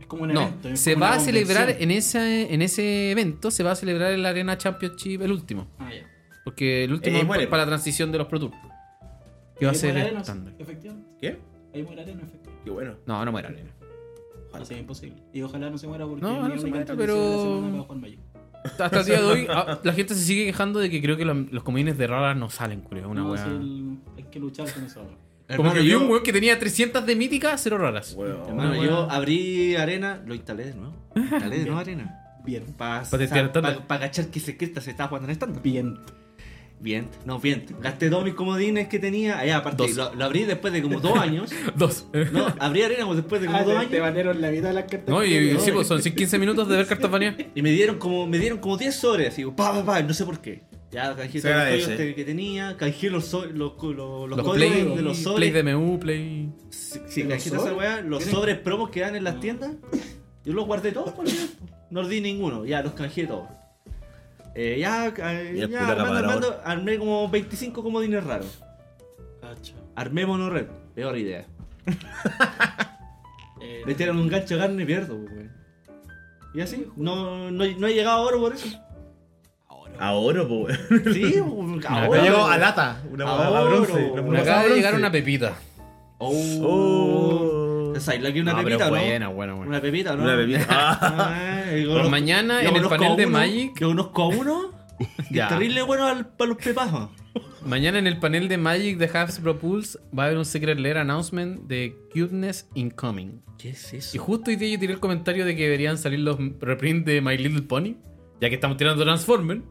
F: Es como un
A: No,
F: evento. es
A: se
F: como
A: va
F: una
A: a celebrar
F: convención.
A: en, esa, en ese evento, se va a celebrar el Arena Championship, el último.
F: Ah, ya.
A: Porque el último
D: Eh,
A: es
D: muere.
A: para la transición de los Pro Tour. Que va a
F: Ahí
A: ser
F: muere arena,
A: estándar.
F: Efectivamente.
D: ¿Qué?
F: Ahí muere arena, efectivamente.
D: Qué bueno.
A: No, no muere Arena.
F: Ojalá sea imposible. Y ojalá no se muera porque.
A: No,
F: es mi
A: no se
F: única
A: muera,
F: intención
A: pero-
F: de la semana para jugar Magic.
A: Hasta el día de hoy, ah, la gente se sigue quejando de que creo que lo- los comodines de Rara no salen, curio. Una
F: No,
A: weá.
F: si el- Hay que luchar con eso. weón.
A: Como
B: Hermano,
A: que vi
B: yo-
A: un weón que tenía 300 de míticas, cero raras.
D: Weón.
B: Hermano, yo abrí arena, lo instalé de nuevo. Instalé de nuevo arena.
F: Bien.
B: Para
A: Pa testear estándar.
B: cachar que secreta se estaba jugando en estándar.
F: Bien.
B: Bien, no, bien. Gasté todos mis comodines que tenía. Ahí, aparte,
A: Dos.
B: lo, lo abrí después de como dos años.
A: Dos.
B: No, abrí arena como después de como
F: Ah,
B: dos
F: te, te
B: años.
F: banearon la mitad de las cartas.
A: No,
F: que
A: y
F: tenías.
A: sí, pues, son 15 minutos de ver cartas baneadas.
B: Y me dieron como me dieron como 10 sobres, así, pa, pa, pa, no sé por qué. Ya canjeé
D: Se
B: todos los
D: agradece.
B: códigos que- que tenía, canjeé los, so- los, co- los, los
A: Los
B: códigos
A: play,
B: de los
A: play
B: sobres.
A: de MU, play.
B: Sí, sí,
F: ¿De los
B: canjeé toda esa
F: sobres?
B: weá, los
F: ¿Tienen?
B: sobres promos que dan en las tiendas. Yo los guardé todos por tiempo. No di ninguno, ya los canjeé todos. Eh, ya, eh,
D: Y el
B: ya
D: puto
B: armando,
D: acaparador.
B: armando, armé como 25 comodines raros.
A: pues.
F: Cacha.
B: Armé monorred, peor idea.
F: Eh,
B: Me tiran un gancho de carne y pierdo, pues, weón. Y así, no, no, no he llegado a oro por eso.
D: A oro, po, weón.
B: Sí, pues, weón, a
D: Yo
B: oro.
D: llego a lata. Una
B: A
D: a
B: oro.
D: bronce.
B: Me
A: Me
D: una
A: acaba de
D: bronce.
A: llegar una pepita.
B: Oh.
D: Oh.
B: ¿Te sale aquí una
A: No, pero
B: pepita o no?
A: buena, buena, buena.
B: Una pepita, ¿o ¿no?
D: Una bebida. Ah,
B: Ah, yo
A: Por
B: conozco-
A: mañana
B: yo
A: en el
B: conozco
A: panel
B: a
A: de
B: uno-
A: Magic.
B: Yo conozco a uno que
A: Ya.
B: es terrible bueno al- para los pepajos.
A: Mañana en el panel de Magic de Hasbro Pulse va a haber un Secret Lair announcement de Cuteness Incoming.
B: ¿Qué es
A: Y
B: eso?
A: justo hoy día yo tiré el comentario de que deberían salir los reprints de My Little Pony, ya que estamos tirando Transformers.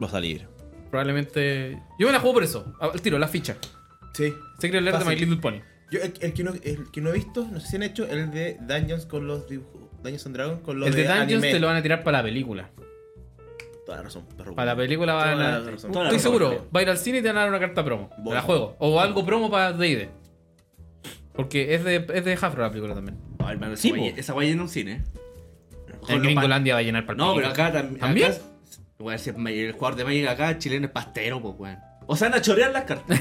D: Va a salir.
A: Probablemente. Yo me la juego por eso. Al tiro, la ficha.
D: Sí.
A: Secret Lair de My
D: Fácil.
A: Little Pony.
D: Yo, el, el que no, el que no he visto, no sé si han hecho, el de Dungeons con los dibujos. Dungeons and Dragons con los
A: El de Dungeons
D: anime.
A: te lo van a tirar para la película.
D: Toda la razón, perro.
A: Para la
D: weón.
A: película
D: Toda
A: van a.
D: la razón.
B: Toda la
A: Estoy
B: razón,
A: seguro,
D: creo.
A: va a ir al cine y te van a dar una carta promo. Te
D: Voy.
A: la juego. O algo promo para DD. Porque es de, es de Hasbro la película también.
B: No, hermano,
D: Sí,
B: esa guay-
D: po.
B: esa guay en un cine.
A: En
B: Con los pa-
A: Gringolandia va a llenar para
B: No, pero acá también.
A: ¿También?
B: Weón, si el, ma- el jugador de Magic acá, chileno es pastero, pues, weón. O sea, van a chorear las cartas.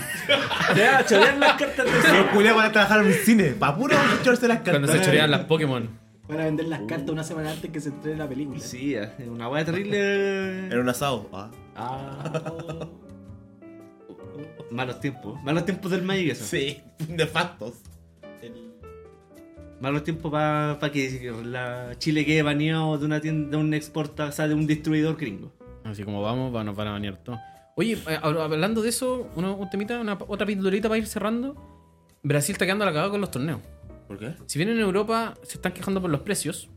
B: Te van a chorear las cartas de
D: Los culiados van a trabajar en un cine. Pa' puro echarse las cartas.
A: Cuando se chorean las Pokémon.
F: Van a vender las cartas una semana antes que se estrene la película.
B: Sí, es una weá terrible.
D: Era un asado. Ah.
B: Ah. Malos tiempos. Malos tiempos del Magic eso.
D: Sí, de factos.
B: Malos tiempos para que la Chile quede baneado de una tienda, de un exporta, o sea, de un distribuidor gringo.
A: Así como vamos, va- nos van a bañar todo. Oye, eh, hab- hablando de eso, uno- un temita, una, otra pinturita para ir cerrando. Brasil está quedando a la cagada con los torneos.
D: ¿Por qué?
A: Si bien en Europa se están quejando por los precios,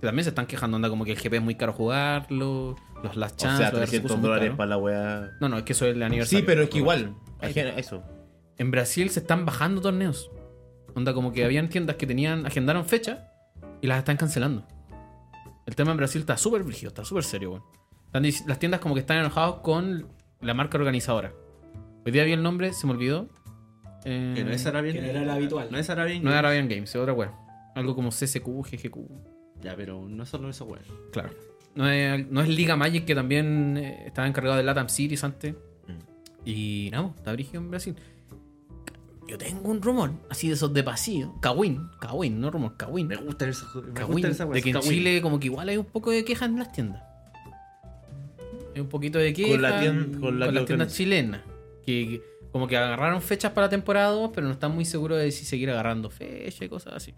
A: que también se están quejando, anda como que el GP es muy caro jugarlo, los last
D: O
A: chances,
D: sea,
A: los recursos
D: 300
A: muy
D: dólares
A: caros.
D: para la weá.
A: No, no, es que eso es el aniversario.
D: Sí, pero es que igual.
A: Ahí
D: ajena- Eso.
A: En Brasil se están bajando torneos. Onda como que habían tiendas que tenían agendaron fecha y las están cancelando. El tema en Brasil está súper brígido, está súper serio, weón. Están dic- Las tiendas como que están enojados con la marca organizadora. Hoy día vi el nombre, se me olvidó. Eh,
B: Mm, Que no es Arabian
F: Que no era la habitual.
B: No es Arabian
A: no
B: Games.
A: era Arabian Games, es otra weá. Algo como CCQ, GGQ.
B: Ya, pero no solo eso, weón.
A: Claro. No es, no es Liga Magic, que también eh, estaba encargado del Latam Series antes.
D: Mm.
A: Y no, está brígido en Brasil. Yo tengo un rumor, así de esos de pasillo. Cawin, Cawin, no rumor, Cawin.
B: Me gustan esos ju- me
A: Cawin,
B: gustan esas weas,
A: de que en
B: Kawin.
A: Chile como que igual hay un poco de quejas en las tiendas. Hay un poquito de quejas
D: Con la tien- con la que
A: las tiendas
D: organiza.
A: chilenas. Que, que como que agarraron fechas para temporada 2, pero no están muy seguros de si seguir agarrando fechas y cosas así.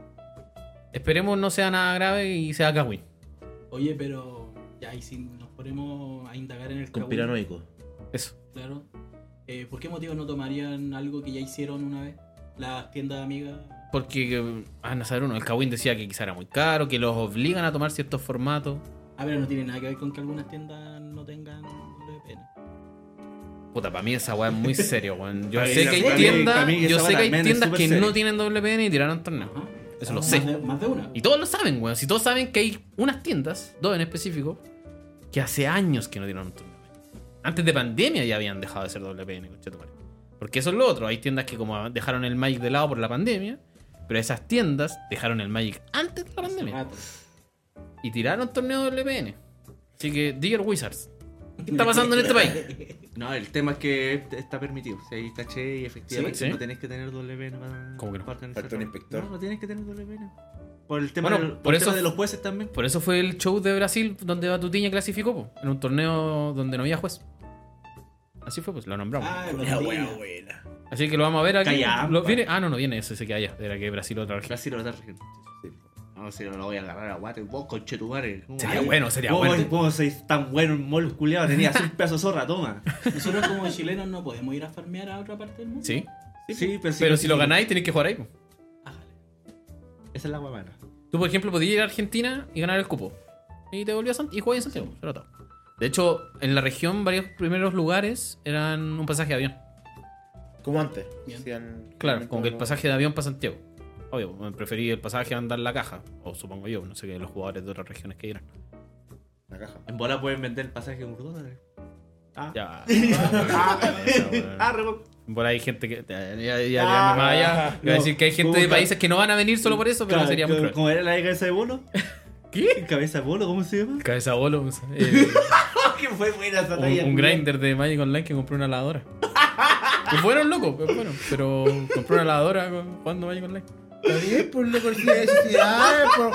A: Esperemos no sea nada grave y sea Cawin.
F: Oye, pero ya, y si nos ponemos a indagar en el
D: Con
F: Kahoot,
D: piranoico.
A: Eso.
F: Claro. Eh, ¿Por qué motivo no tomarían algo que ya hicieron una vez? Las tiendas amigas.
A: Porque, eh, ah, no saber uno, el Kawin decía que quizá era muy caro, que los obligan a tomar ciertos formatos.
F: Ah, pero no tiene nada que ver con que algunas tiendas no tengan lo de pena.
A: Puta, para mí esa weá es muy serio, weón. Yo
B: Para
A: sé que
B: mí, para
A: hay
B: mí, para
A: tiendas,
B: mí esa
A: yo sé
B: weá
A: que hay
B: también es
A: tiendas
B: súper
A: que
B: serio.
A: no tienen WPN y tiraron torneo.
F: Ajá.
A: Eso
F: Ah,
A: lo
F: más
A: sé.
F: de- más de una.
A: Y todos lo saben, weón. Si todos saben que hay unas tiendas, dos en específico, que hace años que no tiraron torneo. Antes de pandemia ya habían dejado de ser WPN, conchetumare. Porque eso es lo otro. Hay tiendas que como dejaron el Magic de lado por la pandemia, pero esas tiendas dejaron el Magic antes de la pandemia.
F: Rato.
A: y tiraron torneo de LPN. Así que, Dear Wizards, ¿qué está pasando en este país?
B: No, el tema es que está permitido. Si hay caché y efectivamente
A: Sí, sí.
B: no tenés que tener WPN para,
A: ¿Cómo que no?
B: para organizar
D: Falta un
B: todo.
D: inspector.
B: No, no tienes que tener WPN. Por el tema,
A: Bueno,
B: del- por
A: por
B: el tema
A: eso-
B: de los jueces también.
A: Por eso fue el show de Brasil donde Batutinha clasificó, po, en un torneo donde no había juez. Así fue, pues lo nombramos.
F: Ah,
D: La
F: Batutinha.
D: weá buena.
A: Así que lo vamos a ver aquí.
B: Callao,
A: Lo-
B: pa.
A: viene- ah, no, no viene ese, se queda allá. Era que Brasil otra vez.
B: Casi lo vas a regir. No, si no lo voy a agarrar a guate. Vos, conchetumare. ¿cómo?
A: Sería
B: Ay,
A: bueno, sería
B: vos,
A: bueno.
B: Vos sois tan bueno en molos culiados. Tenías un pedazo de zorra, toma.
F: Nosotros como chilenos no podemos ir a farmear a otra parte del mundo.
A: Sí.
B: Sí, pero,
A: Pero si lo ganáis, tenéis que jugar ahí. po.
F: Ájale.
B: Esa es la guamana.
A: Tú, por ejemplo, podías ir a Argentina y ganar el cupo. Y te volvías a Sant- y jugabas en Santiago. se notaba. De hecho, en la región, varios primeros lugares eran un pasaje de avión.
D: Como antes.
F: Bien.
D: Hacían-
A: Claro, como que el
D: como-
A: pasaje de avión para Santiago. Obvio, me preferí el pasaje a andar la caja. O supongo yo, no sé qué los jugadores de otras regiones que irán.
D: La caja.
B: En bola pueden vender el pasaje por dólares. Ah,
A: Ya.
B: ah, rebo-
A: por ahí hay gente que. Ya, ya, ya, ya, me va allá. Voy a decir que hay gente de
B: Ah, Puta.
A: países que no van a venir solo por eso, pero
B: Claro,
A: sería muy
B: ¿cómo-
A: cruel.
B: ¿Cómo era la de cabeza de bolo?
A: ¿Qué?
B: ¿Cabeza de bolo? ¿Cómo se llama?
A: Cabeza bolo. no sé. Eh,
B: que fue buena esa
A: un,
B: talla.
A: un grinder de Magic Online que compró una lavadora. Que fueron locos, pero bueno. Pero compró una lavadora con- jugando Magic Online.
D: Está bien, por loco, sí, sí, sí. Ay, por-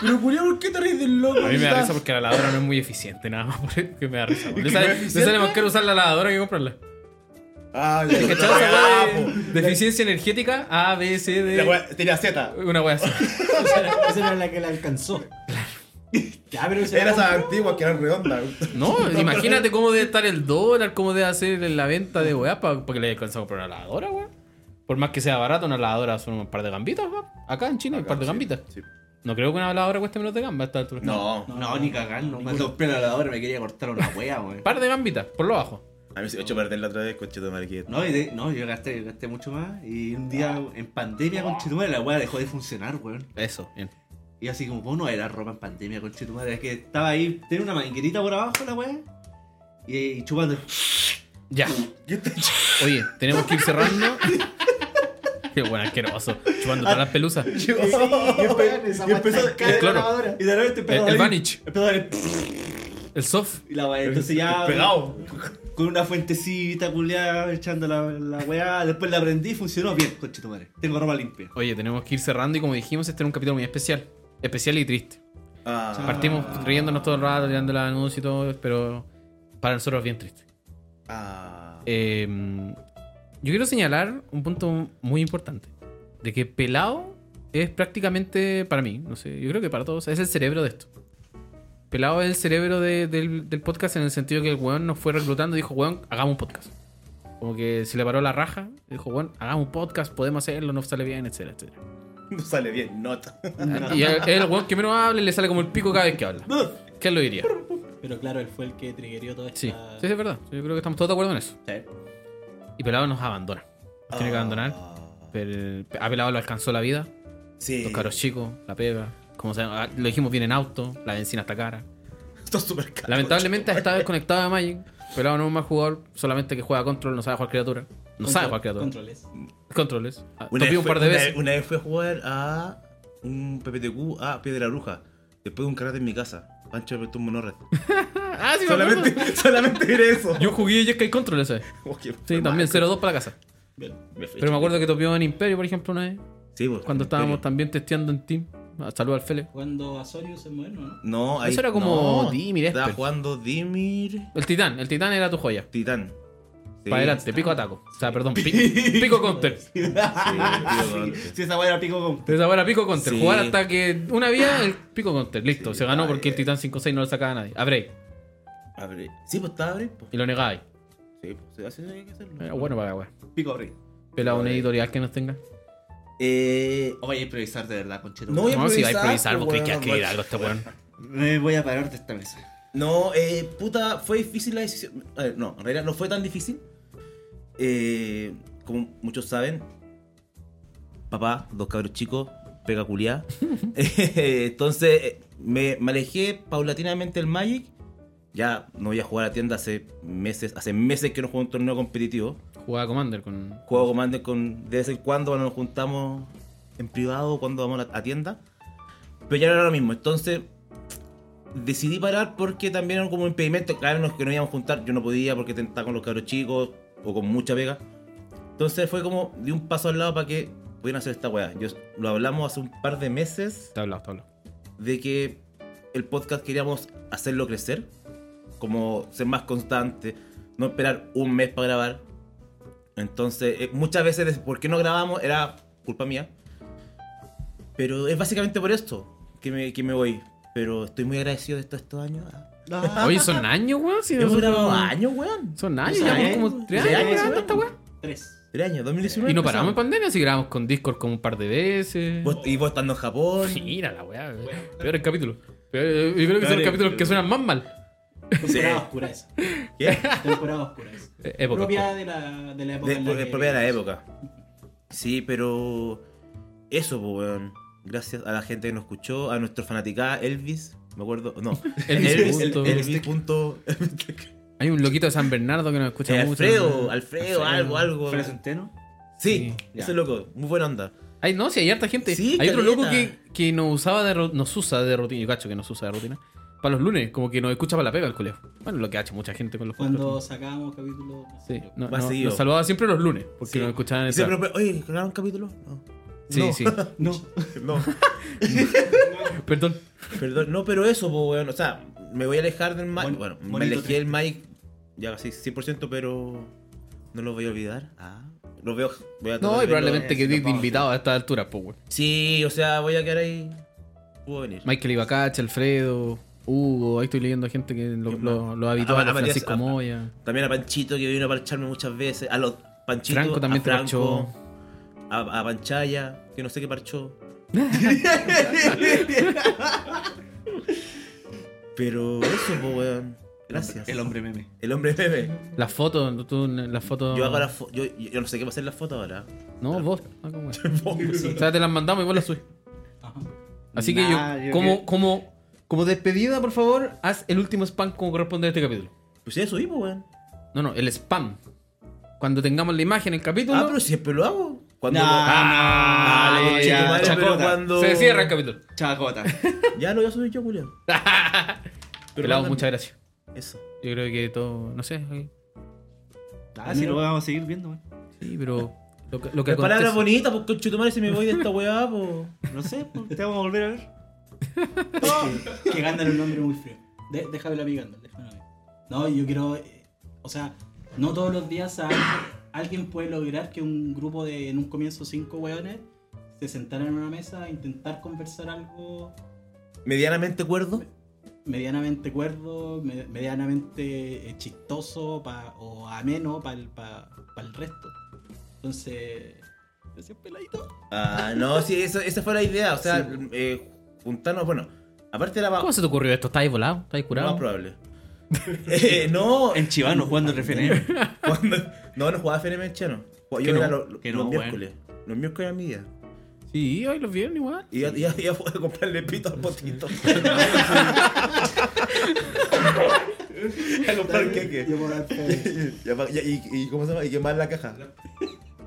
D: Pero culiao, ¿por qué te ríes del loco?
A: A mí me da
D: Estás-
A: risa porque la lavadora no es muy eficiente, nada más. por eso que me da risa. Le
D: ¿Que
A: sale,
D: no es
A: le
D: eficiente?
A: sale más caro usar la lavadora que comprarla.
D: Ah, ya.
A: ¿Cachado esa weá de-
D: Ah,
A: de eficiencia energética? A, B, C,
D: po. La
A: D.
D: weá- Tenía Z.
A: Una wea así.
F: Esa era, esa era la que la alcanzó. Ya, pero se la
D: Era esa
F: compró.
D: antigua que era redonda.
A: No, imagínate cómo debe estar el dólar, cómo debe hacer la venta de weá para que le haya alcanzado a comprar una lavadora, weá. Por más que sea barato, una lavadora son un par de gambitas, weá. Acá en China, un par de gambitas.
D: Sí.
A: No creo que una lavadora cueste menos de gamba a esta altura.
D: No.
B: No, ni cagando. Cuando compré la lavadora me quería cortar una wea, weón.
A: Par de gambitas, por lo bajo.
D: A mí se me echó a perder la otra vez, coche de mariquita.
B: No, y de- no, yo gasté, gasté mucho más. Y un día en pandemia, conchetumare, la wea dejó de funcionar, weón.
A: Eso, bien.
B: Y así como, vos no era ropa en pandemia, conchetumare. Es que estaba ahí, tenía una manguerita por abajo la wea. Y, y chupando.
A: Ya. Oye, tenemos que ir cerrando. Qué buen asqueroso. Chupando todas las pelusas.
B: Y,
G: weón, esa
B: y empezó
G: guata
B: a
G: cae
A: el cloro.
G: la lavadora.
B: Y de repente empezó
A: El-
B: a
A: el
B: dar-
A: Vanish.
B: Empezó a dar-
A: El soft.
B: Y la weá, entonces ya.
D: Pegado.
B: Con una fuentecita culiada, echando la, la weá. Después la prendí y funcionó bien, coche tu madre. Tengo ropa limpia.
A: Oye, tenemos que ir cerrando y como dijimos, este era un capítulo muy especial. Especial y triste.
D: Ah,
A: Partimos riéndonos todo el rato, tirando la anuncios y todo, pero para nosotros bien triste.
D: ah.
A: Eh, yo quiero señalar un punto muy importante. De que Pelao es prácticamente, para mí, no sé, yo creo que para todos, es el cerebro de esto. Pelao es el cerebro de- del, del podcast en el sentido que el weón nos fue reclutando y dijo, weón, hagamos un podcast. Como que se le paró la raja, dijo, weón, hagamos un podcast, podemos hacerlo, nos sale bien, etcétera, etcétera.
D: No sale bien, nota.
A: Y es el weón que menos habla y le sale como el pico cada vez que habla. ¿Qué lo diría?
F: Pero claro, él fue el que triggerió toda esta.
A: Sí, sí, sí, es verdad. Yo creo que estamos todos de acuerdo en eso.
F: Sí.
A: Y Pelado nos abandona. Nos Tiene que
D: Ah.
A: abandonar. Pero a Pelado lo alcanzó la vida.
D: Sí.
A: Los caros chicos, la pega. Como se- ah, lo dijimos, viene en auto. La benzina está cara.
D: Esto es súper caro.
A: Lamentablemente está desconectado de Magic. Pelado no es un mal jugador. Solamente que juega control, no sabe jugar criatura. No sabe jugar criatura.
F: Controles.
A: Controles. Ah,
D: Una
A: Topió
D: vez,
A: un
D: fue-
A: par de
D: una
A: veces.
D: vez- una vez fui a jugar a un PPTQ a Piedra Bruja. Después de un karate en mi casa. Pancho me prestó un monorred.
A: Ah, sí, me acuerdo.
D: solamente, solamente era eso.
A: Yo jugué Jeskai Control ese.
D: Oh, qué
A: Sí,
D: mal.
A: también 0-2 para la casa. Pero me acuerdo que topió en Imperio, por ejemplo, una vez.
D: Sí, pues,
A: Cuando estábamos
D: en serio.
A: también testeando en Team. Ah, Saludos al Fele.
F: Cuando Azorius es moderno, ¿no?
D: No, ahí.
A: Eso era como
D: no,
A: Dimir,
D: Estaba
A: Esper.
D: jugando Dimir.
A: El titán, el titán era tu joya.
D: Titán. Sí,
A: Para adelante, pico ataco. O sea, perdón, pi- pico counter.
D: sí,
B: Si esa weá era pico con.
A: Entonces ahora pico counter.
D: Sí.
A: Jugar hasta que una vía, el pico counter. Listo,
D: Sí,
A: se ganó
D: ay,
A: porque el
D: ay.
A: titán 5-6 no lo sacaba a nadie. A break.
D: Abre. Sí, pues estaba abre. pues.
A: Y lo negáis.
D: Sí, pues sí, así hay que hacerlo.
A: Era Eh, bueno para la wea.
B: Pico abril.
A: Pelado una editorial que nos tenga.
D: Eh.
B: Oye, improvisar de verdad, conchero.
D: No, Voy a
A: No, si va a
D: improvisar,
A: improvisar, vos
D: pues,
A: crees que va a escribir
D: weón, macho.
A: algo este weón.
B: Me voy a parar de esta mesa.
D: No, eh, puta, fue difícil la decisión. A ver, no, en realidad no fue tan difícil. Eh, como muchos saben, papá, dos cabros chicos, pega culiá. Eh, Entonces, eh, me, me alejé paulatinamente del Magic. Ya no voy a jugar a tienda hace meses, hace meses que no juego un torneo competitivo.
A: Jugaba Commander con.
D: Juego Commander con, de vez en cuando cuando nos juntamos en privado, cuando vamos a la a tienda. Pero ya no era lo mismo. Entonces decidí parar porque también era como un impedimento. Claro, no, que no íbamos a juntar. Yo no podía porque estaba con los cabros chicos o con mucha pega. Entonces fue como di un paso al lado para que pudieran hacer esta weá. Yo- Lo hablamos hace un par de meses
A: Te hablado, te hablado.
D: de que el podcast queríamos hacerlo crecer, como ser más constante, no esperar un mes para grabar. Entonces, eh, muchas veces, des- ¿por qué no grabamos? Era culpa mía. Pero es básicamente por esto que me, que me voy. Pero estoy muy agradecido de todos estos años.
A: Oye, son años, weón. Si
D: Hemos
A: nosotros-
D: grabado años, weón.
A: Son años,
D: O sea,
A: llevamos
D: ¿eh?
A: como 3
D: Tres
A: años
D: años,
A: grabando esta
D: weón.
A: weá.
F: Tres.
D: Tres años, 2019.
A: Y no paramos pues. en
D: empezamos.
A: pandemia, si grabamos con Discord como un par de veces.
D: Vos- y vos estando en Japón.
A: Mira la weá, weón. peor el capítulo. Peor- eh, yo creo que son los capítulos que suenan más mal.
F: Temporada oscura esa.
D: ¿Qué?
F: Temporada oscura esa.
A: Eh, Época.
F: propia de la, de la época.
D: De,
F: en la que-
D: propia de la época. Sí, pero eso, pues, weón. Gracias a la gente que nos escuchó, a nuestro fanaticada Elvis, me acuerdo, no.
A: Elvis
D: el-
A: punto.
D: Elvis punto-
A: Hay un loquito de San Bernardo que nos escucha
D: Eh,
A: mucho.
D: Alfredo, Alfredo, algo, algo.
B: ¿Fuera Centeno?
D: Sí,
B: Ya.
D: ese loco, muy buena onda.
A: Ay, no, si hay harta gente.
D: Sí,
A: hay otro
D: caleta.
A: loco que, que nos usaba de ru- nos usa de rutina. Yo cacho que nos usa de rutina. Para los lunes, como que nos escucha para la pega el colegio. Bueno, lo que ha hecho mucha gente con los
F: Cuando
A: podcasts.
F: sacábamos capítulos.
A: Sí, no,
D: Más
A: no,
D: seguido.
A: nos saludaba siempre los lunes, porque
D: Sí.
A: nos escuchaban en
D: Y
A: el
D: siempre,
A: trabajo.
D: pre- oye, ¿grabaron un capítulo? No.
A: Sí,
D: no,
A: sí.
B: No.
D: no,
A: Perdón.
D: perdón, no, pero eso, pues, weón. O sea, me voy a alejar del Mike. Bueno, me
B: bonito
D: alejé del Mike ya casi 100%, pero no lo voy a olvidar. Ah, lo veo. voy a
A: No,
D: tratar
A: y
D: de verlo- este
A: probablemente que te invitado a esta altura, pues, weón.
D: Sí, o sea, voy a quedar ahí. Puedo venir.
A: Michael Ibacach, Alfredo, Hugo. Ahí estoy leyendo gente que lo,
D: ¿Quién
A: lo, lo
D: Ah,
A: habitual,
D: ah, Matías,
A: Francisco
D: ah,
A: Moya.
D: También a Panchito, que vino a parcharme muchas veces. A los Panchitos.
A: Franco también
D: a
A: te
D: Franco, a, a Panchaya, que no sé qué parchó. Pero eso, po, weón. Gracias.
B: El hombre meme.
D: El hombre bebé.
A: Las fotos, tú, las fotos.
D: Yo hago la fo- yo, yo- yo no sé qué va a hacer la foto ahora. Pues
A: No, vos. Ah, ¿cómo es?
F: Sí.
A: O sea, te las mandamos y vos las subís.
F: Ajá.
A: Así
B: Nah,
A: que yo,
B: yo
A: como,
B: que-
A: como, como despedida, por favor, haz el último spam como corresponde a este capítulo.
D: Pues ya subí, po, weón.
A: No, no, el spam. Cuando tengamos la imagen, el capítulo,
D: Ah, pero siempre lo hago. Cuando
B: Nah,
D: lo-
B: nah,
D: Ah,
B: nah,
D: conche
B: ya,
D: tu madre, pero
B: chacota.
D: cuando-
A: se cierra el capítulo.
B: Chacota.
D: Ya lo voy a subir yo, Julián.
A: Pelado, muchas gracias.
D: Eso.
A: Yo creo que todo, no sé. eh, ahí-
B: Ah, si lo vamos a seguir viendo, weón.
A: Sí, pero lo, que- lo que
D: Las palabras
A: acontece-
D: bonitas, pues conchetumare si me voy de esta weá, pues.
B: No sé, pues, te vamos a volver a ver.
F: que Gandalf es un nombre muy frío. De- déjamelo a mí, Gandalf, déjamelo a mí. No, yo quiero. eh, o sea, no todos los días a- alguien puede lograr que un grupo de, en un comienzo, cinco weones se sentaran en una mesa a intentar conversar algo
D: Medianamente cuerdo.
F: medianamente cuerdo, me- medianamente eh, chistoso pa- o ameno para el, resto. Entonces, ese peladito.
D: Ah, no, sí, eso, esa fue la idea. O sea, eh, juntarnos, bueno, aparte era
A: ¿Cómo
D: más,
A: se te ocurrió esto? ¿Estáis volado? ¿Estáis
D: más
A: curado?
D: probable. Eh, no,
B: En Chivano jugando RFNM.
D: cuando, no, no jugaba FNM en chano. Jugaba- Yo
B: Que
D: era
B: no,
D: lo- lo-
B: que
D: los
B: no,
D: miércoles. Los miércoles era mi día.
A: sí, hoy los vieron igual.
D: Y ya, ya, ya fue a comprarle pito al potito. a comprar queque.
F: Yo por dar fe.
D: Ya pa- ya- y, y, ¿cómo se llama? Y quemar la caja.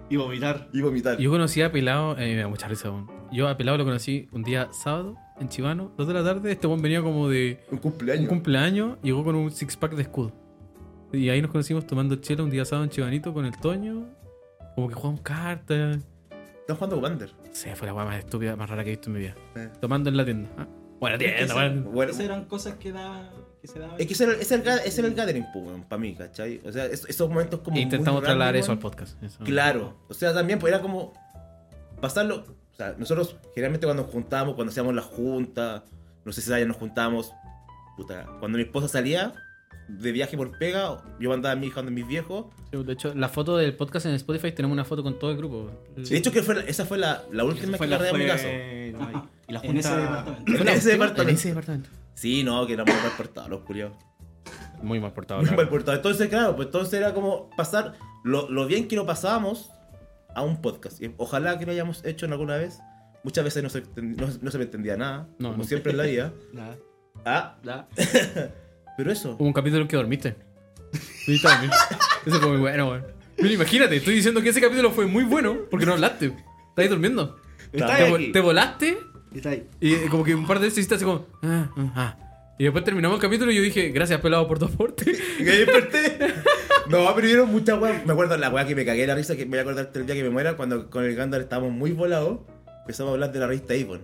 B: y vomitar.
D: Y vomitar.
A: Yo conocí a Pelado, eh, me da mucha risa, weón. Yo a Pelado lo conocí un día sábado en Chivano, 2 de la tarde. Este buen venía como de
D: Un
A: un
D: cumpleaños.
A: cumpleaños, llegó con un six pack de escudo. Y ahí nos conocimos tomando chela un día sábado en Chivanito con el Toño. Como que jugamos cartas.
D: Están jugando Wander.
A: Se fue la weá más estúpida, más rara que he visto en mi vida.
D: Eh.
A: Tomando en la tienda. Ah, Buena tienda, buena tienda.
D: Bueno,
F: Esas eran cosas que, da, que se daban.
D: Es que ese era, ese era el, ga- ese era el gathering, para mí, ¿cachai? O sea, es- esos momentos como.
A: E
D: muy
A: intentamos
D: random,
A: trasladar
D: weón.
A: eso al Ah. podcast. Eso.
D: Claro. O sea, también pues, era como. Pasarlo. O sea, nosotros generalmente cuando nos juntábamos, cuando hacíamos la junta, no sé si ya nos juntábamos. Puta, cuando mi esposa salía de viaje por pega, yo mandaba a mi hija donde mis viejos.
A: Sí, De hecho, la foto del podcast en Spotify tenemos una foto con todo el grupo.
D: De hecho, que fue la- esa fue la, la última que agarré de mi casa.
B: no, y- y la
F: en ese
B: junta.
F: departamento.
D: En ese departamento.
A: En ese departamento.
D: Sí, no, que éramos mal portados, los culiados.
A: Muy mal portado.
D: Muy
A: claro.
D: mal portados. Entonces, claro, pues entonces era como pasar lo, lo bien que lo pasábamos a un podcast. Y ojalá que lo hayamos hecho en alguna vez. Muchas veces no se, enten- no, no se me entendía nada,
A: No,
D: como
A: no.
D: siempre en la vida.
B: Nada,
D: Ah,
B: nada.
D: pero eso.
A: Hubo un capítulo en que dormiste. Sí, también. Eso fue muy bueno, weón. Mira, imagínate, estoy diciendo que ese capítulo fue muy bueno porque no hablaste. Estabas durmiendo.
B: Está
A: Te,
B: ahí.
A: vo-
B: aquí,
A: te volaste
B: Está ahí.
A: y eh, como que un par de veces hiciste así como. "Ah, ah, ah". Y después terminamos el capítulo y yo dije, gracias, pelado, por tu aporte.
D: Y ahí desperté. No, pero vieron muchas weas. Me acuerdo la wea que me cagué la risa, que me voy a acordar hasta el día que me muera, cuando con el Gandalf estábamos muy volados. Empezamos a hablar de la revista Avon.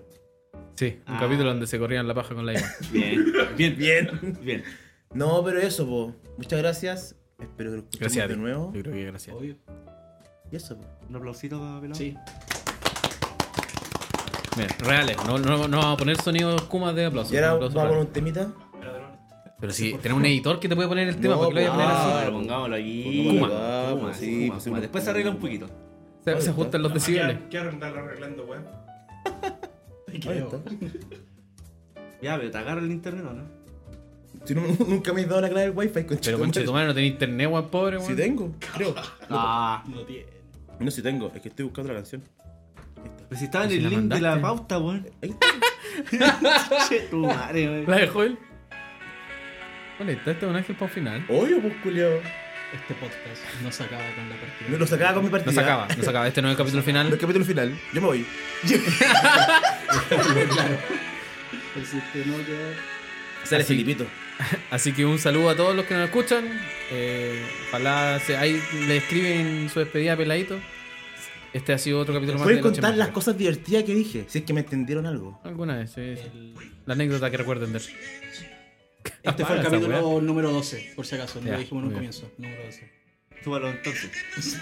A: Sí, un
B: Ah.
A: capítulo donde se corrían la paja con la Iva.
B: Bien, bien,
D: Bien.
B: bien.
D: No, pero eso, po. Muchas gracias. Espero que lo escuchemos
A: Gracias a
D: de
A: ti.
D: nuevo.
A: Yo creo que gracias.
F: Obvio.
D: Y eso, po.
B: Un aplausito para Pelado.
F: Sí.
A: Mira, reales, no, no, no vamos a poner sonidos kumas de aplauso.
D: Y ahora
A: aplauso
D: vamos con
A: real.
D: un temita.
A: Pero si tenemos un editor que te puede poner el tema,
D: No, pues,
A: ¿por qué lo voy a poner así?
B: Ah, pero pongámoslo aquí.
A: Kuma.
D: Ah,
B: Kuma,
D: pues sí,
B: Kuma,
D: pues
B: Kuma.
D: sí.
B: Después se arregla un poquito.
D: ah,
A: Se, se ajustan los decibeles.
E: ¿Qué andar arreglando, weón?
D: Ahí está.
B: Ya, pero te agarra el internet, ¿o ¿no?
D: Si no, nunca me he dado la clave del wifi, con
A: Pero concha tu madre, no tenés internet, weón, pobre, weón.
D: Si tengo, creo.
B: Ah.
F: No tiene.
D: No, si tengo, es que estoy buscando la canción.
B: Pero si estaba en
A: Si
B: el
A: la
B: link de la
A: mandaste.
B: pauta, weón.
D: Ahí está.
B: Che, tu madre, weón.
A: ¿La dejó él? Vale, está este homenaje para un final.
D: Obvio, pues, culiao.
F: Este podcast no se acaba con la partida.
D: Me lo sacaba con mi partida.
A: No se acaba, no se acaba. Este no es el capítulo
D: No, El
A: final.
D: capítulo final. Yo me voy.
F: Pero si este no queda-
D: Sale
A: Así.
D: Filipito.
A: Así que un saludo a todos los que nos escuchan. Eh, ojalá se- ahí le escriben su despedida peladito. Este ha sido otro capítulo más
D: Pueden
A: de Noche
D: contar las
A: Mágica.
D: cosas divertidas que dije. Si es que me entendieron algo.
A: Alguna vez, sí, sí.
F: el-
A: La anécdota que recuerden de él.
F: Este fue el
A: Esa
F: capítulo
A: weá.
F: número 12, por si acaso. No
A: Ya,
F: lo dijimos en un
A: muy bien.
F: comienzo. Número 12.
B: Súbalo entonces.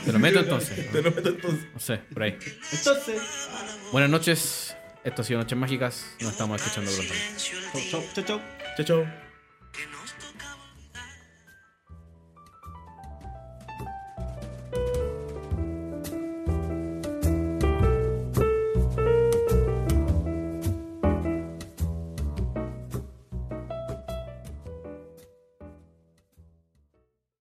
A: Te lo meto entonces.
D: Te lo meto entonces.
A: No sé, por ahí.
B: Entonces.
A: Buenas noches. Esto ha sido Noches Mágicas. Nos estamos escuchando pronto.
B: Chau, chau, chau.
D: Chao, chao.
H: que nos